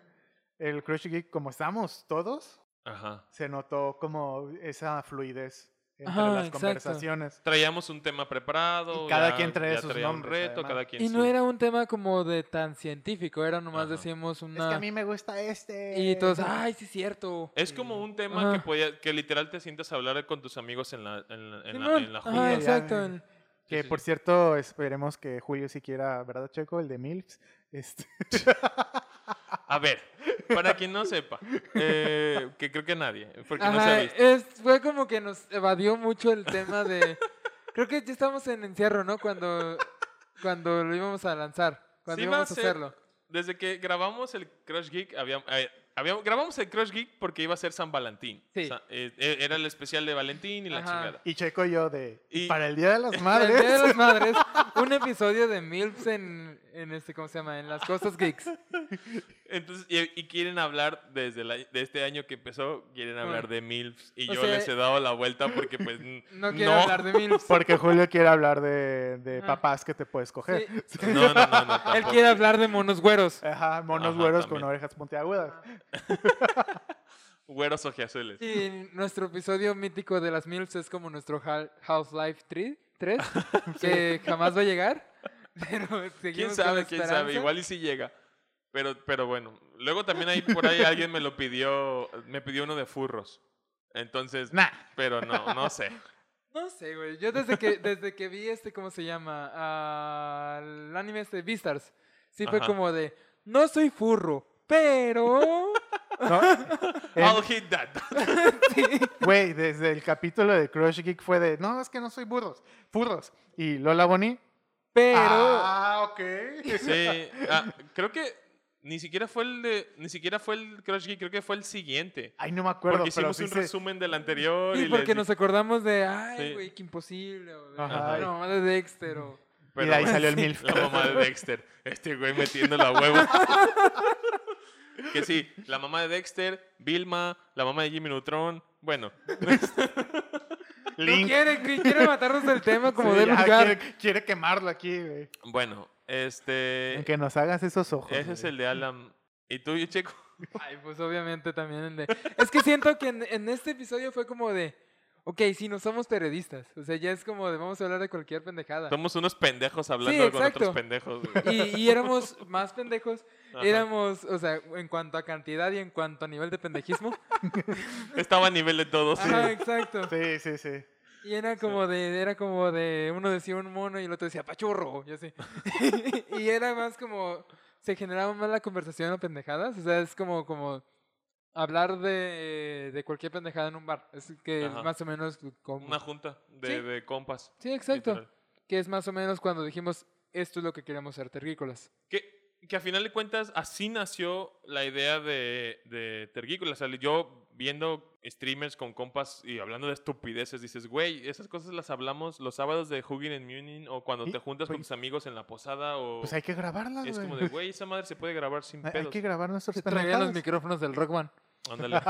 [SPEAKER 3] El Crush Geek, como estamos todos,
[SPEAKER 1] Ajá.
[SPEAKER 3] se notó como esa fluidez entre
[SPEAKER 2] Ajá,
[SPEAKER 3] las
[SPEAKER 2] exacto.
[SPEAKER 3] conversaciones.
[SPEAKER 1] Traíamos un tema preparado.
[SPEAKER 3] Y cada quien trae
[SPEAKER 1] ya
[SPEAKER 3] sus
[SPEAKER 1] traía
[SPEAKER 3] nombres,
[SPEAKER 1] un reto,
[SPEAKER 3] además.
[SPEAKER 1] cada quien.
[SPEAKER 2] Y no
[SPEAKER 1] su-
[SPEAKER 2] era un tema como de tan científico, era nomás
[SPEAKER 1] Ajá.
[SPEAKER 2] decíamos una...
[SPEAKER 3] Es que a mí me gusta este.
[SPEAKER 2] Y todos,
[SPEAKER 1] "Ah,
[SPEAKER 2] ay, sí es cierto.
[SPEAKER 1] Es como un tema que,
[SPEAKER 2] Ajá.
[SPEAKER 1] podía, que literal te sientas a hablar con tus amigos en la, en la, en la,
[SPEAKER 2] Simón,
[SPEAKER 1] en la
[SPEAKER 2] ajá,
[SPEAKER 1] junta.
[SPEAKER 3] ya,
[SPEAKER 2] exacto.
[SPEAKER 3] ya.
[SPEAKER 2] en-
[SPEAKER 1] Sí,
[SPEAKER 3] Que
[SPEAKER 1] sí,
[SPEAKER 3] por
[SPEAKER 1] sí.
[SPEAKER 3] cierto, esperemos que Julio siquiera, ¿verdad, Checo? El de Milks. Este,
[SPEAKER 1] A ver, para quien no sepa, eh, que creo que nadie, porque no se
[SPEAKER 2] Ajá,
[SPEAKER 1] ha visto.
[SPEAKER 2] es, fue como que nos evadió mucho el tema de... Creo que ya estamos en encierro, ¿no? Cuando, cuando lo íbamos a lanzar, cuando
[SPEAKER 1] Sí va a
[SPEAKER 2] íbamos a
[SPEAKER 1] ser-
[SPEAKER 2] hacerlo.
[SPEAKER 1] Desde que grabamos el Crush Geek, había, eh, había- grabamos el Crush Geek porque iba a ser San Valentín.
[SPEAKER 2] Sí.
[SPEAKER 1] Sa- eh, eh, era el especial de Valentín y la
[SPEAKER 2] Ajá.
[SPEAKER 1] chingada.
[SPEAKER 3] y Checo y yo de.
[SPEAKER 1] Y-
[SPEAKER 3] Para el Día de las
[SPEAKER 2] El Día de las
[SPEAKER 3] Madres.
[SPEAKER 2] Madres, un episodio de MILFs en, en este, ¿cómo se llama? En las costas geeks.
[SPEAKER 1] Entonces, y, y quieren hablar desde la- de este año que empezó, quieren hablar de MILFs. Y
[SPEAKER 2] Ah. O
[SPEAKER 1] yo
[SPEAKER 2] sea-
[SPEAKER 1] les he dado la vuelta porque pues n-
[SPEAKER 2] No quiero hablar de MILFs.
[SPEAKER 3] Porque Julio quiere hablar de, de
[SPEAKER 2] Ah.
[SPEAKER 3] papás que te puedes coger.
[SPEAKER 2] Sí,
[SPEAKER 1] No, no, no, no,
[SPEAKER 2] Él
[SPEAKER 1] tampoco.
[SPEAKER 2] quiere hablar de monos güeros.
[SPEAKER 3] Ajá, monos
[SPEAKER 1] Ajá,
[SPEAKER 3] güeros
[SPEAKER 1] también.
[SPEAKER 3] con orejas puntiagudas.
[SPEAKER 1] Güeros ojiazules.
[SPEAKER 2] Y nuestro episodio mítico de las MILFs es como nuestro Hal- Half-Life 3, tres, que jamás va a llegar. Pero
[SPEAKER 1] ¿Quién
[SPEAKER 2] seguimos con
[SPEAKER 1] sabe?
[SPEAKER 2] la
[SPEAKER 1] ¿Quién sabe?
[SPEAKER 2] esperanza.
[SPEAKER 1] Igual y si llega. Pero, pero bueno, luego también ahí por ahí alguien me lo pidió, me pidió uno de furros. Entonces,
[SPEAKER 3] Nah.
[SPEAKER 1] pero no, no sé.
[SPEAKER 2] No sé, güey. Yo desde que, desde que vi este, ¿cómo se llama? Ah, el anime este, Beastars. Sí fue
[SPEAKER 1] Ajá.
[SPEAKER 2] como de, no soy furro, pero...
[SPEAKER 3] ¿no?
[SPEAKER 1] I'll
[SPEAKER 3] En-
[SPEAKER 1] hit that.
[SPEAKER 3] Güey, desde el capítulo de Crush Geek fue de, no, es que no soy burros, furros. Y Lola Boni.
[SPEAKER 2] Pero...
[SPEAKER 3] Ah, ok.
[SPEAKER 1] Sí, ah, creo que ni siquiera fue el de, ni siquiera fue el Crush Geek, creo que fue el siguiente.
[SPEAKER 3] Ay, no me acuerdo.
[SPEAKER 1] Porque
[SPEAKER 3] pero
[SPEAKER 1] hicimos
[SPEAKER 3] sí
[SPEAKER 1] un
[SPEAKER 3] se-
[SPEAKER 1] resumen del anterior.
[SPEAKER 2] Sí,
[SPEAKER 1] y les
[SPEAKER 2] porque
[SPEAKER 1] di-
[SPEAKER 2] nos acordamos de,
[SPEAKER 1] Sí.
[SPEAKER 2] ay, güey, que imposible. o de,
[SPEAKER 3] Ajá.
[SPEAKER 2] "Ay, No, de Dexter o...
[SPEAKER 1] pero
[SPEAKER 3] Y de ahí
[SPEAKER 1] bueno,
[SPEAKER 3] salió el MILF.
[SPEAKER 1] La mamá de Dexter. Este güey metiendo la huevo. que sí, la mamá de Dexter, Vilma, la mamá de Jimmy Neutron. Bueno,
[SPEAKER 2] No
[SPEAKER 3] Link.
[SPEAKER 2] quiere, que- quiere matarnos del tema como
[SPEAKER 3] Sí,
[SPEAKER 2] debe
[SPEAKER 3] ya
[SPEAKER 2] lugar.
[SPEAKER 3] quiere, quiere quemarlo aquí, güey.
[SPEAKER 1] bueno, este.
[SPEAKER 3] Que nos hagas esos ojos.
[SPEAKER 1] Ese es
[SPEAKER 3] güey.
[SPEAKER 1] el de Alan. ¿Y tú, Checo?
[SPEAKER 2] Ay, pues obviamente también el de... Es que siento que en, en este episodio fue como de... Ok, sí, no somos periodistas. O sea, ya es como de vamos a hablar de cualquier pendejada.
[SPEAKER 1] Somos unos pendejos hablando con otros
[SPEAKER 2] exacto.
[SPEAKER 1] pendejos. güey.
[SPEAKER 2] Y, y éramos más pendejos.
[SPEAKER 1] Ajá.
[SPEAKER 2] Éramos, o sea, en cuanto a cantidad y en cuanto a nivel de pendejismo.
[SPEAKER 1] Estaba a nivel de todos.
[SPEAKER 2] Ajá, exacto.
[SPEAKER 3] Sí, sí, sí.
[SPEAKER 2] Y era como de, era como de, uno decía un mono y el otro decía pachurro, y así. y era más como, se generaba más la conversación a pendejadas, o sea, es como, como hablar de, de cualquier pendejada en un bar, es que es
[SPEAKER 1] Ajá.
[SPEAKER 2] más o menos como...
[SPEAKER 1] Una junta de,
[SPEAKER 2] Sí.
[SPEAKER 1] de compas.
[SPEAKER 2] Sí, exacto,
[SPEAKER 1] literal.
[SPEAKER 2] que es más o menos cuando dijimos, esto es lo que queremos ser terrícolas.
[SPEAKER 1] Que, que a final de cuentas, así nació la idea de, de Tergícola. O sea, yo viendo streamers con compas y hablando de estupideces, dices, güey, esas cosas las hablamos los sábados de Hugging en Munich o cuando
[SPEAKER 3] Y-
[SPEAKER 1] te juntas con
[SPEAKER 3] pues-
[SPEAKER 1] tus amigos en la posada o...
[SPEAKER 3] Pues hay que grabarlas,
[SPEAKER 1] es como
[SPEAKER 3] güey.
[SPEAKER 1] de, güey, esa madre se puede grabar sin
[SPEAKER 3] Hay- Hay
[SPEAKER 1] pedos.
[SPEAKER 3] que grabar nuestros
[SPEAKER 2] Traían los
[SPEAKER 3] pendejadas.
[SPEAKER 2] micrófonos del Rock Band.
[SPEAKER 1] Ándale.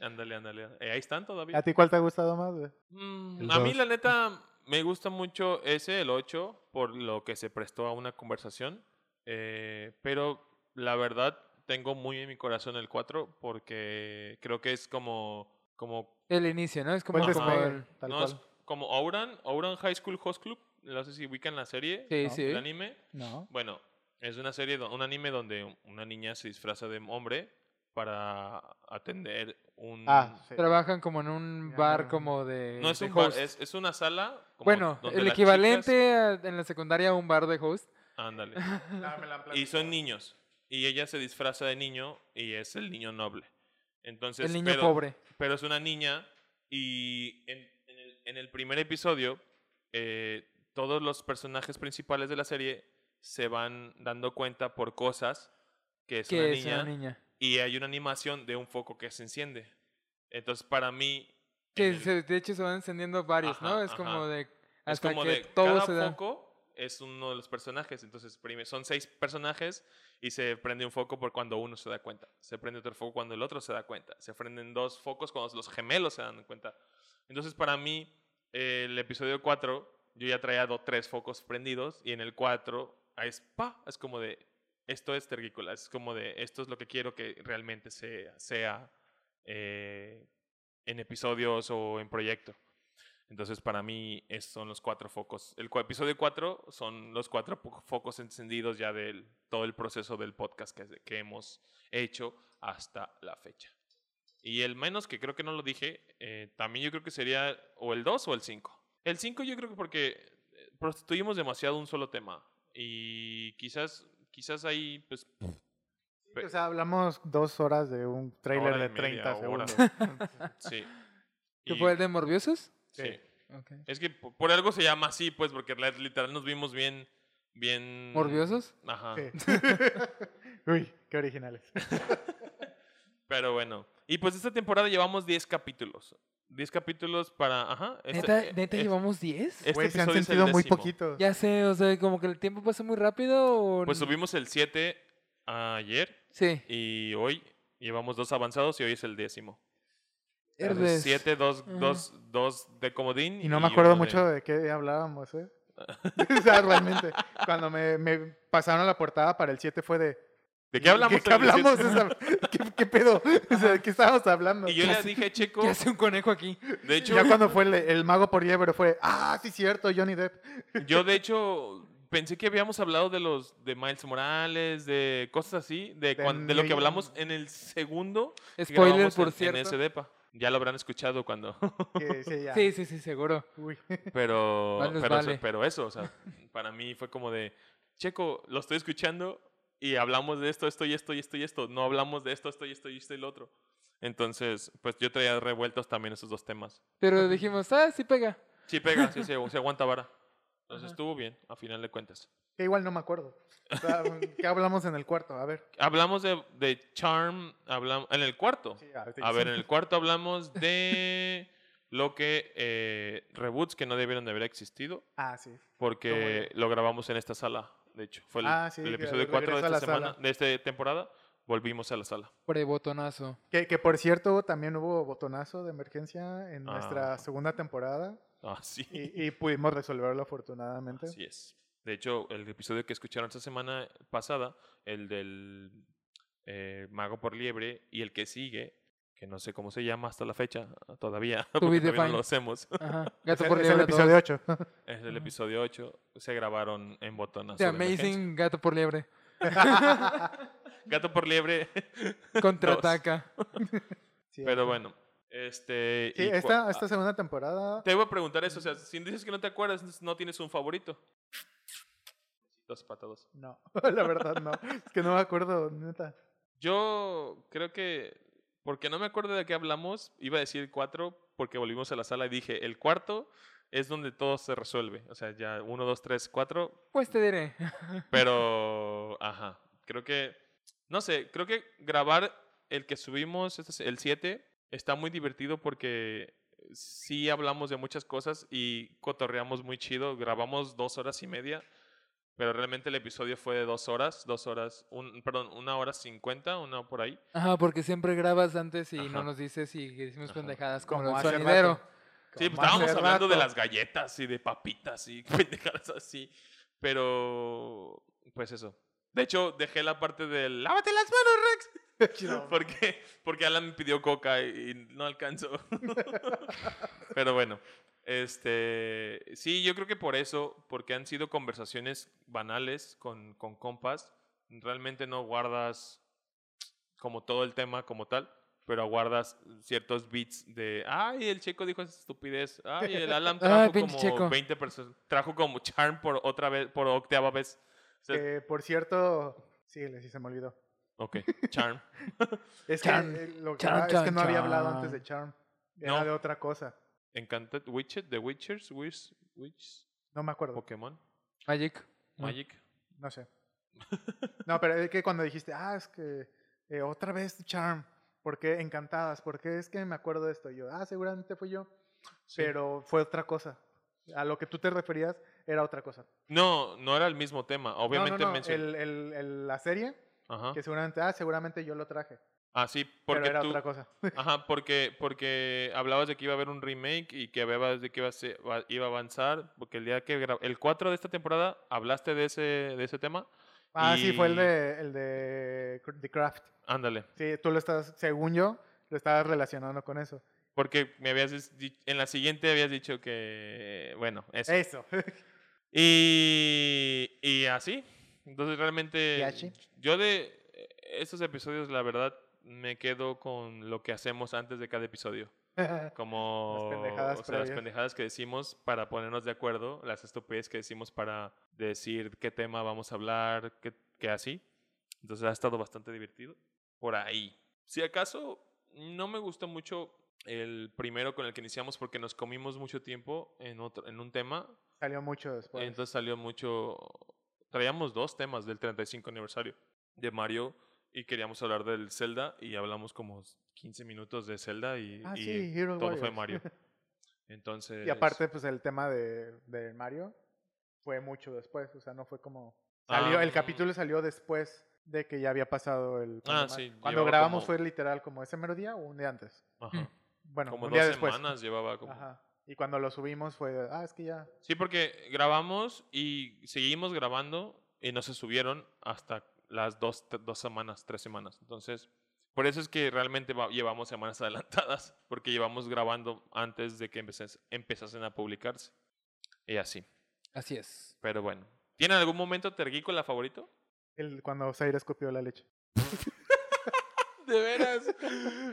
[SPEAKER 1] Ándale, ándale. Eh, ahí están todavía.
[SPEAKER 3] ¿A ti cuál te ha gustado más, güey?
[SPEAKER 1] Mm,
[SPEAKER 3] El
[SPEAKER 1] a mí,
[SPEAKER 3] dos.
[SPEAKER 1] la neta, me gusta mucho ese, el 8, por lo que se prestó a una conversación. Eh, pero la verdad, tengo muy en mi corazón el 4 porque creo que es como... como
[SPEAKER 2] El inicio, ¿no? Es como,
[SPEAKER 3] Buen
[SPEAKER 2] como
[SPEAKER 3] despegue,
[SPEAKER 2] el...
[SPEAKER 3] tal
[SPEAKER 1] no,
[SPEAKER 3] cual.
[SPEAKER 1] es como Ouran, Ouran High School Host Club, no sé si ubican la serie,
[SPEAKER 2] Sí,
[SPEAKER 3] ¿no?
[SPEAKER 2] sí.
[SPEAKER 1] el anime.
[SPEAKER 3] No.
[SPEAKER 1] Bueno, es una serie, do- un anime donde una niña se disfraza de hombre para atender un...
[SPEAKER 3] Ah, sí.
[SPEAKER 2] Trabajan como en un
[SPEAKER 3] Ya,
[SPEAKER 2] bar
[SPEAKER 3] no.
[SPEAKER 2] como de
[SPEAKER 1] no es
[SPEAKER 2] de
[SPEAKER 1] un bar,
[SPEAKER 2] host.
[SPEAKER 1] es, es una sala. como
[SPEAKER 2] bueno,
[SPEAKER 1] donde
[SPEAKER 2] el
[SPEAKER 1] las chicas-
[SPEAKER 2] equivalente a- en la secundaria a un bar de host.
[SPEAKER 1] Ándale. Ah, Y son niños. Y ella se disfraza de niño y es el niño noble. Entonces,
[SPEAKER 2] el niño
[SPEAKER 1] pero-
[SPEAKER 2] pobre.
[SPEAKER 1] pero es una niña y en, en el, en el primer episodio eh, todos los personajes principales de la serie se van dando cuenta por cosas que es, una,
[SPEAKER 2] Que es
[SPEAKER 1] niña,
[SPEAKER 2] una niña.
[SPEAKER 1] y hay una animación de un foco que se enciende. Entonces para mí
[SPEAKER 2] Que
[SPEAKER 1] en el-
[SPEAKER 2] se- de hecho se van encendiendo varios,
[SPEAKER 1] Ajá,
[SPEAKER 2] ¿no? Es
[SPEAKER 1] ajá.
[SPEAKER 2] como de...
[SPEAKER 1] es
[SPEAKER 2] Hasta
[SPEAKER 1] como
[SPEAKER 2] que
[SPEAKER 1] de
[SPEAKER 2] todo
[SPEAKER 1] cada
[SPEAKER 2] se da.
[SPEAKER 1] foco es uno de los personajes. Entonces prime- son seis personajes y se prende un foco por cuando uno se da cuenta. Se prende otro foco cuando el otro se da cuenta. Se prenden dos focos cuando los gemelos se dan cuenta. Entonces para mí eh, el episodio 4 yo ya traía do- tres focos prendidos y en el 4 es pa, es como de esto es terrícola, es como de esto es lo que quiero que realmente sea, sea eh, en episodios o en proyecto. Entonces, para mí, es- son los cuatro focos. El cua- episodio 4 son los cuatro po- focos encendidos ya del todo el proceso del podcast que, que hemos hecho hasta la fecha. Y el menos que creo que no lo dije, eh, también yo creo que sería o el 2 o el 5. El 5 yo creo que porque eh, prostituimos demasiado un solo tema. Y quizás, quizás ahí, pues,
[SPEAKER 3] O sea, hablamos dos horas de un trailer
[SPEAKER 1] Hora y
[SPEAKER 3] de 30
[SPEAKER 1] media, hora.
[SPEAKER 3] segundos.
[SPEAKER 1] sí.
[SPEAKER 2] ¿Que
[SPEAKER 1] Y-
[SPEAKER 2] fue el de Morbiusos?
[SPEAKER 1] sí.
[SPEAKER 2] Ok.
[SPEAKER 1] Es que po- por algo se llama así, pues, porque la- literal nos vimos bien, bien...
[SPEAKER 2] ¿Morbiosos?
[SPEAKER 1] Ajá.
[SPEAKER 3] Sí. Uy, qué originales.
[SPEAKER 1] Pero bueno. Y pues esta temporada llevamos 10 capítulos. 10 capítulos para... Ajá. este-
[SPEAKER 2] ¿Neta,
[SPEAKER 1] eh,
[SPEAKER 2] neta
[SPEAKER 1] es-
[SPEAKER 2] llevamos 10?
[SPEAKER 1] Este
[SPEAKER 3] Güey, se han
[SPEAKER 1] episodio es el
[SPEAKER 3] sentido muy
[SPEAKER 1] décimo.
[SPEAKER 3] poquitos.
[SPEAKER 2] Ya sé, o sea, como que el tiempo pasa muy rápido o...
[SPEAKER 1] Pues
[SPEAKER 2] n-
[SPEAKER 1] subimos el 7 ayer
[SPEAKER 2] Sí,
[SPEAKER 1] y hoy llevamos dos avanzados y hoy es el décimo.
[SPEAKER 2] Herdes.
[SPEAKER 1] 7, 2
[SPEAKER 2] Ajá.
[SPEAKER 1] de comodín.
[SPEAKER 3] Y no me acuerdo
[SPEAKER 1] uno de-
[SPEAKER 3] mucho de qué hablábamos, ¿eh? o sea, realmente. Cuando me, me pasaron la portada para el 7 fue de...
[SPEAKER 1] ¿De qué hablamos?
[SPEAKER 3] ¿Qué, qué
[SPEAKER 1] en el
[SPEAKER 3] hablamos?
[SPEAKER 1] 7?
[SPEAKER 3] Esa- ¿qué, qué pedo? O sea, ¿de ¿Qué estábamos hablando?
[SPEAKER 1] Y yo
[SPEAKER 3] Ya
[SPEAKER 1] le dije, Checo,
[SPEAKER 2] ¿Qué hace un conejo aquí?
[SPEAKER 1] de hecho,
[SPEAKER 3] Ya cuando fue el, el mago por liebre fue, ah, sí cierto, Johnny Depp.
[SPEAKER 1] Yo, de hecho, pensé que habíamos hablado de los de Miles Morales, de cosas así, de,
[SPEAKER 3] De
[SPEAKER 1] cuan- de lo que
[SPEAKER 3] Ney-
[SPEAKER 1] hablamos en el segundo. que
[SPEAKER 2] Spoiler,
[SPEAKER 1] grabamos en-
[SPEAKER 2] por
[SPEAKER 1] En
[SPEAKER 2] cierto.
[SPEAKER 1] ese depa. Ya lo habrán escuchado cuando.
[SPEAKER 3] Que sí, ya.
[SPEAKER 2] Sí, sí, sí, seguro.
[SPEAKER 3] Uy.
[SPEAKER 1] Pero,
[SPEAKER 2] Más les
[SPEAKER 1] pero, eso-
[SPEAKER 2] vale.
[SPEAKER 1] pero eso, o sea, para mí fue como de, Checo, lo estoy escuchando y hablamos de esto, esto y esto y esto y esto. No hablamos de esto, esto y esto y esto y lo otro. Entonces, pues yo traía revueltos también esos dos temas.
[SPEAKER 2] Pero dijimos, ah, sí pega.
[SPEAKER 1] Sí pega, sí, se, se aguanta vara. Entonces
[SPEAKER 2] Ajá.
[SPEAKER 1] estuvo bien, a final de cuentas.
[SPEAKER 3] Que igual no me acuerdo. O sea, mm, ¿Qué hablamos en el cuarto? A ver.
[SPEAKER 1] Hablamos de, de Charm, hablamos, en el cuarto.
[SPEAKER 3] Sí, ver, sí,
[SPEAKER 1] A ver, eh.
[SPEAKER 3] sí.
[SPEAKER 1] en el cuarto hablamos de lo que eh, reboots que no debieron de haber existido
[SPEAKER 3] Ah, sí.
[SPEAKER 1] porque lo grabamos en esta sala. De hecho, fue el,
[SPEAKER 3] Ah, sí,
[SPEAKER 1] el
[SPEAKER 3] que
[SPEAKER 1] episodio 4 de
[SPEAKER 3] regresó a
[SPEAKER 1] esta
[SPEAKER 3] la
[SPEAKER 1] semana,
[SPEAKER 3] sala.
[SPEAKER 1] de esta temporada. Volvimos a la sala.
[SPEAKER 2] Prebotonazo.
[SPEAKER 3] Que, que por cierto, también hubo botonazo de emergencia en
[SPEAKER 1] Ah.
[SPEAKER 3] nuestra segunda temporada
[SPEAKER 1] Ah, sí.
[SPEAKER 3] y, y pudimos resolverlo afortunadamente.
[SPEAKER 1] Así es. De hecho, el episodio que escucharon esta semana pasada, el del eh, Mago por Liebre y el que sigue, que no sé cómo se llama hasta la fecha todavía, porque todavía
[SPEAKER 2] be
[SPEAKER 1] no
[SPEAKER 2] defined.
[SPEAKER 1] lo hacemos,
[SPEAKER 2] Ajá.
[SPEAKER 3] Es
[SPEAKER 2] Gato
[SPEAKER 3] el-
[SPEAKER 2] por
[SPEAKER 3] es el
[SPEAKER 2] liebre.
[SPEAKER 3] episodio 8.
[SPEAKER 1] es el
[SPEAKER 2] Ajá.
[SPEAKER 1] episodio 8, se grabaron en botonazo.
[SPEAKER 2] The
[SPEAKER 1] de emergencia.
[SPEAKER 2] Amazing Gato por liebre.
[SPEAKER 1] Gato por Liebre
[SPEAKER 2] Contraataca.
[SPEAKER 3] Sí,
[SPEAKER 1] Pero bueno, este...
[SPEAKER 3] Sí,
[SPEAKER 1] y cua-
[SPEAKER 3] esta,
[SPEAKER 1] ah,
[SPEAKER 3] esta segunda temporada.
[SPEAKER 1] Te iba a preguntar eso, o sea, si dices que no te acuerdas, entonces no tienes un favorito. Dos patados.
[SPEAKER 3] No, la verdad no. Es que no me acuerdo, neta.
[SPEAKER 1] Yo creo que, porque no me acuerdo de qué hablamos, iba a decir cuatro, porque volvimos a la sala y dije, el cuarto es donde todo se resuelve. O sea, ya uno, dos, tres, cuatro,
[SPEAKER 2] Pues te diré.
[SPEAKER 1] Pero, ajá, creo que, no sé, creo que grabar el que subimos, este es el 7, está muy divertido porque sí hablamos de muchas cosas y cotorreamos muy chido. Grabamos dos horas y media, pero realmente el episodio fue de dos horas, dos horas, un, perdón, una hora cincuenta, una por ahí.
[SPEAKER 2] Ajá, porque siempre grabas antes y
[SPEAKER 1] Ajá.
[SPEAKER 2] no nos dices y decimos
[SPEAKER 1] Ajá.
[SPEAKER 2] pendejadas como,
[SPEAKER 3] Como
[SPEAKER 2] el
[SPEAKER 3] hace
[SPEAKER 2] sonidero.
[SPEAKER 3] rato.
[SPEAKER 1] Sí,
[SPEAKER 3] Como
[SPEAKER 1] pues, estábamos
[SPEAKER 3] hace
[SPEAKER 1] hablando de
[SPEAKER 3] rato.
[SPEAKER 1] las galletas y de papitas y pendejadas así, pero, pues eso. De hecho, dejé la parte del lávate las manos, Rex. Porque, porque Alan me pidió coca y y no alcanzó. Pero bueno, este, sí, yo creo que por eso, porque han sido conversaciones banales con, con compas, realmente no guardas como todo el tema como tal, pero guardas ciertos beats de, ay, el checo dijo esa estupidez, ay, el Alan trajo
[SPEAKER 2] Ay, pinche
[SPEAKER 1] como
[SPEAKER 2] Checo.
[SPEAKER 1] 20 personas, trajo como charm por otra vez, por octava vez. O sea,
[SPEAKER 3] Que, Eh, por cierto, síguele, sí se me olvidó.
[SPEAKER 1] Ok, charm.
[SPEAKER 3] Es
[SPEAKER 2] Charm,
[SPEAKER 3] que, eh, lo que-
[SPEAKER 2] charm,
[SPEAKER 3] ah, es
[SPEAKER 2] charm,
[SPEAKER 3] que no había hablado
[SPEAKER 2] charm.
[SPEAKER 3] antes de Charm.
[SPEAKER 1] No.
[SPEAKER 3] Era de otra cosa.
[SPEAKER 1] Encanted Witcher, The Witchers, Wish, Witch,
[SPEAKER 3] No me acuerdo,
[SPEAKER 1] Pokémon,
[SPEAKER 2] Magic. Ah.
[SPEAKER 1] Magic.
[SPEAKER 3] no sé. No, pero es que cuando dijiste, ah, es que eh, otra vez Charm, ¿por qué encantadas? ¿Por qué es que me acuerdo de esto? Y yo, ah, seguramente fui yo,
[SPEAKER 1] sí.
[SPEAKER 3] pero fue otra cosa. A lo que tú te referías era otra cosa.
[SPEAKER 1] No, no era el mismo tema.
[SPEAKER 3] No, no,
[SPEAKER 1] Obviamente
[SPEAKER 3] no,
[SPEAKER 1] mencioné.
[SPEAKER 3] el- el- el- la serie,
[SPEAKER 1] Ajá.
[SPEAKER 3] que seguramente, ah, seguramente yo lo traje,
[SPEAKER 1] Ah, sí,
[SPEAKER 3] pero
[SPEAKER 1] porque
[SPEAKER 3] era
[SPEAKER 1] tú.
[SPEAKER 3] otra cosa.
[SPEAKER 1] Ajá, porque, porque hablabas de que iba a haber un remake y que hablabas de que iba a, ser- va- iba a avanzar. Porque el día que gra- el 4 de esta temporada hablaste de ese, de ese tema.
[SPEAKER 3] Ah, sí, fue el
[SPEAKER 1] Y-
[SPEAKER 3] de, el de Cr- The Craft.
[SPEAKER 1] Ándale.
[SPEAKER 3] Sí, tú lo estás, según yo, lo estabas relacionando con eso.
[SPEAKER 1] Porque me habías dis- en la siguiente habías dicho que bueno, eso.
[SPEAKER 3] Eso.
[SPEAKER 1] Y, y así. Entonces realmente
[SPEAKER 3] Y así.
[SPEAKER 1] yo de eh, estos episodios la verdad me quedo con lo que hacemos antes de cada episodio. Como
[SPEAKER 3] pendejadas
[SPEAKER 1] o sea, las
[SPEAKER 3] previas.
[SPEAKER 1] pendejadas que decimos para ponernos de acuerdo, las estupideces que decimos para decir qué tema vamos a hablar, qué, qué así. Entonces ha estado bastante divertido por ahí. Si acaso no me gustó mucho el primero con el que iniciamos porque nos comimos mucho tiempo en, otro, en un tema,
[SPEAKER 3] Salió mucho después.
[SPEAKER 1] entonces salió mucho. Traíamos dos temas del 35 aniversario de Mario y queríamos hablar del Zelda y hablamos como 15 minutos de Zelda y,
[SPEAKER 3] ah,
[SPEAKER 1] y
[SPEAKER 3] sí, Hero
[SPEAKER 1] todo fue
[SPEAKER 3] Warriors.
[SPEAKER 1] Mario. Entonces.
[SPEAKER 3] y aparte, pues el tema de, de Mario fue mucho después. O sea, no fue como. Salió, el
[SPEAKER 1] Ah,
[SPEAKER 3] capítulo salió después de que ya había pasado el. cuando
[SPEAKER 1] Ah,
[SPEAKER 3] ma-
[SPEAKER 1] sí,
[SPEAKER 3] Cuando
[SPEAKER 1] llevaba
[SPEAKER 3] grabamos
[SPEAKER 1] como-
[SPEAKER 3] fue literal como ese mero día o un día antes.
[SPEAKER 1] ajá,
[SPEAKER 2] Mm.
[SPEAKER 3] Bueno,
[SPEAKER 1] Como
[SPEAKER 3] un
[SPEAKER 1] dos
[SPEAKER 3] día después.
[SPEAKER 1] semanas llevaba como.
[SPEAKER 3] Ajá. Y cuando lo subimos fue, ah, es que ya.
[SPEAKER 1] Sí, porque grabamos y seguimos grabando y no se subieron hasta las dos, t- dos semanas, tres semanas. Entonces, por eso es que realmente va- llevamos semanas adelantadas, porque llevamos grabando antes de que empeces- empezasen a publicarse. Y así,
[SPEAKER 2] Así es.
[SPEAKER 1] pero bueno. ¿Tienen algún momento tergícola favorito?
[SPEAKER 3] el- cuando Zaire escupió la leche.
[SPEAKER 1] De veras,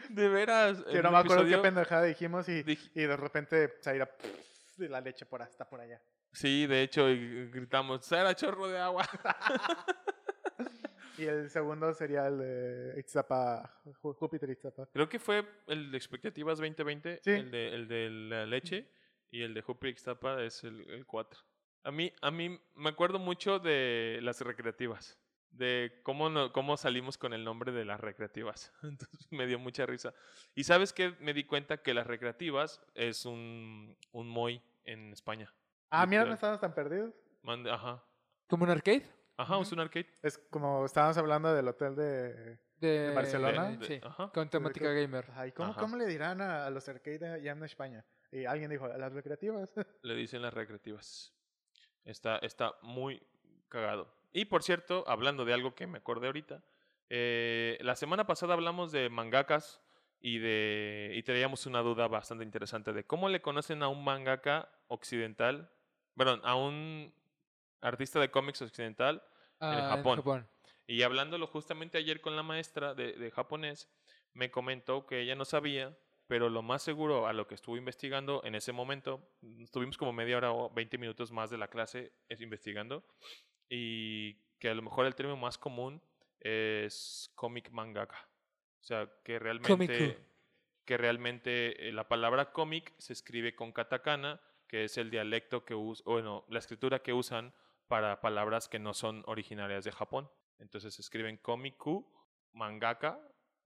[SPEAKER 1] de veras.
[SPEAKER 3] Que no me acuerdo qué pendejada dijimos y, y de repente Zaira pff, de la leche por hasta por allá.
[SPEAKER 1] Sí, de hecho, y gritamos, ¡Sara, chorro de agua!
[SPEAKER 3] Y el segundo sería el de Itzapa, Júpiter Itzapa.
[SPEAKER 1] Creo que fue el de expectativas 2020,
[SPEAKER 3] Sí.
[SPEAKER 1] el, de, el de la leche y el de Júpiter Ixtapa es el, 4. A mí, a mí me acuerdo mucho de las recreativas, de cómo, no- cómo salimos con el nombre de las recreativas. Entonces me dio mucha risa. Y sabes que me di cuenta que las recreativas es un, un MOI en España.
[SPEAKER 3] Ah, mira,
[SPEAKER 1] Literal.
[SPEAKER 3] no estábamos tan perdidos.
[SPEAKER 1] Mande- ajá.
[SPEAKER 2] ¿Como un arcade?
[SPEAKER 1] Ajá, es
[SPEAKER 3] Ujú.
[SPEAKER 1] un arcade.
[SPEAKER 3] Es como estábamos hablando del hotel de...
[SPEAKER 2] De,
[SPEAKER 3] Barcelona?
[SPEAKER 1] De-
[SPEAKER 2] sí,
[SPEAKER 1] ajá.
[SPEAKER 2] con temática
[SPEAKER 3] creo-
[SPEAKER 2] gamer.
[SPEAKER 3] Ay, ¿cómo,
[SPEAKER 1] Ajá.
[SPEAKER 3] ¿cómo le dirán a, a los arcade allá en España? Y alguien dijo, a las recreativas.
[SPEAKER 1] Le dicen las recreativas. Está, está muy cagado. Y por cierto, hablando de algo que me acordé ahorita, eh, la semana pasada hablamos de mangakas y, de, y traíamos una duda bastante interesante de cómo le conocen a un mangaka occidental, perdón, a un artista de cómics occidental
[SPEAKER 2] Ah,
[SPEAKER 1] Japón. y hablándolo justamente ayer con la maestra de, de japonés, me comentó que ella no sabía, pero lo más seguro a lo que estuve investigando en ese momento, mm, estuvimos como media hora o 20 minutos más de la clase es- investigando, y que a lo mejor el término más común es cómic mangaka. O sea, que realmente, que realmente eh, la palabra cómic se escribe con katakana, que es el dialecto que usan, bueno, la escritura que usan para palabras que no son originarias de Japón. Entonces escriben komiku, mangaka,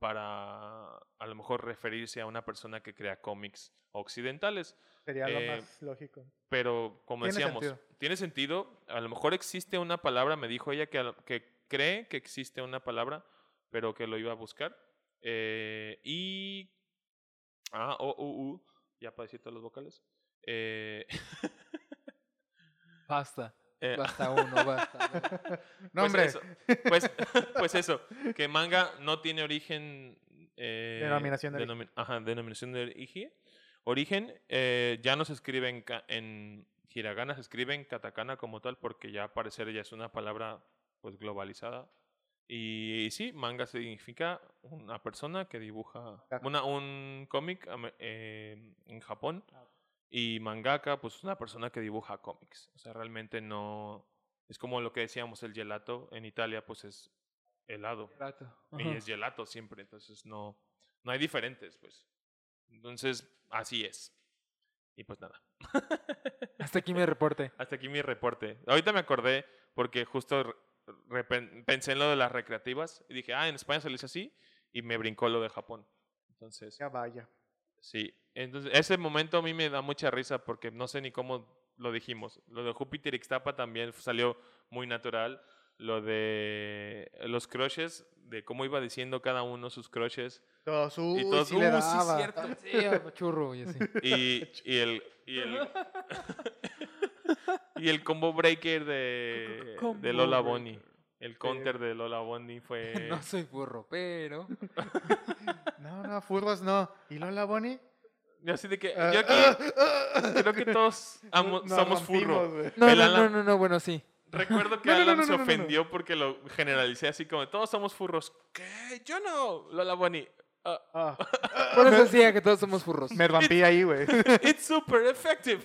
[SPEAKER 1] para a lo mejor referirse a una persona que crea cómics occidentales.
[SPEAKER 3] Sería
[SPEAKER 1] Eh,
[SPEAKER 3] lo más lógico.
[SPEAKER 1] Pero como
[SPEAKER 3] Tiene
[SPEAKER 1] decíamos,
[SPEAKER 3] sentido.
[SPEAKER 1] tiene sentido. A lo mejor existe una palabra, me dijo ella que, a lo- que cree que existe una palabra, pero que lo iba a buscar. Eh, y. Ah, O, U, U, ya para decir todos los vocales. Eh,
[SPEAKER 2] Pasta.
[SPEAKER 1] eh,
[SPEAKER 2] Basta uno, basta.
[SPEAKER 3] No, hombre,
[SPEAKER 1] Pues eso, pues, pues eso, que manga no tiene origen... eh,
[SPEAKER 3] Denominación de origen.
[SPEAKER 1] denomi- Ajá, denominación de origen. Origen eh, ya no se escribe en, ca- en hiragana, se escribe en katakana como tal porque ya al parecer ya es una palabra pues globalizada. Y, sí, manga significa una persona que dibuja
[SPEAKER 3] Mangaka.
[SPEAKER 1] una, un cómic ame- eh, en Japón y mangaka, pues una persona que dibuja cómics. O sea, realmente no. Es como lo que decíamos, el gelato en Italia, pues es helado.
[SPEAKER 2] Rato.
[SPEAKER 1] Y
[SPEAKER 2] Ajá.
[SPEAKER 1] es gelato siempre. Entonces no, no hay diferentes, pues. Entonces, así es. Y pues nada.
[SPEAKER 2] Hasta aquí mi reporte.
[SPEAKER 1] Hasta aquí mi reporte. Ahorita me acordé porque justo re- repen- pensé en lo de las recreativas y dije, ah, en España se le dice así y me brincó lo de Japón. Entonces,
[SPEAKER 3] ya vaya.
[SPEAKER 1] sí. Entonces, ese momento a mí me da mucha risa porque no sé ni cómo lo dijimos. Lo de Júpiter Ixtapa también salió muy natural. Lo de los crushes, de cómo iba diciendo cada uno sus crushes.
[SPEAKER 3] Todos, uy,
[SPEAKER 1] todos,
[SPEAKER 3] sí le
[SPEAKER 1] "Uh, sí,
[SPEAKER 3] daba".
[SPEAKER 1] cierto.
[SPEAKER 2] Sí, a churro y así.
[SPEAKER 1] Y, y el. Y el, y el combo breaker de,
[SPEAKER 2] Co- co- combo
[SPEAKER 1] de Lola Bonnie.
[SPEAKER 2] breaker.
[SPEAKER 1] El counter de Lola Bonnie fue.
[SPEAKER 2] No soy burro, pero.
[SPEAKER 3] No, no, furros no. ¿Y Lola Bonnie?
[SPEAKER 1] Yo así de que.
[SPEAKER 3] Ah,
[SPEAKER 1] Yo aquí
[SPEAKER 3] ah, ah.
[SPEAKER 1] creo que todos amo-
[SPEAKER 3] Nos
[SPEAKER 1] somos furro.
[SPEAKER 3] rompimos, güey.
[SPEAKER 2] No,
[SPEAKER 1] El
[SPEAKER 2] no,
[SPEAKER 1] Alan-
[SPEAKER 2] no, no, no, bueno, sí.
[SPEAKER 1] Recuerdo que
[SPEAKER 3] No, no, no,
[SPEAKER 1] Alan
[SPEAKER 3] no,
[SPEAKER 1] se
[SPEAKER 3] no, no, no.
[SPEAKER 1] ofendió porque lo generalicé así como: todos somos furros. ¿Qué? Yo no, Lola Bonnie. Ah,
[SPEAKER 3] Ah,
[SPEAKER 2] Por eso decía que todos somos furros.
[SPEAKER 3] me rompí ahí, güey.
[SPEAKER 1] it's super effective.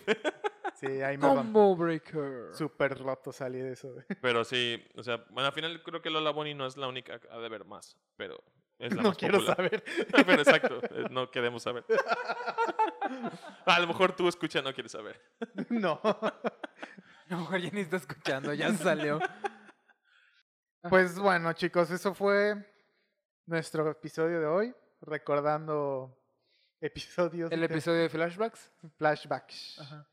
[SPEAKER 3] Sí, ahí me rompí.
[SPEAKER 2] Combo Breaker.
[SPEAKER 3] Súper roto salí de eso, güey.
[SPEAKER 1] Pero sí, o sea, bueno, al final creo que Lola Bonnie no es la única que ha de ver más, pero es la
[SPEAKER 3] No
[SPEAKER 1] más
[SPEAKER 3] quiero
[SPEAKER 1] popular.
[SPEAKER 3] saber.
[SPEAKER 1] Pero exacto, eh, no queremos saber. A lo mejor tú escucha no quieres saber.
[SPEAKER 3] No.
[SPEAKER 2] No, mejor ya ni está escuchando, ya salió.
[SPEAKER 3] Pues bueno, chicos, eso fue nuestro episodio de hoy. Recordando episodios.
[SPEAKER 2] El
[SPEAKER 3] de
[SPEAKER 2] episodio de flashbacks.
[SPEAKER 3] Flashbacks.
[SPEAKER 2] Ajá.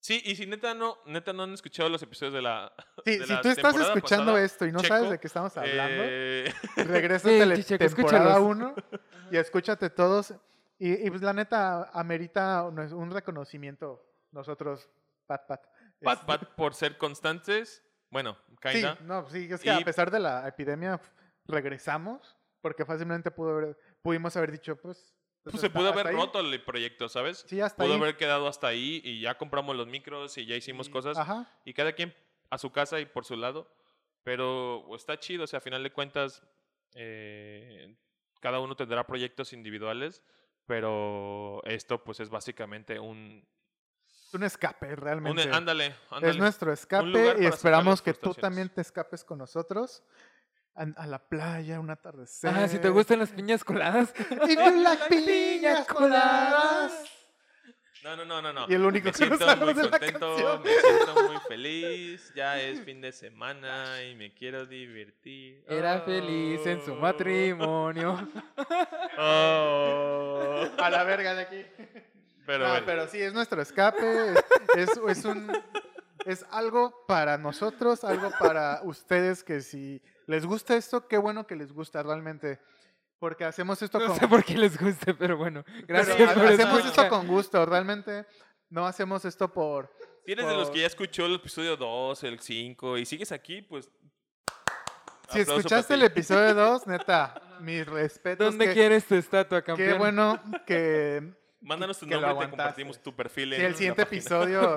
[SPEAKER 1] Sí, y si neta no, neta no han escuchado los episodios de la.
[SPEAKER 3] Sí,
[SPEAKER 1] de
[SPEAKER 3] si
[SPEAKER 1] la
[SPEAKER 3] tú estás
[SPEAKER 1] temporada
[SPEAKER 3] escuchando
[SPEAKER 1] pasada,
[SPEAKER 3] esto y no
[SPEAKER 1] checo,
[SPEAKER 3] sabes de qué estamos hablando, Este.
[SPEAKER 1] eh,
[SPEAKER 3] regresa
[SPEAKER 2] Sí,
[SPEAKER 3] a la
[SPEAKER 2] Chicheco,
[SPEAKER 3] temporada
[SPEAKER 2] escúchalos.
[SPEAKER 3] 1 y escúchate todos. Y, y pues la neta amerita un un reconocimiento nosotros, Pat Pat.
[SPEAKER 1] pat,
[SPEAKER 3] Este,
[SPEAKER 1] pat, por ser constantes. Bueno,
[SPEAKER 3] Sí,
[SPEAKER 1] kinda.
[SPEAKER 3] no, sí, es que
[SPEAKER 1] Y-
[SPEAKER 3] a pesar de la epidemia f- regresamos, porque fácilmente pudo haber- pudimos haber dicho, pues... pues
[SPEAKER 1] Pues se
[SPEAKER 3] hasta-
[SPEAKER 1] pudo
[SPEAKER 3] hasta
[SPEAKER 1] haber
[SPEAKER 3] ahí.
[SPEAKER 1] roto el proyecto, ¿sabes?
[SPEAKER 3] Sí, hasta
[SPEAKER 1] pudo
[SPEAKER 3] ahí.
[SPEAKER 1] haber quedado hasta ahí y ya compramos los micros y ya hicimos cosas.
[SPEAKER 3] Ajá.
[SPEAKER 1] y cada quien a su casa y por su lado. Pero o está chido, o sea, a final de cuentas, eh, cada uno tendrá proyectos individuales, pero esto pues es básicamente un...
[SPEAKER 3] Es un escape,
[SPEAKER 1] un
[SPEAKER 3] realmente.
[SPEAKER 1] ándale,
[SPEAKER 3] es
[SPEAKER 1] ándale.
[SPEAKER 3] nuestro
[SPEAKER 1] lugar
[SPEAKER 3] escape y
[SPEAKER 1] para
[SPEAKER 3] esperamos
[SPEAKER 1] sacar las
[SPEAKER 3] que tú
[SPEAKER 1] frustraciones.
[SPEAKER 3] también te escapes con nosotros an- a, la playa, un atardecer.
[SPEAKER 2] Ah, si te gustan las piñas coladas.
[SPEAKER 3] Y con las piñas coladas.
[SPEAKER 1] No, no, no, no, no.
[SPEAKER 3] Y el único
[SPEAKER 1] me
[SPEAKER 3] que no
[SPEAKER 1] siento muy
[SPEAKER 3] sabemos de la
[SPEAKER 1] contento,
[SPEAKER 3] canción.
[SPEAKER 1] me siento muy feliz, ya es fin de semana y me quiero divertir.
[SPEAKER 2] Era feliz en su
[SPEAKER 1] Oh,
[SPEAKER 2] matrimonio.
[SPEAKER 1] oh.
[SPEAKER 3] A la verga de aquí.
[SPEAKER 1] Pero
[SPEAKER 3] No,
[SPEAKER 1] bueno,
[SPEAKER 3] pero sí, es nuestro escape. Es, es- es un, es algo para nosotros, algo para ustedes que si les gusta esto, qué bueno que les gusta realmente. Porque hacemos esto
[SPEAKER 2] No
[SPEAKER 3] con,
[SPEAKER 2] sé por qué les guste, pero bueno. Gracias
[SPEAKER 1] Pero
[SPEAKER 2] por
[SPEAKER 3] hacemos
[SPEAKER 1] escuchar.
[SPEAKER 3] esto
[SPEAKER 2] escuchar.
[SPEAKER 3] con gusto, realmente. No hacemos esto por.
[SPEAKER 1] si eres de los que
[SPEAKER 3] por-
[SPEAKER 1] ya escuchó el episodio 2, el 5 y sigues aquí, pues...
[SPEAKER 3] Si
[SPEAKER 1] aplauso
[SPEAKER 3] escuchaste
[SPEAKER 1] para ti.
[SPEAKER 3] el episodio 2, neta, mis respetos.
[SPEAKER 2] ¿Dónde
[SPEAKER 3] qué-
[SPEAKER 2] quieres tu estatua,
[SPEAKER 3] Qué
[SPEAKER 2] campeón?
[SPEAKER 3] bueno que.
[SPEAKER 1] Mándanos tu
[SPEAKER 3] que lo
[SPEAKER 1] nombre y te
[SPEAKER 3] aguantaste.
[SPEAKER 1] compartimos tu perfil.
[SPEAKER 3] Si
[SPEAKER 1] en
[SPEAKER 3] el
[SPEAKER 1] la
[SPEAKER 3] siguiente
[SPEAKER 1] página.
[SPEAKER 3] episodio.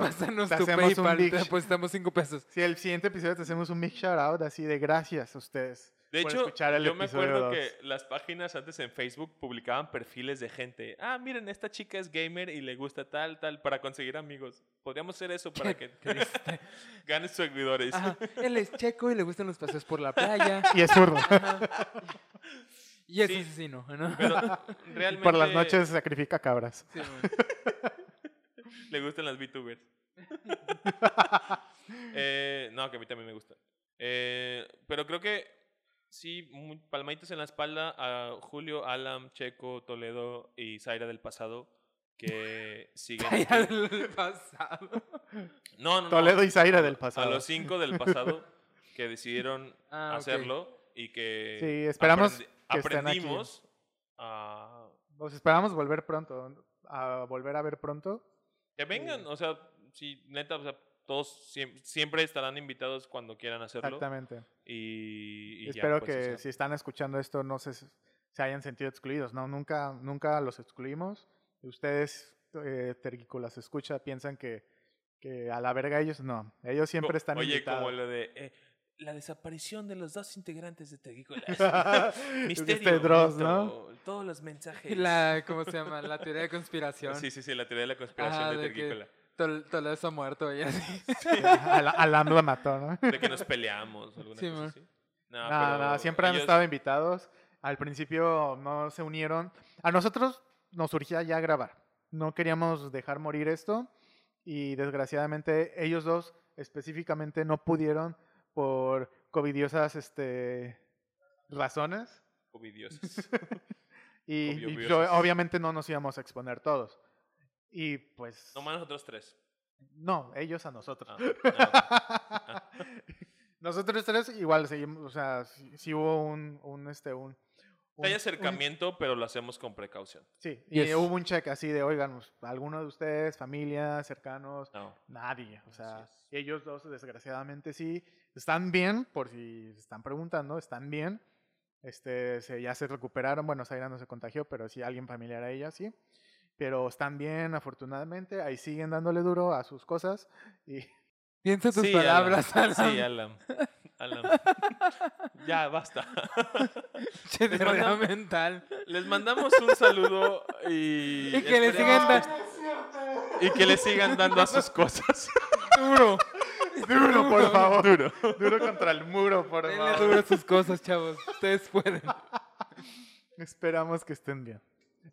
[SPEAKER 2] Pásanos
[SPEAKER 3] te
[SPEAKER 2] tu
[SPEAKER 3] hacemos un
[SPEAKER 2] PayPal,
[SPEAKER 3] big
[SPEAKER 2] te
[SPEAKER 3] sh-
[SPEAKER 2] apostamos cinco pesos.
[SPEAKER 3] Si el siguiente episodio te hacemos un big shout out así de gracias a ustedes.
[SPEAKER 1] De
[SPEAKER 3] por
[SPEAKER 1] hecho,
[SPEAKER 3] escuchar el
[SPEAKER 1] yo me
[SPEAKER 3] episodio
[SPEAKER 1] acuerdo
[SPEAKER 3] dos.
[SPEAKER 1] que las páginas antes en Facebook publicaban perfiles de gente. Ah, miren, esta chica es gamer y le gusta tal, tal, para conseguir amigos. Podríamos hacer eso para que
[SPEAKER 2] triste.
[SPEAKER 1] ganes seguidores.
[SPEAKER 2] Ajá, Él es checo y le gustan los paseos por la playa.
[SPEAKER 3] Y es zurdo.
[SPEAKER 2] Ajá. Y es
[SPEAKER 1] Sí.
[SPEAKER 2] asesino, ¿no?
[SPEAKER 1] Pero realmente
[SPEAKER 3] Por las noches sacrifica cabras.
[SPEAKER 2] Sí, bueno.
[SPEAKER 1] le gustan las VTubers. Eh, no, que a mí también me gusta. Eh, pero creo que sí, muy- palmaditas en la espalda a Julio, Alam, Checo, Toledo y Zaira del pasado que siguen.
[SPEAKER 2] Allá del pasado.
[SPEAKER 1] No, no, no.
[SPEAKER 3] Toledo y Zaira del
[SPEAKER 1] a
[SPEAKER 3] pasado.
[SPEAKER 1] los cinco del pasado que decidieron
[SPEAKER 2] Ah, ok.
[SPEAKER 1] hacerlo y que
[SPEAKER 3] Sí, esperamos que estén aquí.
[SPEAKER 1] aprendimos a
[SPEAKER 3] Los esperamos volver pronto. A volver a ver pronto.
[SPEAKER 1] que vengan, o sea, si neta, o sea, todos siem- siempre estarán invitados cuando quieran hacerlo.
[SPEAKER 3] Exactamente.
[SPEAKER 1] Y, y ya,
[SPEAKER 3] Espero
[SPEAKER 1] pues, o
[SPEAKER 3] que
[SPEAKER 1] sea,
[SPEAKER 3] si están escuchando esto no se, se hayan sentido excluidos. No, nunca, nunca los excluimos. Ustedes, eh, terrícolas escucha, piensan que, que a la verga ellos no. Ellos siempre
[SPEAKER 1] co-
[SPEAKER 3] están
[SPEAKER 1] Oye,
[SPEAKER 3] invitados.
[SPEAKER 1] como lo de eh, la desaparición de los dos integrantes de Terrícolas.
[SPEAKER 3] Misterio,
[SPEAKER 1] Misterio,
[SPEAKER 3] este Dross, ¿no?
[SPEAKER 1] mito, todos los mensajes. Ah,
[SPEAKER 2] La, ¿cómo se llama? La teoría de conspiración.
[SPEAKER 1] Sí, sí, sí, la teoría de la conspiración
[SPEAKER 2] Ajá,
[SPEAKER 1] de,
[SPEAKER 2] de que-
[SPEAKER 1] Terrícola.
[SPEAKER 2] Tol- Toledo ha muerto y así.
[SPEAKER 3] A la- a la la mató, ¿no?
[SPEAKER 1] De que nos peleamos o alguna
[SPEAKER 2] Sí,
[SPEAKER 1] cosa
[SPEAKER 2] mon.
[SPEAKER 1] así. No,
[SPEAKER 3] No,
[SPEAKER 1] pero
[SPEAKER 3] no, siempre han
[SPEAKER 1] ellos-
[SPEAKER 3] estado invitados. Al principio no se unieron. A nosotros nos surgía ya grabar. No queríamos dejar morir esto. Y desgraciadamente ellos dos específicamente no pudieron por covidiosas este, razones.
[SPEAKER 1] covidiosos.
[SPEAKER 3] Y, y
[SPEAKER 1] Covidiosas.
[SPEAKER 3] yo- obviamente no nos íbamos a exponer todos. Y pues...
[SPEAKER 1] Nomás nosotros tres.
[SPEAKER 3] No, ellos a
[SPEAKER 1] Ah,
[SPEAKER 3] nosotros.
[SPEAKER 1] ah,
[SPEAKER 3] nosotros tres igual seguimos, o sea, sí, sí hubo un, un, este, un...
[SPEAKER 1] ok. Hay
[SPEAKER 3] un- un-
[SPEAKER 1] acercamiento, pero lo hacemos con precaución.
[SPEAKER 3] Sí, y
[SPEAKER 2] Yes.
[SPEAKER 3] hubo un check así de, oigan, pues, alguno de ustedes, familia, cercanos,
[SPEAKER 1] No.
[SPEAKER 3] nadie. O sea,
[SPEAKER 1] Así es.
[SPEAKER 3] ellos dos desgraciadamente sí, están bien, por si se están preguntando, están bien. Este, se, ya se recuperaron, bueno, Zaira no se contagió, pero sí alguien familiar a ella, sí. Pero están bien, afortunadamente, ahí siguen dándole duro a sus cosas. Y
[SPEAKER 2] Piensa tus
[SPEAKER 1] Sí,
[SPEAKER 2] palabras,
[SPEAKER 1] Alan.
[SPEAKER 2] Alan.
[SPEAKER 1] Sí, Alan. Alan. ya, basta.
[SPEAKER 2] Che,
[SPEAKER 1] Les
[SPEAKER 2] derrame
[SPEAKER 1] mandamos-
[SPEAKER 2] mental.
[SPEAKER 1] Les mandamos un saludo y.
[SPEAKER 2] Y que le
[SPEAKER 1] esperemos
[SPEAKER 2] sigan
[SPEAKER 1] que-
[SPEAKER 2] dando
[SPEAKER 1] Y que le sigan dando a sus cosas.
[SPEAKER 2] duro.
[SPEAKER 3] duro, por favor. Duro. contra el muro, por
[SPEAKER 2] Denle
[SPEAKER 3] favor.
[SPEAKER 2] duro a sus cosas, chavos. Ustedes pueden.
[SPEAKER 3] Esperamos que estén bien.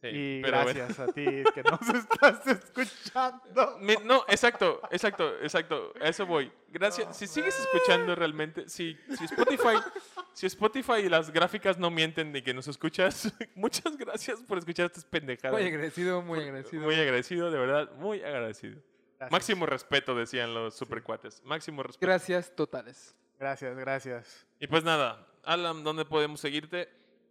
[SPEAKER 1] Sí,
[SPEAKER 3] y
[SPEAKER 1] pero bueno.
[SPEAKER 3] gracias a ti que nos estás escuchando.
[SPEAKER 1] Me- no, exacto, exacto, exacto. A eso voy. Gracias. Si sigues escuchando realmente, si, si Spotify, si Spotify y las gráficas no mienten de que nos escuchas, muchas gracias por escuchar estas pendejadas.
[SPEAKER 2] Muy agradecido, muy agradecido.
[SPEAKER 1] Muy agradecido, de verdad, muy agradecido.
[SPEAKER 3] Gracias.
[SPEAKER 1] Máximo respeto, decían los supercuates. Máximo respeto.
[SPEAKER 2] Gracias totales.
[SPEAKER 3] Gracias, gracias.
[SPEAKER 1] Y pues nada, Alan, ¿dónde podemos seguirte?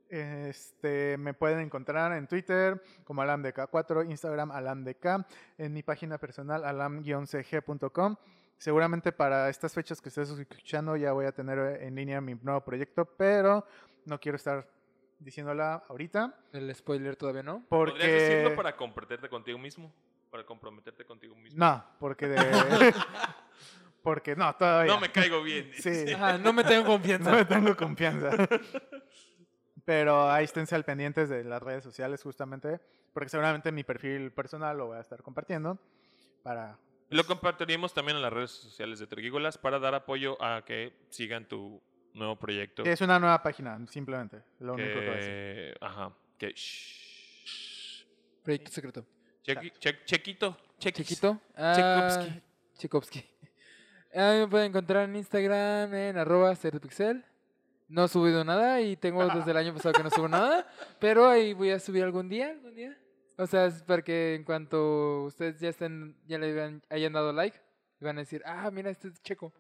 [SPEAKER 3] Este, me pueden encontrar en Twitter como alamdk4, Instagram alamdk, en mi página personal alam-cg.com. Seguramente para estas fechas que estés escuchando ya voy a tener en línea mi nuevo proyecto, pero no quiero estar diciéndola ahorita
[SPEAKER 2] El spoiler todavía no.
[SPEAKER 3] porque
[SPEAKER 1] ¿Podrías decirlo para comprometerte contigo mismo? Para comprometerte contigo mismo.
[SPEAKER 3] no, porque de- porque no, todavía.
[SPEAKER 1] No me caigo bien.
[SPEAKER 3] Sí.
[SPEAKER 2] Ajá, no me tengo
[SPEAKER 3] No me
[SPEAKER 2] confianza.
[SPEAKER 3] tengo confianza. Pero ahí esténse al pendientes de las redes sociales justamente, porque seguramente mi perfil personal lo voy a estar compartiendo para...
[SPEAKER 1] Lo compartiremos también en las redes sociales de Tergígolas para dar apoyo a que sigan tu nuevo proyecto.
[SPEAKER 3] Sí, Es una nueva página, simplemente. Lo único que voy a decir.
[SPEAKER 1] que- Ajá. Que. shh.
[SPEAKER 2] Proyecto secreto.
[SPEAKER 1] Chequi- che- chequito. Chequis.
[SPEAKER 2] Chiquito. Ah, Chekovsky. A mí me pueden encontrar en Instagram en arroba cerdopixel. No he subido nada y tengo
[SPEAKER 3] Ah.
[SPEAKER 2] desde el año pasado que no subo nada, pero ahí voy a subir algún día, algún día. O sea, es para que en cuanto ustedes ya estén, ya le hayan, hayan dado like, van a decir, ah, mira, este es checo.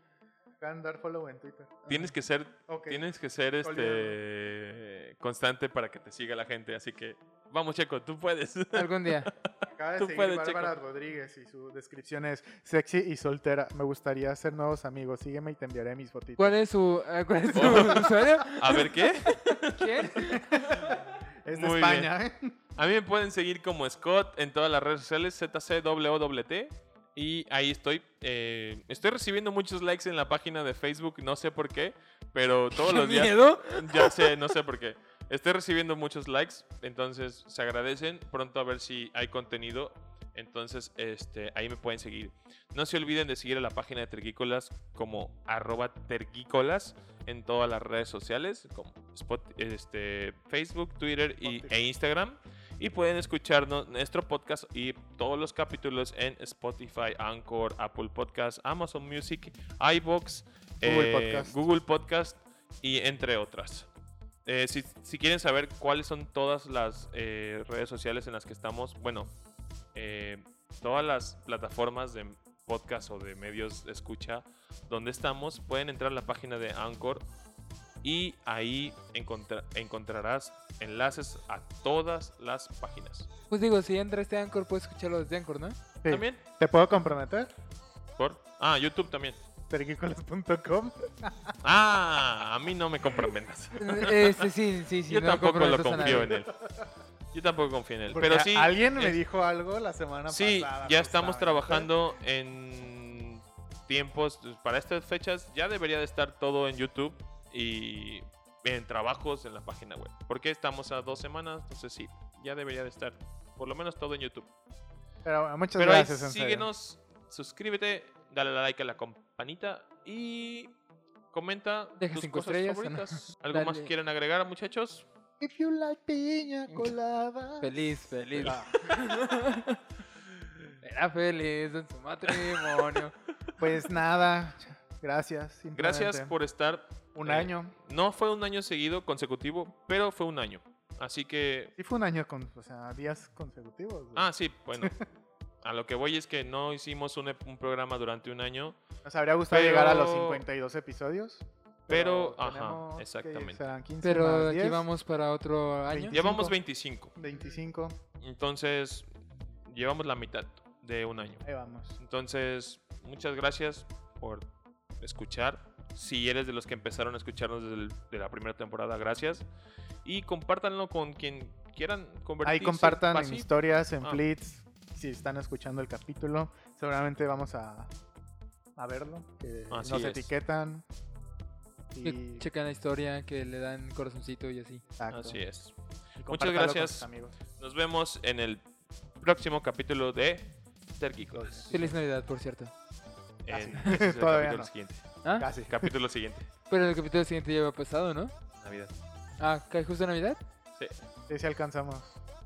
[SPEAKER 3] Pueden dar follow en Twitter.
[SPEAKER 1] Tienes que ser,
[SPEAKER 3] Ok.
[SPEAKER 1] tienes que ser este constante para que te siga la gente. Así que vamos, Checo, tú puedes.
[SPEAKER 2] Algún día.
[SPEAKER 3] Acaba de
[SPEAKER 1] tú
[SPEAKER 3] seguir
[SPEAKER 1] puedes,
[SPEAKER 3] Bárbara Rodríguez y su descripción es sexy y soltera. Me gustaría ser nuevos amigos. Sígueme y te enviaré mis fotitos.
[SPEAKER 2] ¿Cuál es su, ah, ¿cuál es su
[SPEAKER 1] Oh.
[SPEAKER 2] usuario?
[SPEAKER 1] A ver qué.
[SPEAKER 2] ¿Quién?
[SPEAKER 3] Es de
[SPEAKER 1] Muy
[SPEAKER 3] España. ¿eh?
[SPEAKER 1] A mí me pueden seguir como Scott en todas las redes sociales, ZCWWT. Y ahí estoy. eh, estoy recibiendo muchos likes en la página de Facebook, no sé por qué, pero todos los días.
[SPEAKER 2] ¿Miedo?
[SPEAKER 1] Ya sé, no sé por qué. Estoy recibiendo muchos likes, entonces se agradecen. Pronto a ver si hay contenido. Entonces, este, ahí me pueden seguir. No se olviden de seguir a la página de Tergícolas como arroba tergícolas en todas las redes sociales, como Spot- este, Facebook, Twitter y-
[SPEAKER 3] Spotify.
[SPEAKER 1] e Instagram. Y pueden escucharnos nuestro podcast y todos los capítulos en Spotify, Anchor, Apple Podcast, Amazon Music, iBox,
[SPEAKER 3] Google
[SPEAKER 1] eh,
[SPEAKER 3] Podcast.
[SPEAKER 1] Google Podcast y entre otras. Eh, si, si quieren saber cuáles son todas las eh, redes sociales en las que estamos, bueno, eh, todas las plataformas de podcast o de medios de escucha donde estamos, pueden entrar a la página de Anchor y ahí encontra- encontrarás enlaces a todas las páginas.
[SPEAKER 2] Pues digo, si entra este Anchor, puedes escucharlo desde Anchor, ¿no?
[SPEAKER 3] Sí.
[SPEAKER 1] También
[SPEAKER 3] ¿Te puedo comprometer?
[SPEAKER 1] ¿Por? Ah, YouTube también.
[SPEAKER 3] Periquicolas.com.
[SPEAKER 1] Ah, a mí no me comprometas.
[SPEAKER 2] Este, sí, sí, sí.
[SPEAKER 1] Yo
[SPEAKER 2] no
[SPEAKER 1] tampoco lo
[SPEAKER 2] comprometas a nadie.
[SPEAKER 1] confío en él. Yo tampoco confío en él.
[SPEAKER 3] Porque
[SPEAKER 1] Pero sí.
[SPEAKER 3] Alguien me
[SPEAKER 1] es-
[SPEAKER 3] dijo algo la semana
[SPEAKER 1] Sí,
[SPEAKER 3] pasada.
[SPEAKER 1] ya
[SPEAKER 3] no
[SPEAKER 1] estamos
[SPEAKER 3] saben.
[SPEAKER 1] trabajando en tiempos. pues, Para estas fechas ya debería de estar todo en YouTube y en trabajos en la página web. Porque estamos a dos semanas, entonces sí, ya debería de estar por lo menos todo en YouTube.
[SPEAKER 3] Pero eh, muchas
[SPEAKER 1] Pero ahí
[SPEAKER 3] gracias, en serio.
[SPEAKER 1] síguenos, suscríbete, dale like a la campanita y comenta
[SPEAKER 2] Deja
[SPEAKER 1] tus
[SPEAKER 2] cinco
[SPEAKER 1] cosas
[SPEAKER 2] estrellas.
[SPEAKER 1] favoritas. ¿Algo más
[SPEAKER 2] Dale.
[SPEAKER 1] quieren agregar, muchachos?
[SPEAKER 3] If you like piña colada.
[SPEAKER 2] Feliz, feliz.
[SPEAKER 3] Ah,
[SPEAKER 2] Era feliz en su matrimonio.
[SPEAKER 3] Pues nada. Gracias.
[SPEAKER 1] Gracias
[SPEAKER 3] simplemente.
[SPEAKER 1] por estar.
[SPEAKER 3] Un
[SPEAKER 1] eh,
[SPEAKER 3] año.
[SPEAKER 1] No fue un año seguido consecutivo, pero fue un año. Así que
[SPEAKER 3] Sí fue un año con, o sea, días consecutivos. güey.
[SPEAKER 1] Ah, sí, bueno. A lo que voy es que no hicimos un, ep- un programa durante un año,
[SPEAKER 3] Nos habría gustado
[SPEAKER 1] pero-
[SPEAKER 3] llegar a los 52 episodios.
[SPEAKER 1] pero,
[SPEAKER 3] tenemos
[SPEAKER 1] ajá,
[SPEAKER 3] que
[SPEAKER 1] exactamente.
[SPEAKER 3] serán 15
[SPEAKER 2] Pero
[SPEAKER 3] más
[SPEAKER 2] aquí
[SPEAKER 3] 10,
[SPEAKER 2] vamos para otro año.
[SPEAKER 3] Veinti-
[SPEAKER 1] Llevamos
[SPEAKER 3] cinco.
[SPEAKER 1] 25,
[SPEAKER 3] 25.
[SPEAKER 1] entonces llevamos la mitad de un año.
[SPEAKER 3] Ahí vamos.
[SPEAKER 1] Entonces, muchas gracias por escuchar. Si eres de los que empezaron a escucharnos desde el- de la primera temporada, gracias. Y compártanlo con quien quieran convertirse.
[SPEAKER 3] Ahí compartan en
[SPEAKER 1] pasi-
[SPEAKER 3] historias, en
[SPEAKER 1] Ah.
[SPEAKER 3] flits, si están escuchando el capítulo. Seguramente vamos a, a verlo. que
[SPEAKER 1] Así
[SPEAKER 3] nos
[SPEAKER 1] es.
[SPEAKER 3] etiquetan.
[SPEAKER 2] Que
[SPEAKER 3] Y,
[SPEAKER 2] Checan la historia, que le dan corazoncito y así.
[SPEAKER 3] exacto,
[SPEAKER 1] Así es.
[SPEAKER 3] y compártalo con
[SPEAKER 1] gracias.
[SPEAKER 3] sus amigos.
[SPEAKER 1] Nos vemos en el próximo capítulo de Terquicos.
[SPEAKER 2] Feliz Navidad, por cierto.
[SPEAKER 1] En- ese
[SPEAKER 3] Casi.
[SPEAKER 1] es el
[SPEAKER 3] ah, Todavía
[SPEAKER 1] capítulo
[SPEAKER 3] no.
[SPEAKER 1] siguiente.
[SPEAKER 2] ¿Ah?
[SPEAKER 3] Casi.
[SPEAKER 1] Capítulo siguiente.
[SPEAKER 2] Pero el capítulo siguiente lleva pasado, ¿no?
[SPEAKER 1] Navidad.
[SPEAKER 2] Ah, ¿cae justo Navidad?
[SPEAKER 1] Sí.
[SPEAKER 3] Sí, sí alcanzamos.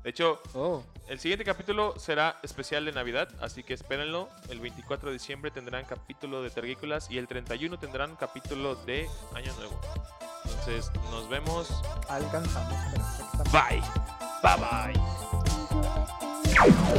[SPEAKER 1] De hecho,
[SPEAKER 2] Oh.
[SPEAKER 1] el siguiente capítulo será especial de Navidad, así que espérenlo. El 24 de diciembre tendrán capítulo de Tergícolas y el 31 tendrán capítulo de Año Nuevo. Entonces, nos vemos.
[SPEAKER 3] Alcanzamos. perfectamente.
[SPEAKER 1] Bye. Bye bye.
[SPEAKER 4] Thank you.